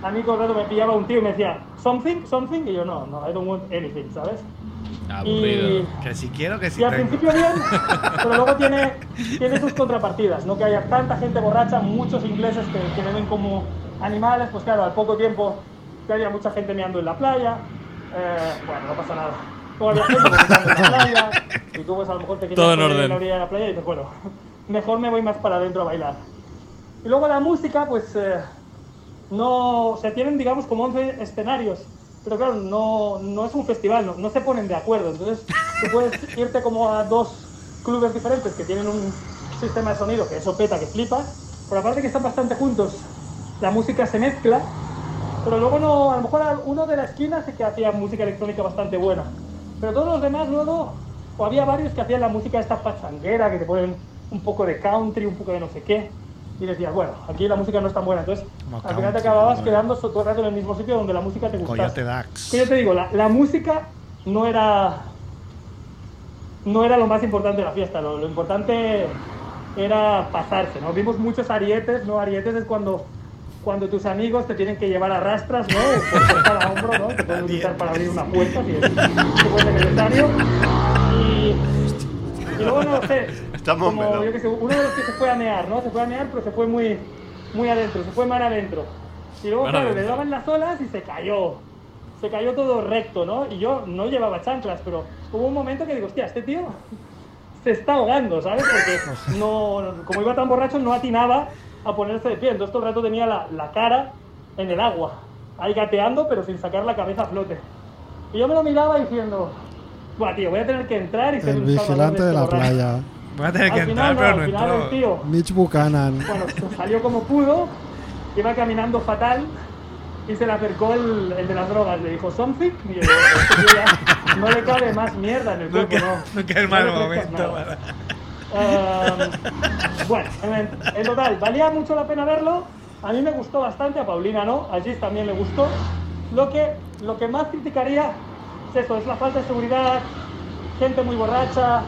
Speaker 8: A mí todo el rato me pillaba un tío y me decía, something, something, y yo no, no, I don't want anything, ¿sabes?
Speaker 2: Aburrido.
Speaker 4: Que si quiero, que si
Speaker 8: Y al
Speaker 4: tengo.
Speaker 8: principio
Speaker 4: [LAUGHS]
Speaker 8: bien, pero luego tiene, tiene sus contrapartidas, ¿no? Que haya tanta gente borracha, muchos ingleses que, que me ven como animales, pues claro, al poco tiempo que había mucha gente meando en la playa, eh, bueno, no pasa nada. Luego había gente vomitando en la playa, y tú pues a lo mejor te
Speaker 2: Todo en
Speaker 8: poner
Speaker 2: orden.
Speaker 8: la orilla de la playa y dices, bueno, [LAUGHS] mejor me voy más para adentro a bailar. Y luego la música, pues eh, no, o sea, tienen digamos como 11 escenarios, pero claro, no, no es un festival, no, no se ponen de acuerdo, entonces tú puedes irte como a dos clubes diferentes que tienen un sistema de sonido que eso peta, que flipa, pero aparte que están bastante juntos, la música se mezcla, pero luego no, a lo mejor a uno de la esquina sí que hacía música electrónica bastante buena, pero todos los demás luego, o había varios que hacían la música esta pachanguera, que te ponen un poco de country, un poco de no sé qué, y decías, bueno, aquí la música no es tan buena, entonces
Speaker 4: Como
Speaker 8: al final te
Speaker 4: country,
Speaker 8: acababas
Speaker 4: ¿no?
Speaker 8: quedando so- todo el rato en el mismo sitio donde la música te gustaba.
Speaker 4: Coyote Dax.
Speaker 8: Que yo te digo, la, la música no era no era lo más importante de la fiesta, lo, lo importante era pasarse, ¿no? Vimos muchos arietes, ¿no? Arietes es cuando cuando tus amigos te tienen que llevar a rastras, ¿no? Por cada hombro, ¿no? Te pueden utilizar para abrir una puerta si es, si es necesario. Y, y luego no lo sé.
Speaker 1: Estamos
Speaker 8: como,
Speaker 1: melo.
Speaker 8: yo qué sé, uno de los que se fue a mear, ¿no? Se fue a mear, pero se fue muy, muy adentro, se fue mar adentro. Y luego,
Speaker 2: Mar
Speaker 8: claro, le
Speaker 2: adentro.
Speaker 8: daban las olas y se cayó. Se cayó todo recto, ¿no? Y yo no llevaba chanclas, pero hubo un momento que digo, hostia, este tío [LAUGHS] se está ahogando, ¿sabes?
Speaker 4: [LAUGHS]
Speaker 8: Porque no, no- como iba tan borracho, no atinaba a ponerse de pie. Entonces todo el rato tenía la, la cara en el agua, ahí gateando, pero sin sacar la cabeza a flote. Y yo me lo miraba diciendo, Buah, tío, voy a tener que entrar y ser
Speaker 3: El
Speaker 8: un salvador
Speaker 3: vigilante
Speaker 8: este
Speaker 3: de la
Speaker 8: borracho".
Speaker 3: playa.
Speaker 4: Voy a tener que
Speaker 8: Al final,
Speaker 4: entrar,
Speaker 8: no,
Speaker 4: pero
Speaker 8: al
Speaker 4: no
Speaker 8: final el
Speaker 4: entro.
Speaker 8: tío
Speaker 3: Mitch Buchanan.
Speaker 8: bueno, se salió como pudo, iba caminando fatal y se le acercó el, el de las drogas. Le dijo, something. Y yo, "Este tío ya no le cabe más mierda en el cuerpo,
Speaker 4: Nunca,
Speaker 8: no.
Speaker 4: nunca es
Speaker 8: No
Speaker 4: mal
Speaker 8: le crezcas
Speaker 4: momento.
Speaker 8: nada".
Speaker 4: para-
Speaker 8: Eh, bueno, en, en total, valía mucho la pena verlo. A mí me gustó bastante, a Paulina no, a Gis también le gustó. Lo que, lo que más criticaría es eso, es la falta de seguridad, gente muy borracha.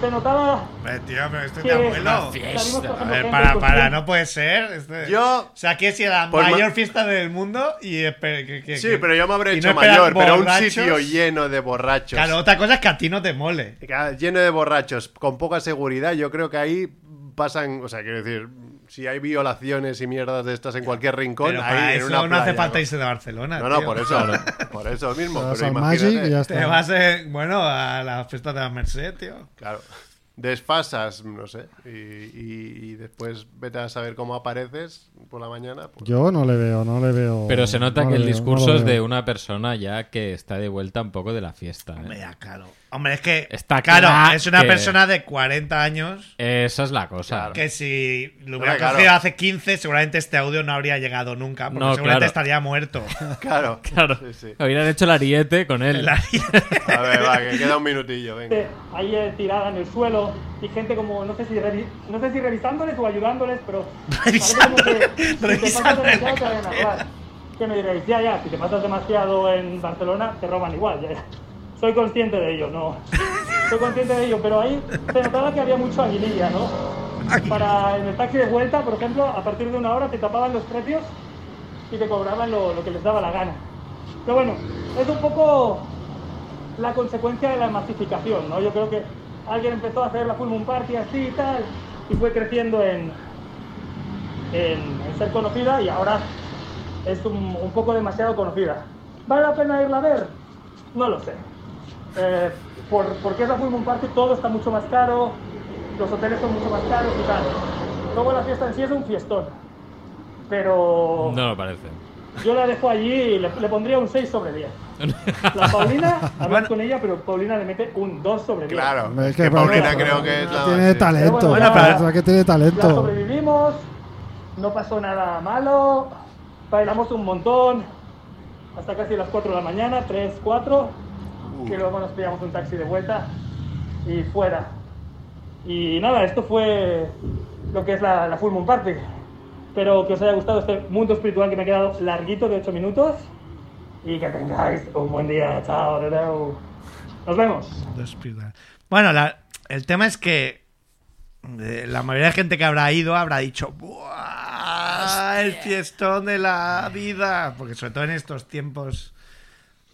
Speaker 8: Se notaba
Speaker 4: Eh, tío, pero esto es
Speaker 8: que...
Speaker 4: de abuelo.
Speaker 8: la vimos, por
Speaker 4: A
Speaker 8: ejemplo,
Speaker 4: ver,
Speaker 8: gente
Speaker 4: para,
Speaker 8: con
Speaker 4: para,
Speaker 8: cien-
Speaker 4: no puede ser. Este-
Speaker 1: Yo-
Speaker 4: O sea, que si la
Speaker 1: Por ma-
Speaker 4: mayor fiesta del mundo y. espe- que- que-
Speaker 1: Sí,
Speaker 4: que-
Speaker 1: pero yo me habré
Speaker 4: y
Speaker 1: hecho
Speaker 4: no esperar
Speaker 1: mayor, pero un
Speaker 4: borrachos.
Speaker 1: sitio lleno de borrachos.
Speaker 4: Claro, otra cosa es que a ti no te mole.
Speaker 1: Claro, Lleno de borrachos, con poca seguridad, yo creo que ahí pasan, o sea, quiero decir, si hay violaciones y mierdas de estas en cualquier rincón,
Speaker 4: Pero para
Speaker 1: ahí en
Speaker 4: eso
Speaker 1: una
Speaker 4: no
Speaker 1: playa,
Speaker 4: hace falta
Speaker 1: ¿no?
Speaker 4: irse de Barcelona.
Speaker 1: No, no,
Speaker 4: tío.
Speaker 1: por eso, [LAUGHS] por eso mismo.
Speaker 3: Te vas
Speaker 1: Pero
Speaker 3: al Magic
Speaker 1: imagínate,
Speaker 3: y ya
Speaker 4: Te
Speaker 3: está.
Speaker 4: vas, eh, bueno, a las fiestas de la Merced, tío.
Speaker 1: Claro. desfasas, no sé, y, y- y después vete a saber cómo apareces por la mañana. pues-
Speaker 3: Yo no le veo, no le veo.
Speaker 2: Pero se nota
Speaker 3: no
Speaker 2: que
Speaker 3: le
Speaker 2: el
Speaker 3: veo,
Speaker 2: discurso
Speaker 3: no lo
Speaker 2: es de
Speaker 3: veo.
Speaker 2: una persona ya que está de vuelta un poco de la fiesta.
Speaker 4: Hombre,
Speaker 2: ¿eh?
Speaker 4: ya, claro. Hombre, es que.
Speaker 2: Está
Speaker 4: claro.
Speaker 2: claro
Speaker 4: es una
Speaker 2: que-
Speaker 4: persona de 40 años
Speaker 2: Esa es la cosa.
Speaker 4: que si lo hubiera
Speaker 1: Hombre, claro.
Speaker 4: cogido hace 15, seguramente este audio no habría llegado nunca. Porque
Speaker 2: No,
Speaker 4: seguramente
Speaker 2: claro.
Speaker 4: estaría
Speaker 2: [LAUGHS]
Speaker 4: muerto. [LAUGHS]
Speaker 1: Claro,
Speaker 2: Claro.
Speaker 1: Sí, sí.
Speaker 2: Hubieran hecho el ariete con él.
Speaker 4: La-
Speaker 1: A ver, va, que queda un minutillo, venga.
Speaker 3: [LAUGHS]
Speaker 8: gente ahí eh, tirada en el suelo y gente como, no sé si, revi- no sé si revisándoles o ayudándoles, pero... parece como que si te pasas
Speaker 4: Revisándoles la
Speaker 8: demasiado, te van a
Speaker 4: cartera.
Speaker 8: robar. Que me diréis, ya, ya, si te pasas demasiado en Barcelona, te roban igual, ya, ya. Soy consciente de ello, no. Soy consciente de ello, pero ahí se notaba que había mucho aguililla, ¿no? Para en el taxi de vuelta, por ejemplo, a partir de una hora te tapaban los precios y te cobraban lo, lo que les daba la gana. Pero bueno, es un poco la consecuencia de la masificación, ¿no? Yo creo que alguien empezó a hacer la Full Moon Party así y tal, y fue creciendo en, en, en ser conocida y ahora es un, un poco demasiado conocida. ¿Vale la pena irla a ver? No lo sé. Eh, por, porque es la Full Moon Party, todo está mucho más caro, los hoteles son mucho más caros y tal. Luego la fiesta en sí es un fiestón, pero
Speaker 2: No lo parece.
Speaker 8: yo la dejo allí y le, le pondría un 6 sobre 10. La Paulina, hablad con ella, pero Paulina le mete un 2 sobre 10.
Speaker 1: Claro,
Speaker 3: Hombre,
Speaker 1: es que Paulina
Speaker 8: no,
Speaker 1: creo
Speaker 8: Paulina
Speaker 1: que es la...
Speaker 3: Tiene
Speaker 1: sí.
Speaker 3: talento.
Speaker 8: Pero bueno,
Speaker 3: la
Speaker 8: ya-
Speaker 3: verdad que tiene
Speaker 8: La
Speaker 3: talento.
Speaker 8: sobrevivimos, no pasó nada malo, bailamos un montón, hasta casi las 4 de la mañana, 3, 4,
Speaker 1: Uh.
Speaker 8: que luego nos pillamos un taxi de vuelta y fuera. Y nada, esto fue lo que es la, la Full Moon Party. Espero que os haya gustado este mundo espiritual que me ha quedado larguito de 8 minutos y que tengáis un buen día. Chao, de nuevo. Nos vemos.
Speaker 4: Dos pilas. Bueno, la- el tema es que eh, la mayoría de gente que habrá ido habrá dicho "Buah, el fiestón de la vida porque sobre todo en estos tiempos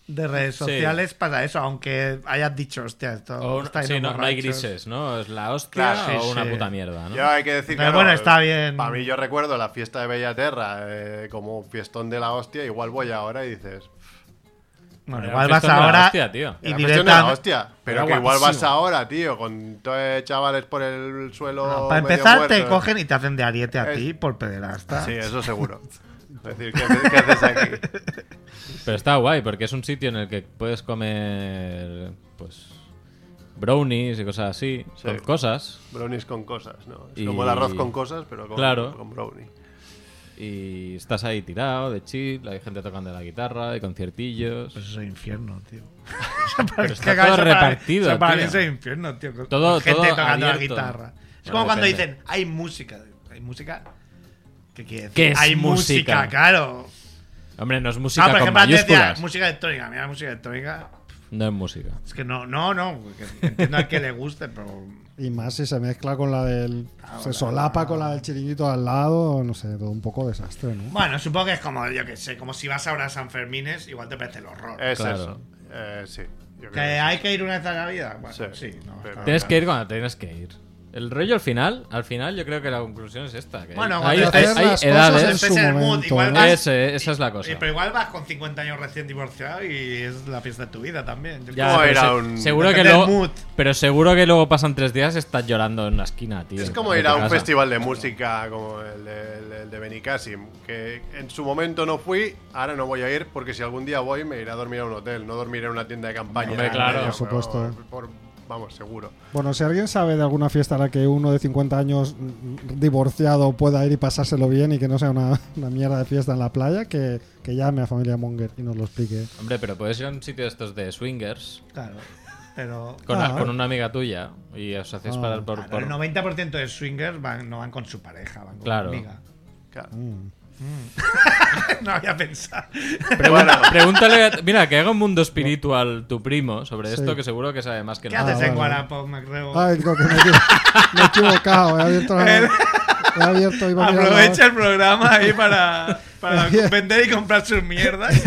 Speaker 4: de redes
Speaker 2: Sí.
Speaker 4: sociales pasa eso aunque hayas dicho hostia esto
Speaker 2: O un-
Speaker 4: Oh, está lleno
Speaker 2: sí,
Speaker 4: de
Speaker 2: no, no hay
Speaker 4: borrachos".
Speaker 2: grises, ¿no? Es la hostia
Speaker 4: Claro, sí,
Speaker 2: o una
Speaker 4: sí.
Speaker 2: puta mierda, ¿no?
Speaker 1: Yo hay que decir que. eh,
Speaker 4: Pero bueno, está bien.
Speaker 1: Para mí, yo recuerdo la fiesta de Bellaterra eh, como un fiestón de la hostia. Igual voy ahora y dices.
Speaker 4: bueno,
Speaker 2: Era
Speaker 4: igual
Speaker 2: un
Speaker 4: vas
Speaker 2: fiestón de la
Speaker 4: ahora
Speaker 2: hostia, tío.
Speaker 4: y
Speaker 1: "Era fiestón de la
Speaker 4: directa
Speaker 1: hostia. Pero
Speaker 2: Era
Speaker 1: que igual vas
Speaker 2: guapísimo.
Speaker 1: ahora, tío, con todos los chavales por el suelo.
Speaker 4: No, para
Speaker 1: medio
Speaker 4: empezar te
Speaker 1: muertos.
Speaker 4: cogen y te hacen de ariete a
Speaker 1: Es-
Speaker 4: ti por pederasta
Speaker 1: Sí, eso seguro. Es decir, ¿qué, qué haces aquí?
Speaker 2: Pero está guay porque es un sitio en el que puedes comer, pues, brownies y cosas así.
Speaker 1: Sí.
Speaker 2: Son cosas.
Speaker 1: Brownies con cosas, ¿no? Es
Speaker 2: Y-
Speaker 1: como el arroz con cosas, pero con,
Speaker 2: Claro.
Speaker 1: con brownie.
Speaker 2: Y estás ahí tirado, de chill, hay gente tocando la guitarra, hay conciertillos.
Speaker 4: Pues eso es infierno, [LAUGHS] tío.
Speaker 2: Pero está
Speaker 4: claro,
Speaker 2: todo
Speaker 4: eso para-
Speaker 2: repartido,
Speaker 4: eso Para mí
Speaker 2: tío.
Speaker 4: eso es infierno, tío. con-
Speaker 2: Todo-
Speaker 4: con gente
Speaker 2: todo
Speaker 4: tocando la
Speaker 2: abierto.
Speaker 4: guitarra. Es
Speaker 2: Bueno,
Speaker 4: como cuando
Speaker 2: depende.
Speaker 4: dicen, hay música. Hay música. ¿Qué quiere decir?
Speaker 2: ¿Qué es
Speaker 4: hay
Speaker 2: música?
Speaker 4: claro.
Speaker 2: Hombre, no es
Speaker 4: ah,
Speaker 2: música
Speaker 4: por
Speaker 2: con
Speaker 4: ejemplo, antes decía
Speaker 2: mayúsculas.
Speaker 4: música electrónica. Mira, música electrónica.
Speaker 2: No es música.
Speaker 4: Es que no, no, no. porque Entiendo al que le guste, pero.
Speaker 3: Y más si se mezcla con la del. se solapa con la del chiringuito al lado, no sé, todo un poco desastre, ¿no?
Speaker 4: Bueno, supongo que es como, yo que sé, como si vas ahora a San Fermines, igual te parece el horror.
Speaker 1: Es
Speaker 2: Claro.
Speaker 1: eso. Eh, sí. Yo creo
Speaker 4: que
Speaker 1: que sí.
Speaker 4: hay que ir una vez a la vida. Bueno, sí.
Speaker 1: Sí,
Speaker 4: no,
Speaker 1: pero-
Speaker 4: está-
Speaker 2: Tienes que ir cuando tienes que ir. El rollo al final, al final yo creo que la conclusión es esta. que
Speaker 4: Bueno,
Speaker 2: hay,
Speaker 4: cuando
Speaker 2: hay-
Speaker 4: hacer
Speaker 2: hay
Speaker 3: las
Speaker 4: Cuando
Speaker 2: edades.
Speaker 3: cosas
Speaker 4: estés en el
Speaker 3: su
Speaker 4: mood,
Speaker 3: momento,
Speaker 4: igual
Speaker 3: ¿no?
Speaker 4: vas-
Speaker 2: Ese, esa es la cosa.
Speaker 4: Eh, Pero igual vas con 50 años recién divorciado y es la fiesta de tu vida también. Yo
Speaker 2: Ya,
Speaker 1: ¿Cómo
Speaker 2: pero
Speaker 1: era
Speaker 2: se-
Speaker 1: un-
Speaker 2: seguro que
Speaker 4: Depende del
Speaker 2: luego,
Speaker 4: mood.
Speaker 2: pero seguro que luego pasan tres días y estás llorando en una esquina, tío.
Speaker 1: Es como
Speaker 2: en
Speaker 1: ir
Speaker 2: tu
Speaker 1: a un
Speaker 2: casa.
Speaker 1: festival de música como el de, el- el de Benicassim, que en su momento no fui, ahora no voy a ir porque si algún día voy me iré a dormir a un hotel, no dormiré en una tienda de campaña.
Speaker 2: Hombre,
Speaker 1: en
Speaker 2: claro.
Speaker 1: medio,
Speaker 3: Por
Speaker 1: pero
Speaker 3: supuesto.
Speaker 1: por- vamos, seguro.
Speaker 3: Bueno, si alguien sabe de alguna fiesta a la que uno de 50 años mm, divorciado pueda ir y pasárselo bien y que no sea una, [LAUGHS] una mierda de fiesta en la playa, que, que llame a Familia Monger y nos lo explique.
Speaker 2: Hombre, pero puedes ir a un sitio de estos de swingers
Speaker 4: Claro. Pero.
Speaker 2: con,
Speaker 3: Ah.
Speaker 2: con una amiga tuya y os hacéis
Speaker 3: Ah.
Speaker 2: parar por.
Speaker 4: claro,
Speaker 2: por-
Speaker 4: el 90% de swingers van- no van con su pareja, van con
Speaker 2: Claro.
Speaker 4: una amiga. [LAUGHS]
Speaker 1: Claro.
Speaker 4: no había pensado.
Speaker 2: Pregun- Pregúntale, a- mira, que haga un mundo espiritual tu primo sobre
Speaker 3: Sí.
Speaker 2: esto, que seguro que sabe más que
Speaker 4: ¿Qué
Speaker 2: nada.
Speaker 4: haces
Speaker 3: Ah, vale.
Speaker 4: en Wallapop, MacRebo?
Speaker 3: Ay, no, que me, he equi- [LAUGHS] me he equivocado, he abierto la- He abierto,
Speaker 4: [LAUGHS]
Speaker 3: iba a mirar la-
Speaker 4: Aprovecha el programa
Speaker 3: [LAUGHS]
Speaker 4: ahí para, para
Speaker 3: Bien.
Speaker 4: vender y comprar sus mierdas.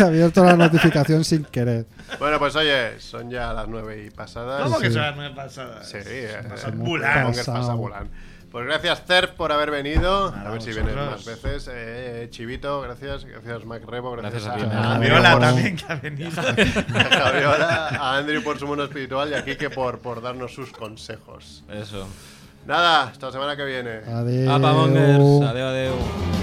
Speaker 3: [LAUGHS] he [LAUGHS] abierto la notificación sin querer.
Speaker 1: Bueno, pues oye, son ya las nueve y pasadas.
Speaker 4: ¿Cómo que
Speaker 3: sí.
Speaker 4: son las nueve pasadas?
Speaker 1: Sí, eh,
Speaker 4: Pasan
Speaker 1: eh,
Speaker 4: volando.
Speaker 1: Monger pasa
Speaker 3: Pasado.
Speaker 1: volando. Pues gracias, Cerf, por haber venido.
Speaker 4: Nada,
Speaker 1: a ver si
Speaker 4: vosotros.
Speaker 1: vienes más veces. Eh, Chivito, gracias. Gracias, Mac Rebo. Gracias,
Speaker 2: Gracias a ti,
Speaker 1: a,
Speaker 2: Mac.
Speaker 1: Andrew
Speaker 4: Viola
Speaker 1: por-
Speaker 4: también que ha venido.
Speaker 1: [LAUGHS]
Speaker 2: [LAUGHS]
Speaker 1: a Javiola, a Andrew por su mundo espiritual y a Kike por, por darnos sus consejos.
Speaker 2: Eso.
Speaker 1: Nada, hasta la semana que viene.
Speaker 3: Adiós. oh.
Speaker 2: Apa, mongers. Adeu, adeu.